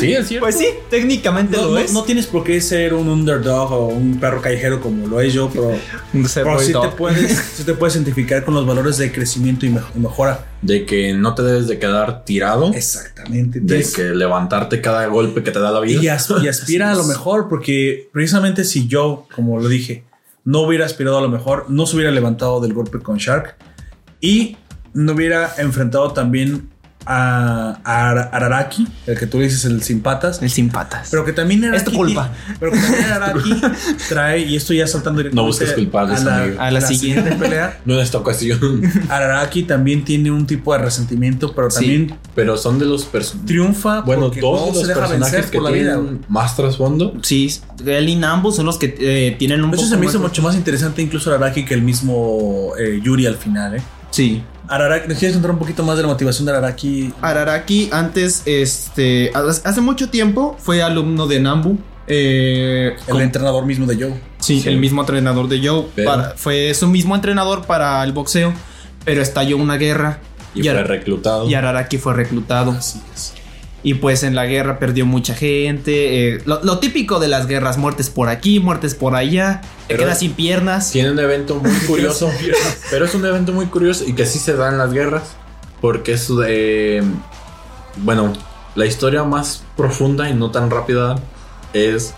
Sí, es cierto. Pues sí, técnicamente No, lo no- es. no tienes por qué ser un underdog o un perro callejero como lo es yo, pero, Un ser pero boy sí, te dog. puedes, sí te puedes identificar con los valores de crecimiento y mej- y mejora. De que no te debes de quedar tirado. Exactamente. De Entonces, que levantarte cada golpe que te da la vida. y, as- y aspira a lo mejor, porque precisamente si yo, como lo dije, no hubiera aspirado a lo mejor, no se hubiera levantado del golpe con Shark y no hubiera enfrentado también a, a Ar- Araraki, el que tú le dices el sin patas. El sin patas. Pero que también Araki Es tu culpa. Pero que también Araki trae, y esto ya saltando directamente. No busques culpables, a la, amigo. A la siguiente. pelea. No en esta ocasión. Araki también tiene un tipo de resentimiento, pero Sí. también Pero son de los personajes. triunfa. Bueno, porque dos no de los se deja vencer personajes que por la vida. güey. tienen más trasfondo. sí, él y Nambu son los que eh, tienen un Eso poco se me hizo más- mucho más interesante incluso Araraki que el mismo eh, Yuri al final, ¿eh? Sí. Araraki, ¿nos quieres contar un poquito más de la motivación de Araraki? Araraki antes, este, hace mucho tiempo fue alumno de Nambu. Eh, El entrenador mismo de Joe. Sí, Sí. el mismo entrenador de Joe. Pero- para- fue su mismo entrenador para el boxeo, pero estalló una guerra Y, y, Ar- fue reclutado. y Araraki fue reclutado. Así es. Y pues en la guerra perdió mucha gente. eh, lo, lo típico de las guerras, muertes por aquí, muertes por allá. Te Pero- quedas sin piernas. Tiene un evento muy curioso. pero es un evento muy curioso y que sí se da en las guerras. Porque es de. Bueno, la historia más profunda y no tan rápida es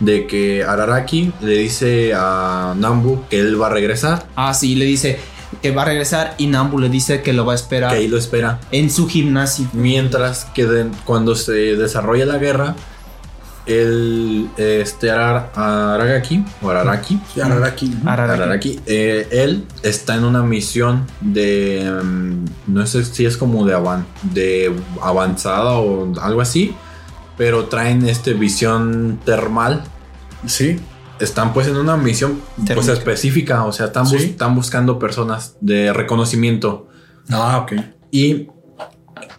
de que Araraki le dice a Nambu que él va a regresar, Ah, sí, le dice que va a regresar y Nambu le dice que lo va a esperar que ahí lo espera. en su gimnasio. Mientras que de- cuando se desarrolla la guerra, el este Arar- Aragaki o Araraki, Y Araraki. ujú. Araraki. Araraki, eh, él está en una misión de mm, no sé si es como de avan- de avanzada o algo así, pero traen este visión termal. Sí. Están pues en una misión pues, Térmica. específica, o sea, están, bus- Sí. están buscando personas de reconocimiento. Ah, ok. Y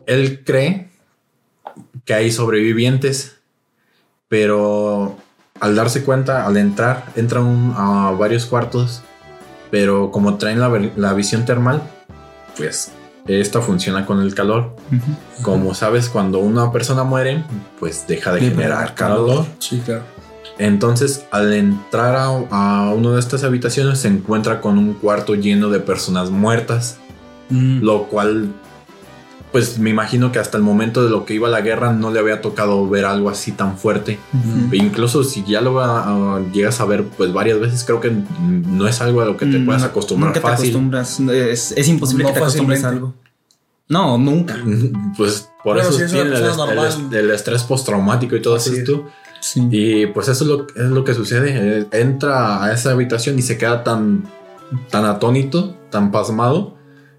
él cree que hay sobrevivientes, pero al darse cuenta, al entrar, entran a varios cuartos, pero como traen la, ver- la visión termal, pues esta funciona con el calor. Ujú. Como sabes, cuando una persona muere, pues deja de De generar calor. Sí, claro. Entonces, al entrar a, a una de estas habitaciones, se encuentra con un cuarto lleno de personas muertas Mm. lo cual pues me imagino que hasta el momento de lo que iba la guerra no le había tocado ver algo así tan fuerte. Ujú. E incluso si ya lo va- ah, llegas a ver pues varias veces, creo que mm, no es algo a lo que te Mm, puedas no- acostumbrar nunca te fácil. acostumbras. Es, es imposible No que te acostumbres a algo. fácilmente. No, nunca. Pues por Bueno, eso si es una tiene el, persona est- el est- normal. el estrés postraumático y todo Así es. esto. Sí. Y pues eso es lo, es lo que sucede. Eh, Entra a esa habitación y se queda tan, tan atónito, tan pasmado,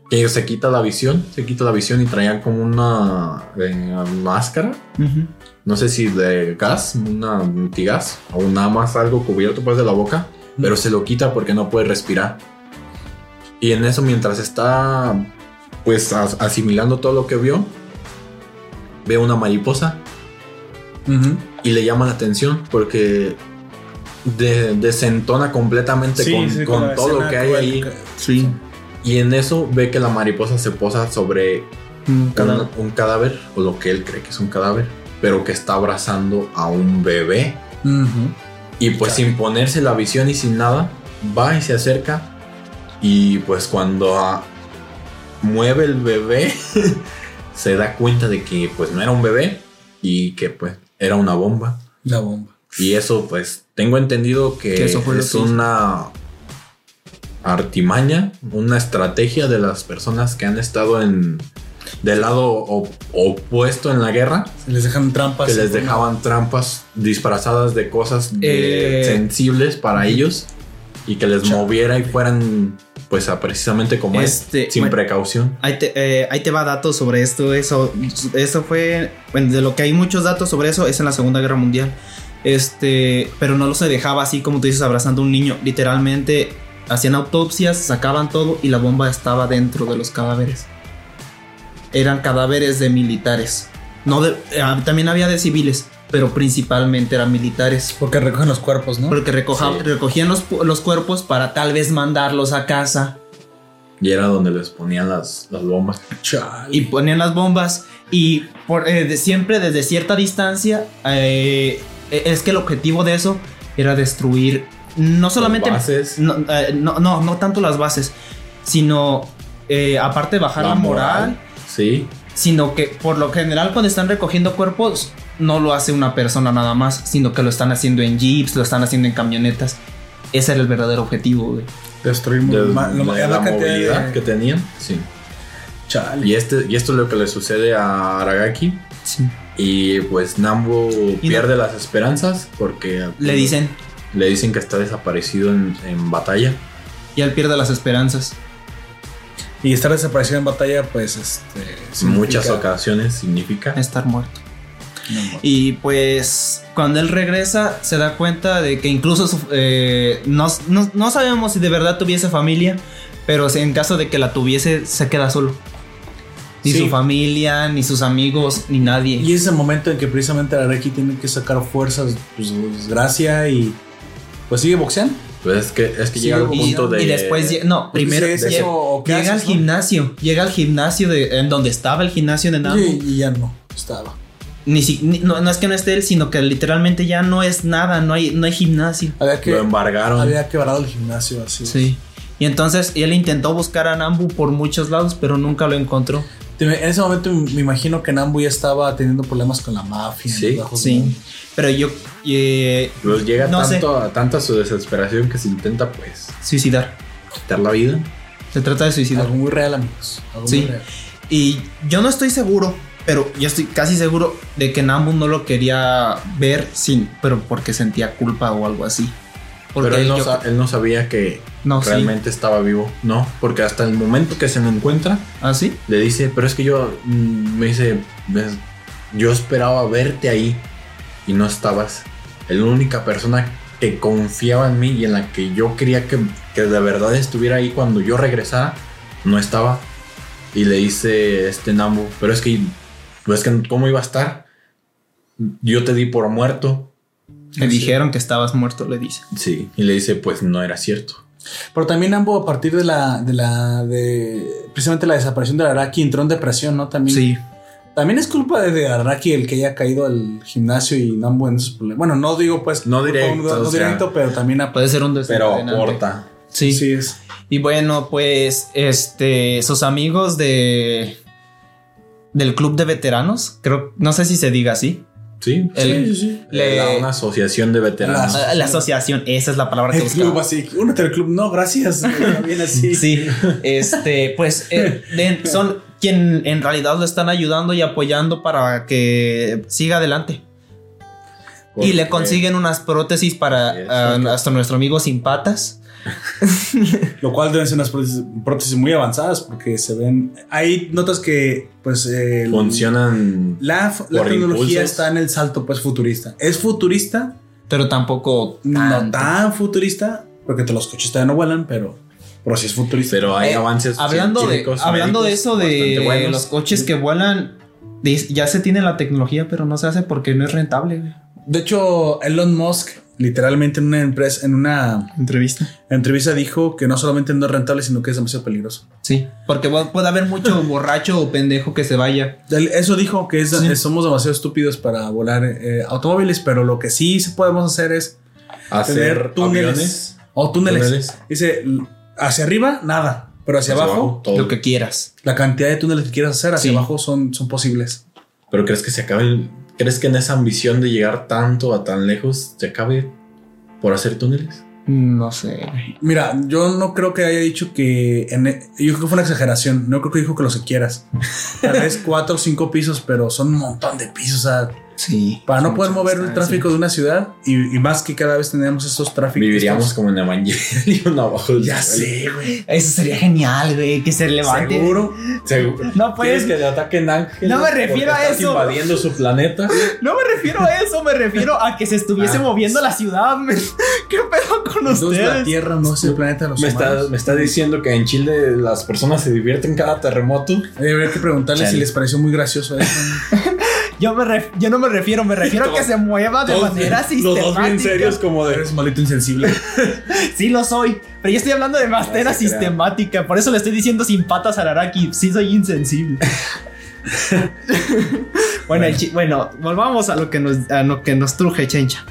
que se quita la visión, se quita la visión y traían como una eh, máscara. Ujú. no sé si de gas, una antigas o nada más algo cubierto pues de la boca, pero se lo quita porque no puede respirar. Y en eso mientras está pues as- asimilando todo lo que vio, ve una mariposa Ujú. y le llama la atención porque de- desentona completamente Sí, con, sí, con con la todo lo escena que hay cruel ahí. que- Sí. Y en eso ve que la mariposa se posa sobre Nunca. un, un cadáver o lo que él cree que es un cadáver, pero que está abrazando a un bebé. Ujú. Y pues sin ponerse la visión y sin nada, va y se acerca. Y pues cuando ah, mueve el bebé, se da cuenta de que pues no era un bebé y que pues era una bomba. La bomba. Y eso pues tengo entendido que, Que eso fue lo es que hizo. una artimaña, una estrategia de las personas que han estado en del lado op- opuesto en la guerra Se les dejan trampas. que les dejaban trampas disfrazadas de cosas de- Eh, sensibles para ellos y que les Chale. moviera y fueran pues a precisamente como Este, es sin bueno. precaución Ahí te, eh, ahí te va datos sobre esto. Eso, eso fue. bueno, de lo que hay muchos datos sobre eso es en la Segunda Guerra Mundial. Este, pero no lo se dejaba así, como tú dices, abrazando a un niño. Literalmente hacían autopsias, sacaban todo y la bomba estaba dentro de los cadáveres. Eran cadáveres de militares. No de- eh, también había de civiles, pero principalmente eran militares. Porque recogen los cuerpos, ¿no? Porque recoja- Sí. recogían los, los cuerpos para tal vez mandarlos a casa Y era donde les ponían las, las bombas. Chale. pues, y ponían las bombas y por, eh, de- siempre desde cierta distancia eh, eh, es que el objetivo de eso era destruir no solamente Las bases. No, eh, no, no, no tanto las bases sino eh, aparte de bajar la, moral, Sí. sino que por lo general cuando están recogiendo cuerpos no lo hace una persona nada más sino que lo están haciendo en jeeps lo están haciendo en camionetas ese era el verdadero objetivo güey. Destruir De, ma- lo- de la la cantidad de- movilidad que tenían. Sí. Chale. Y, este, y esto es lo que le sucede a Aragaki. Sí. Y pues Nambo pierde las esperanzas porque pues, le dicen le dicen que está desaparecido en, en batalla. y él pierde las esperanzas Y estar desaparecido en batalla, pues, este. En muchas significa- ocasiones significa. estar muerto No, Y pues cuando él regresa se da cuenta de que incluso su- eh, no, no- no sabemos si de verdad tuviese familia, pero si en caso de que la tuviese se queda solo. Ni Sí. su familia, ni sus amigos, ni nadie. Y es el momento en que precisamente Araki tiene que sacar fuerzas, pues desgracia y pues sigue boxeando. Pues es que, es que Sí, llega al y- punto de. y después, lle- no, primero Dice, lle- eso o qué llega al haces, no? gimnasio, llega al gimnasio de, en donde estaba el gimnasio de Nambo. Y, y ya no estaba. Ni si- ni- no, no es que no esté él, sino que literalmente ya no es nada, no hay, no hay gimnasio. Había que lo embargaron. había quebrado el gimnasio así. Sí. Y entonces él intentó buscar a Nambu por muchos lados, pero nunca lo encontró. Te- En ese momento me imagino que Nambu ya estaba teniendo problemas con la mafia. Sí, bajos Sí. mundos. Pero yo eh, Pero Pues, llega No sé. tanto, a tanta su desesperación que se intenta pues suicidar. quitar la vida. Se trata de suicidar. Ah. Algo muy real, amigos. Algo Sí. muy real. Y yo no estoy seguro, pero yo estoy casi seguro de que Nambu no lo quería ver sin, pero porque sentía culpa o algo así. Porque Pero él no, yo- sa- él no sabía que no, sí. realmente estaba vivo. No, porque hasta el momento que se lo encuentra, ¿Ah, sí? le dice, pero es que yo mm, me dice, "Ves, yo esperaba verte ahí y no estabas. Es La única persona que confiaba en mí y en la que yo quería que, que de verdad estuviera ahí cuando yo regresara, no estaba. Y le dice este Nambo, pero es que, pues que ¿cómo iba a estar? Yo te di por muerto. Le Sí. dijeron que estabas muerto, le dice. Sí. Y le dice, pues no era cierto. Pero también Nambu a partir de la, de la, de precisamente la desaparición de Araki entró en depresión, ¿no? También. También es culpa de, de Araki el que haya caído al gimnasio y Nambu en esos problemas. Bueno, no digo pues. No culpa, directo, No, o sea. directo, pero también a Puede ser un Pero desencadenante. aporta. Sí. Sí, es. Y bueno, pues, este, sus amigos de del club de veteranos, creo, no sé si se diga así, Sí. El- sí, sí. le- Era una asociación de veteranos. Las- Ah, la asociación, esa es la palabra que El club buscaba. así, únete al club, no, gracias. Bien así. Sí, este, pues eh, de- son quien en realidad lo están ayudando y apoyando para que siga adelante. Y le Porque- consiguen unas prótesis para Yes, ah, ok. hasta nuestro amigo sin patas. Lo cual deben ser unas prótesis, prótesis muy avanzadas porque se ven. Hay notas que, pues. el- funcionan La, f- la por tecnología impulsos. está en el salto, pues, futurista. Es futurista, Pero tampoco no tanto. tan futurista, porque todos los coches todavía no vuelan, pero. Pero sí es futurista. pero hay Eh, avances Hablando de, científicos, hablando de eso médicos de bastante buenos. los coches que vuelan, dis- ya se tiene la tecnología, pero no se hace porque no es rentable. güey. De hecho, Elon Musk, literalmente en una empresa, en una Entrevista. entrevista, dijo que no solamente no es rentable, sino que es demasiado peligroso. Sí, porque bu- puede haber mucho borracho o pendejo que se vaya. Él- Eso dijo que es- Sí. somos demasiado estúpidos para volar eh, automóviles, pero lo que sí se podemos hacer es hacer tener túneles. túneles O túneles. Túneles. Dice, l- hacia arriba, nada. Pero hacia, abajo, todo. Lo que quieras. la cantidad de túneles que quieras hacer hacia Sí. abajo son, son posibles. pero crees que se acabe el- crees que en esa ambición de llegar tanto a tan lejos se acabe por hacer túneles No sé. güey. Mira, yo no creo que haya dicho que. en e- yo creo que fue una exageración. No creo que dijo que los que quieras. Tal vez cuatro o cinco pisos, pero son un montón de pisos. o sea, Sí. para no Son poder muchas mover el distancias. tráfico de una ciudad y, y más que cada vez tenemos esos tráficos. viviríamos como en Evangelion abajo del Ya suelo. sé, güey. Eso sería genial, güey, que se levante. Seguro. Seguro. No, pues, ¿Quieres que le ataquen ángeles No me porque refiero a estás eso. invadiendo su planeta No me refiero a eso, me refiero a que se estuviese Ah. moviendo la ciudad. men. ¿Qué pedo con Entonces, la ustedes? Tierra no es el planeta de los me humanos. estás me estás diciendo que en Chile las personas se divierten cada terremoto Debería que preguntarle Chale. si les pareció muy gracioso eso. Yo, me ref- yo no me refiero, me refiero a que Todos- se mueva de Todos- manera Los dos bien sistemática. serios como de... Eres malito insensible. sí lo soy, pero yo estoy hablando de manera se crea. sistemática. Por eso le estoy diciendo sin patas a Araki. Sí soy insensible. bueno, el chi- bueno, volvamos a lo que nos, a lo que nos truje, Chencha.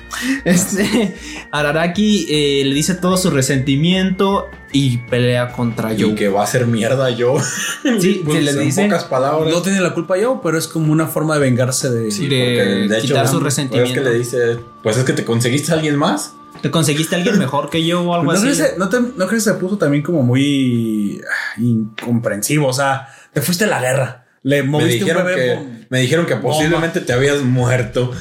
Este, Araraki eh, le dice todo su resentimiento y pelea contra Joe. Y que va a ser mierda yo. Pues, Sí, se le en dice. pocas palabras. No tiene la culpa yo, pero es como una forma de vengarse de. Sí, de porque, quitar su pues, resentimiento. Es que le dice, pues es que te conseguiste a alguien más. ¿Te conseguiste a alguien mejor que yo Pues o ¿No, algo así? crees, que- no te- no crees que se puso también como muy ah, incomprensivo? O sea, te fuiste a la guerra. Le Me moviste un dijeron, bebé. que, con- me dijeron que posiblemente te habías muerto.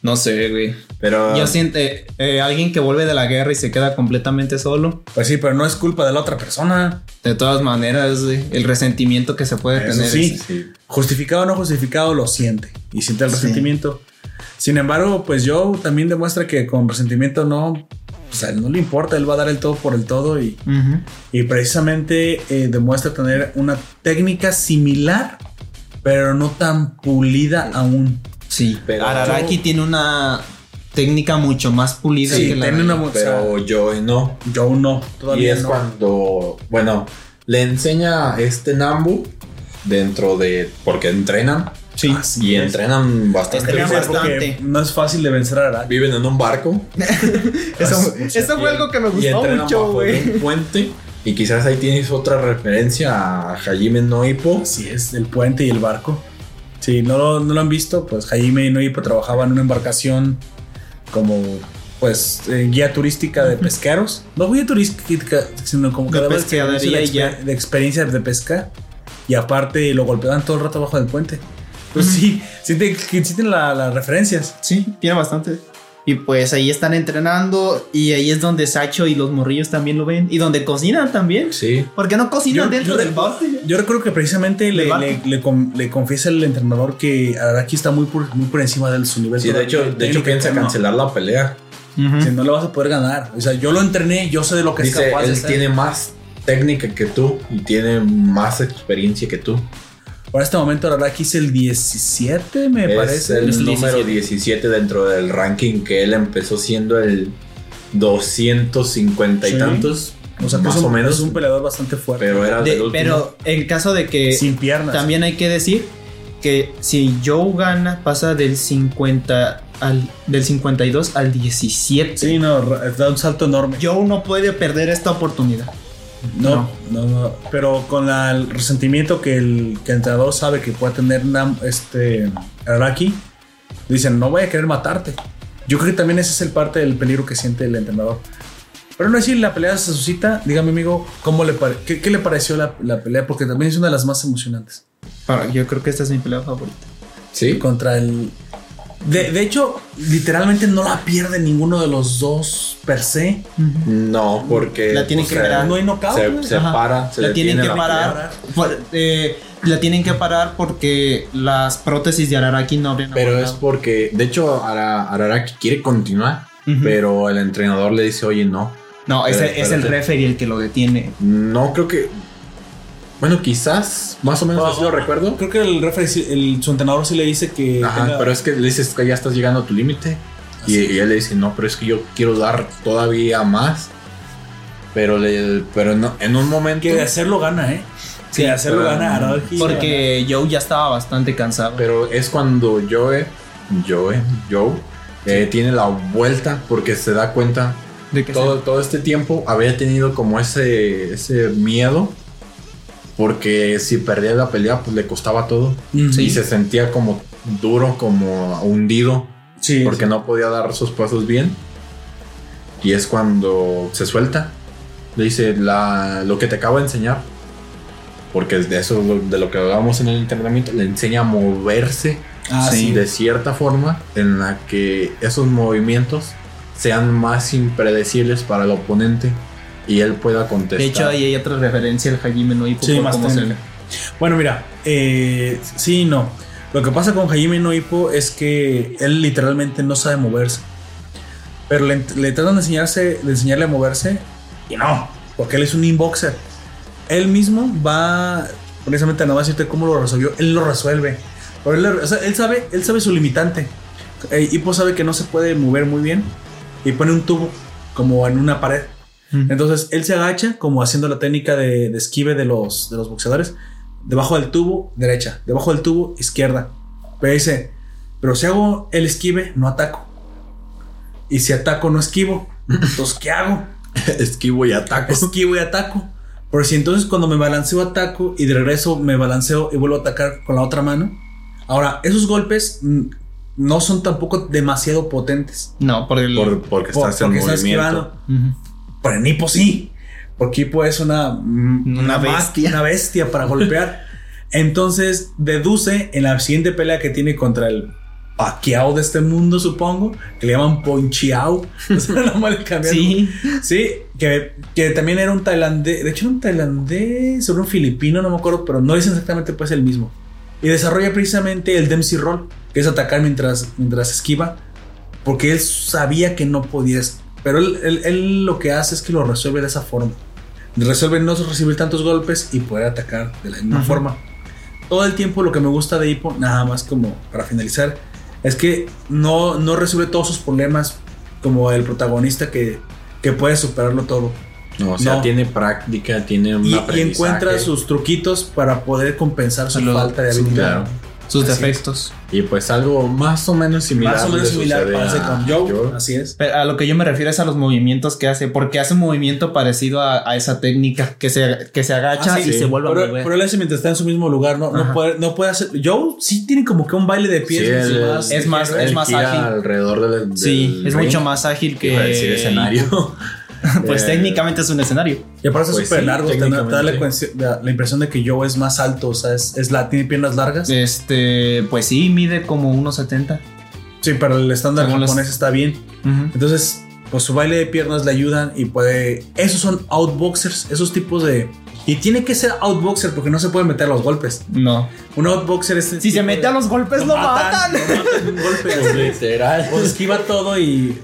No sé, güey. Pero Yo siento eh, eh, alguien que vuelve de la guerra y se queda completamente solo. Pues sí, pero no es culpa de la otra persona. De todas maneras, güey, el resentimiento que se puede Eso tener. sí. es- Sí. Justificado o no justificado, lo siente. Y siente el resentimiento. Sin embargo, pues yo también demuestra que con resentimiento no. O sea, no le importa, él va a dar el todo por el todo y, Ujú. y precisamente eh, demuestra tener una técnica similar, pero no tan pulida aún. Sí, Pero- Araraki tiene una técnica mucho más pulida Sí, que la tiene de- una bu- Pero yo no. Yo no, Y todavía es no. cuando, bueno, le enseña este Nambu dentro de. Porque entrenan. Sí. Y entrenan bastante. Entrenan fuerte. porque no es fácil de vencer a Araki. Viven en un barco. eso, eso fue algo que me y gustó entrenan mucho, bajo güey. un puente. Y quizás ahí tienes otra referencia a Hajime Noipo. Así es, el puente y el barco. Si no, lo- no lo han visto, pues Jaime y Noipo trabajaban en una embarcación como pues eh, guía turística de pesqueros. No guía turística, sino como De que daba experiencia pescadería de, y ya. exper- de experiencia de pesca. Y aparte lo golpeaban todo el rato abajo del puente. Pues sí, sí, te, sí tienen la- las referencias. Sí. Tiene bastante. Y pues ahí están entrenando y ahí es donde Sacho y los morrillos también lo ven y donde cocinan también. Sí. ¿Por qué no cocinan Yo- dentro yo- del bote? Yo recuerdo que precisamente le, barco. le- le con- le confiesa el entrenador que Araki está muy por, muy por encima de él, su nivel. Sí, de hecho, de hecho Tiene que piensa ganar. cancelar la pelea. Si no le vas a poder ganar. O sea, yo lo entrené, yo sé de lo que es Dice, capaz de él hacer. tiene más técnica que tú y tiene más experiencia que tú. Por este momento, Araki es el 17, me es parece. el Es el número 17. dentro del ranking que él empezó siendo el 250 Sí. y tantos. O sea, que más es un, o menos. es un peleador bastante fuerte. pero era De- del último. pero en caso de que sin piernas. también hay que decir que si Joe gana pasa del 50 al del 52 al 17. Sí, no, ra- da un salto enorme. Joe no puede perder esta oportunidad. No, no, no. Pero con la- el resentimiento que el, que el entrenador sabe que puede tener Nam- este, Araki, dicen, no voy a querer matarte. Yo creo que también ese es el parte del peligro que siente el entrenador. Pero no decir, la pelea se suscita. Dígame, amigo, ¿cómo le pare- qué, qué le pareció la, la pelea? Porque también es una de las más emocionantes. Para- yo creo que esta es mi pelea favorita. Sí. Contra el... De, de hecho, literalmente no la pierde ninguno de los dos per se. No, porque. La tienen o que sea, parar. No hay knockout. Se, güey. se Ajá. para, se la detiene tienen que la parar. por- eh, la tienen que parar porque las prótesis de Araraki no habrían Pero es aguantado. porque, de hecho, Ara- Araraki quiere continuar, Ujú. pero el entrenador le dice, oye, no. No, es, Pero es el espérate. referee el que lo detiene. No creo que... Bueno, quizás, más o menos Ah, así lo ah, recuerdo. Creo que el, referee sí- el- su entrenador sí le dice que... Ajá, tenga- pero es que le dices que ya estás llegando a tu límite. Y, y él le dice, no, pero es que yo quiero dar todavía más. Pero, le, pero no, en un momento... Que de hacerlo gana, ¿eh? Sí, Sí, de hacerlo pero- gana Araki. Porque Joe ya estaba bastante cansado. Pero es cuando Joe, Joe, Joe, eh, tiene la vuelta porque se da cuenta de que todo, todo este tiempo había tenido como ese, ese miedo. Porque si perdía la pelea, pues le costaba todo. Ujú. Y se sentía como duro, como hundido. Sí, porque no podía dar sus pasos bien. Y es cuando se suelta. Le dice la, lo que te acabo de enseñar. Porque de eso, es lo- de lo que hablábamos en el entrenamiento, le enseña a moverse Ah, sí. de cierta forma en la que esos movimientos sean más impredecibles para el oponente y él pueda se- contestar. de hecho, ahí hay otra referencia al Hajime no Ippo Sí, por más cómo se técnica. Bueno, mira, eh, sí y no. Lo que pasa con Hajime Noipo es que él literalmente no sabe moverse. Pero le, le tratan de, enseñarse, de enseñarle a moverse y no, porque él es un inboxer. Él mismo va, precisamente no va a decirte cómo lo resolvió, él lo resuelve. Pero él, o sea, él sabe, él sabe su limitante. Eh, Hippo sabe que no se puede mover muy bien y pone un tubo como en una pared. Mm. Entonces él se agacha como haciendo la técnica de, de esquive de los, de los boxeadores. Debajo del tubo, derecha. Debajo del tubo, izquierda. Pero dice, pero si hago el esquive, no ataco. Y si ataco, no esquivo. Entonces, ¿qué hago? Esquivo y ataco. Esquivo y ataco. Pero si entonces cuando me balanceo ataco y de regreso me balanceo y vuelvo a atacar con la otra mano. Ahora, esos golpes mm, no son tampoco demasiado potentes. No, por el. Por- porque por- estás en movimiento. esquivando. Ujú. Pero en Hippo sí. Porque Hippo es una, mm, ma- Una bestia. Una bestia para golpear. Entonces deduce en la siguiente pelea que tiene contra el Paquiao de este mundo, supongo, que le llaman Ponchiao. O sea, no mal cambiaron. Sí. Sí, que, que también era un tailandés, de hecho era un tailandés, era un filipino, no me acuerdo, pero no es exactamente pues el mismo. Y desarrolla precisamente el Dempsey Roll, que es atacar mientras, mientras esquiva, porque él sabía que no podías, pero él, él- él lo que hace es que lo resuelve de esa forma. Resuelve no recibir tantos golpes y poder atacar de la misma Ajá. forma. Todo el tiempo lo que me gusta de Hippo, nada más como para finalizar, es que no, no resuelve todos sus problemas como el protagonista que, que puede superarlo todo. No, o sea, No. tiene práctica, tiene un Y, y aprendizaje. encuentra sus truquitos para poder compensar su Lo- falta de su- habilidad. Claro. Sus Así es. defectos. Y pues algo más o menos similar. Más o menos le similar sucede pasa a con Joe, Joe. así es. Pero a lo que yo me refiero es a los movimientos que hace, porque hace un movimiento parecido a, a esa técnica que se, que se agacha Ah, sí. y se vuelve a Pero, mover. pero él hace mientras está en su mismo lugar, no, no, Ajá. puede, no puede hacer. Joe sí tiene como que un baile de pies. Sí, mucho él- es más- eh, ligero. es Él más gira ágil. alrededor del, del sí, es ring. mucho más ágil que. Iba a decir escenario. pues Eh, técnicamente es un escenario. Y aparte Pues es súper sí, largo. Te, da- te da la, técnicamente. cuenci- la- la impresión de que Joe es más alto, o sea, es, es la, tiene piernas largas. Este, pues sí, mide como 1,70. Sí, pero el estándar Según las- japonés está bien. Ujú. Entonces, pues su baile de piernas le ayudan y puede. Esos son outboxers, esos tipos de. Y tiene que ser outboxer porque no se puede meter a los golpes. No. Un outboxer es. este Si se mete a los golpes, lo, matan. un golpe, Pues, güey. literal. O esquiva todo y.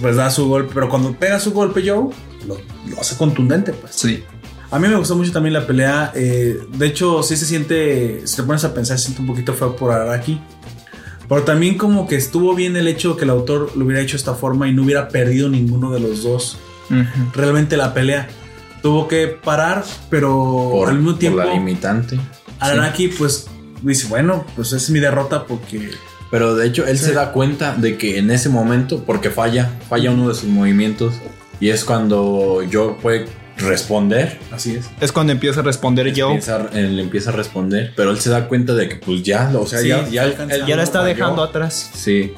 Pues da su golpe. Pero cuando pega su golpe, Joe, lo, lo hace contundente, pues. Sí. A mí me gustó mucho también la pelea. eh, de hecho, sí se siente. Si te pones a pensar, se siente un poquito feo por Araki. Pero también, como que estuvo bien el hecho que el autor lo hubiera hecho de esta forma y no hubiera perdido ninguno de los dos. Ujú. realmente la pelea. Tuvo que parar, pero Por, al mismo por tiempo la limitante. Araki pues dice, bueno, pues es mi derrota porque Pero de hecho, él Sí. se da cuenta de que en ese momento, porque falla, falla uno de sus movimientos. Y es cuando Joe puede responder. así es. Es cuando empieza a responder yo. Empieza- él empieza a responder. Pero él se da cuenta de que, pues ya, o sea, Sí, ya, ya está él- Ya la está Joe- dejando atrás. Sí.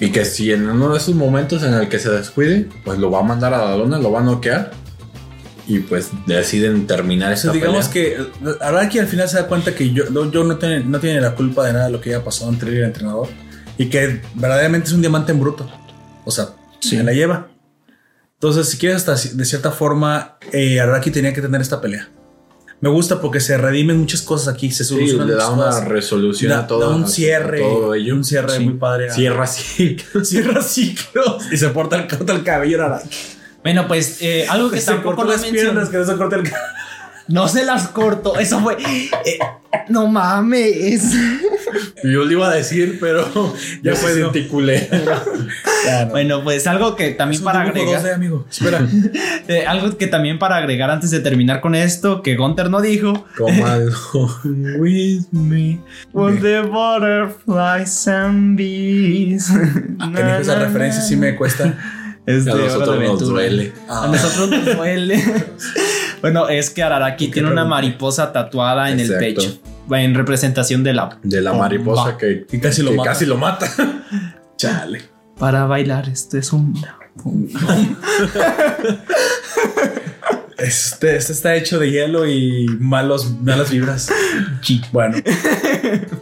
Y que si en uno de esos momentos en el que se descuide, pues lo va a mandar a la lona, lo va a noquear. Y pues deciden terminar O sea, esta digamos pelea. que Araki al final se da cuenta que yo, no- yo no, tiene, no tiene la culpa de nada de lo que haya pasado entre él y el entrenador y que verdaderamente es un diamante en bruto. O sea, se la lleva. Entonces, si quieres, hasta ci- de cierta forma, eh, Araki tenía que tener esta pelea. Me gusta porque se redimen muchas cosas aquí, se Sí, solucionan le da muchas una cosas. resolución da, a todo. da un a- cierre, a todo ello. un cierre Sí. muy padre. a- Cierra así. cierra ciclos y se porta el, corta el cabello nada. Bueno, pues eh, algo que Se tampoco cortó lo las mencionas. piernas, que no se corta el cabello. No se las cortó. Eso fue. eh, no mames. Yo le iba a decir, pero ya Ya fue pues, no. senticulé. Bueno, pues algo que también para agregar. amigo. Espera. eh, algo que también para agregar antes de terminar con esto, que Gunter no dijo. Como algo. With me. With the butterflies and bees. Tener Ah, esa referencia sí me cuesta. Es de A Hora de nosotros nos Aventura. duele. Ah. A nosotros nos duele. bueno, es que Araraki tiene una pregunta? mariposa tatuada en el Exacto. pecho. En representación de la. De la Bomba. mariposa que, Y Oh, casi lo que mata. casi lo mata. Chale. Para bailar, esto es un. Este, este está hecho de hielo y malos, malas vibras. chi. Bueno.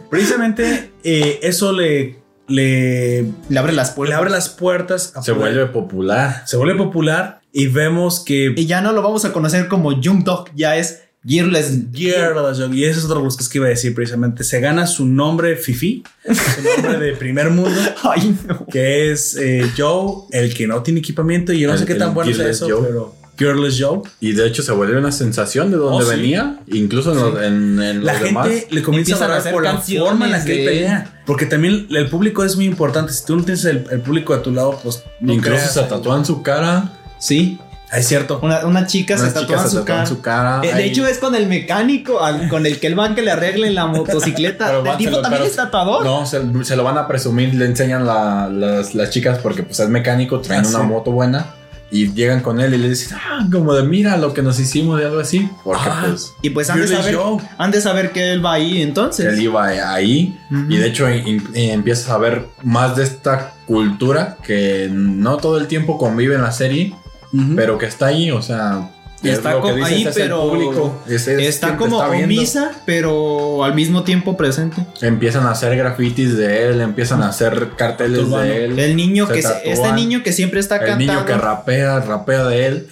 Precisamente eh, eso le, le, Le abre las le puertas. abre las puertas. a Se poder- vuelve popular. se vuelve popular y vemos que Y ya no lo vamos a conocer como Young Dog, ya es Gearless. Mierda, yo- Y eso es otra de las cosas que iba a decir precisamente. Se gana su nombre Fifi, su nombre de primer mundo, Ay, no. que es eh, Joe, el que no tiene equipamiento. Y yo no El- sé qué el tan bueno es Killer eso, Joe. pero Girl's Joe. Y de hecho se vuelve una sensación de donde Oh, sí. venía, incluso en, los, en- en La los gente demás. le comienza Empiezan a a hablar hacer por la canciones forma en la que de- pelea. Porque también el público es muy importante. Si tú no tienes el, el público a tu lado, pues no incluso creas. se tatúan su cara. Sí. Ah, Es cierto. Una, una chica se unas tatúa chicas se su cara. tatúan su cara. Eh, de Hay- hecho, es con el mecánico, al- con el que él va que le arregle la motocicleta. Pero el van, se tipo lo- también pero- es tatuador. No, se, se lo van a presumir, le enseñan la- las, las chicas porque pues es mecánico, traen Ah, una sí. moto buena y llegan con él y le dicen, ah, como de mira lo que nos hicimos y algo así, porque Ah. pues Y pues han de, Girl's saber, Joe. han de saber que él va ahí él entonces. iba ahí y de hecho in- in- empiezas a ver más de esta cultura que no todo el tiempo convive en la serie, Ujú. pero que está ahí, o sea, Y es está lo que co- dices, ahí, es el pero público, es- es Está quien te como viendo. omisa, pero al mismo tiempo presente. Empiezan a hacer grafitis de él, empiezan a hacer carteles Urbano. de él. El niño Se que se- tatúan. este niño que siempre está El niño que cantando. rapea, rapea de él.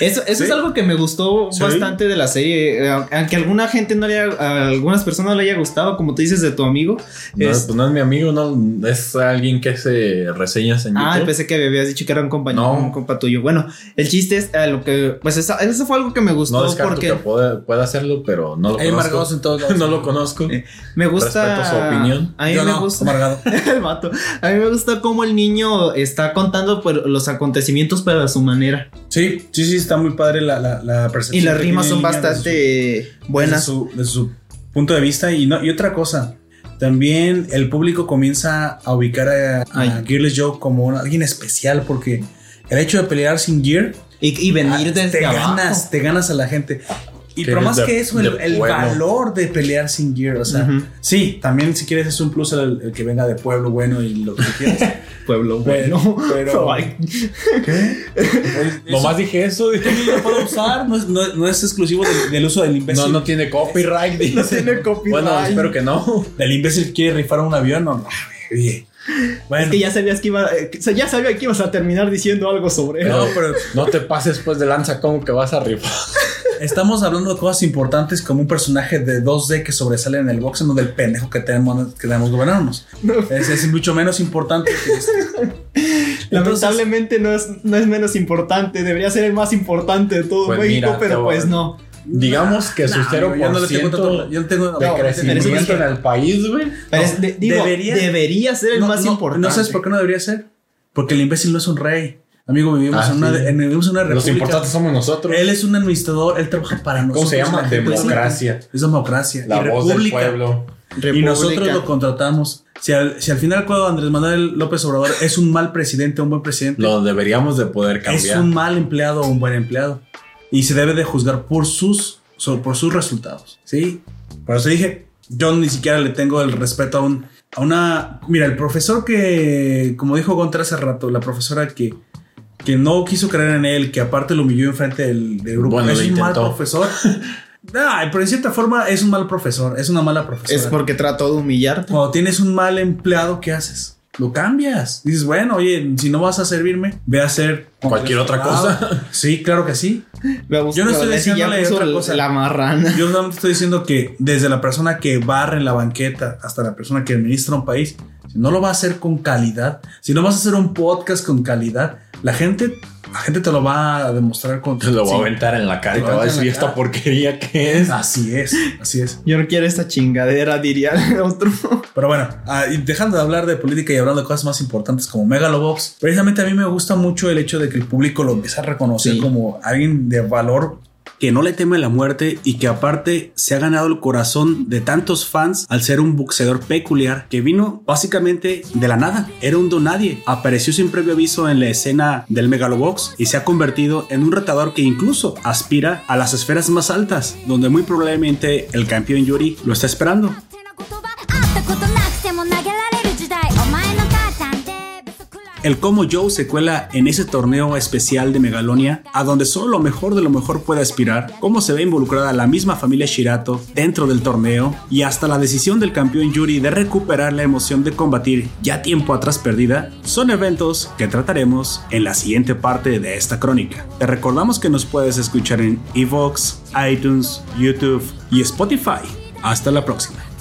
Eso, eso Sí. es algo que me gustó Sí. bastante de la serie. eh, Aunque a alguna gente no le haya- a algunas personas le haya gustado, como tú dices de tu amigo. No, Es- pues no es mi amigo, no es alguien que se reseñas en Ah, YouTube. pensé que habías dicho que era un compañero, No. un compa tuyo. Bueno, el chiste es eh, lo que. Pues esa- eso, fue algo que me no gustó descarto porque que pueda, pueda hacerlo, pero no lo Hay amargados conozco. en todos lados. no lo conozco. Eh, me gusta. respeto su opinión. A mí Yo me no, gusta. amargado. el vato. A mí me gusta cómo el niño está contando pues, los acontecimientos, pero a su manera. Sí, sí, sí, está muy padre la, la, la Y percepción. las que rimas tiene el son niño de su- bastante desde buenas. su, desde su punto de vista. Y, no, y otra cosa, también el público comienza a ubicar a, a Ay. Gearless Joe como un- alguien especial porque el hecho de pelear sin Gear Y, y venir ah, desde te abajo. ganas, te ganas a la gente. Y Que pero eres más de- que eso, el, de el pueblo. valor de pelear sin Gear. O sea, Ujú. sí, también si quieres es un plus el, el que venga de pueblo bueno y lo que quieras. Pueblo Pero- bueno. pero- Ay, Nomás dije eso. dije, lo puedo usar, no es, no- no es exclusivo del, del uso del imbécil. no, no tiene copyright. No dice. tiene copyright. Bueno, espero que no. Del imbécil que quiere rifar un avión, no, no, oye. Bueno, Es que ya sabías que iba. eh, que- ya sabía que ibas a terminar diciendo algo sobre él. Pero, no te pases pues de lanza como que vas a rifar. Estamos hablando de cosas importantes como un personaje de 2D que sobresale en el box, no del pendejo que tenemos que debemos gobernarnos. Es, es mucho menos importante que este. Entonces, Lamentablemente no es, no es menos importante. Debería ser el más importante de todo Pues México, mira, pero todo- pues no. Digamos que su nah, amigo, yo no le tengo 0% tanto- yo no tengo de no, pero es crecimiento que- en el país, güey. Pero es de- digo, debería- debería, ser el no, más no, importante. ¿No sabes por qué no debería ser? Porque el imbécil no es un rey. Amigo, vivimos, Ah, en, una, sí. en- vivimos en una Los república. importantes somos nosotros. Él es un administrador, él trabaja para nosotros. ¿Cómo se llama? la gente. Democracia. Es democracia. y La voz del república. pueblo. Y República. nosotros lo contratamos. Si al, si al final cuando Andrés Manuel López Obrador es un mal presidente o un buen presidente, Lo deberíamos de poder es cambiar. un mal empleado o un buen empleado. Y se debe de juzgar por sus, so- por sus resultados. ¿sí? Por eso dije, yo ni siquiera le tengo el respeto a, un, a una... Mira, el profesor que, como dijo Gontra hace rato, la profesora que, que no quiso creer en él, que aparte lo humilló enfrente del, del grupo, Bueno, es lo un mal intentó. profesor. Nah, pero en cierta forma es un mal profesor, es una mala profesora. Es porque trató de humillarte. Cuando tienes un mal empleado, ¿qué haces? Lo cambias. Dices, bueno, oye, si no vas a servirme, ve a hacer Cualquier otra cosa. Sí, claro que sí. Me gusta- Yo no estoy la- sí, ya diciéndole puso otra la- cosa. La marrana. Yo solamente estoy diciendo que desde la persona que barre en la banqueta hasta la persona que administra un país, si no lo va a hacer con calidad, si no vas a hacer un podcast con calidad, la gente, la gente te lo va a demostrar con. Te lo voy a Sí. aventar en la cara y Te te lo va a aventan en decir la esta cara". porquería que es. Así es, así es. Yo no quiero esta chingadera, diría el otro. Pero bueno, ah, y dejando de hablar de política y hablando de cosas más importantes como Megalobox, precisamente a mí me gusta mucho el hecho de que el público lo empiece a reconocer Sí. como alguien de valor. que no le teme la muerte y que aparte se ha ganado el corazón de tantos fans al ser un boxeador peculiar que vino básicamente de la nada, era un donadie, apareció sin previo aviso en la escena del Megalobox y se ha convertido en un retador que incluso aspira a las esferas más altas, donde muy probablemente el campeón Yuri lo está esperando. 手の言葉会ったことなくても投げられる時代お前の母ちゃんで不足くらい El cómo Joe se cuela en ese torneo especial de Megalonia, a donde solo lo mejor de lo mejor puede aspirar, cómo se ve involucrada la misma familia Shirato dentro del torneo, y hasta la decisión del campeón Yuri de recuperar la emoción de combatir ya tiempo atrás perdida, son eventos que trataremos en la siguiente parte de esta crónica. Te recordamos que nos puedes escuchar en Evox, iTunes, YouTube y Spotify. Hasta la próxima.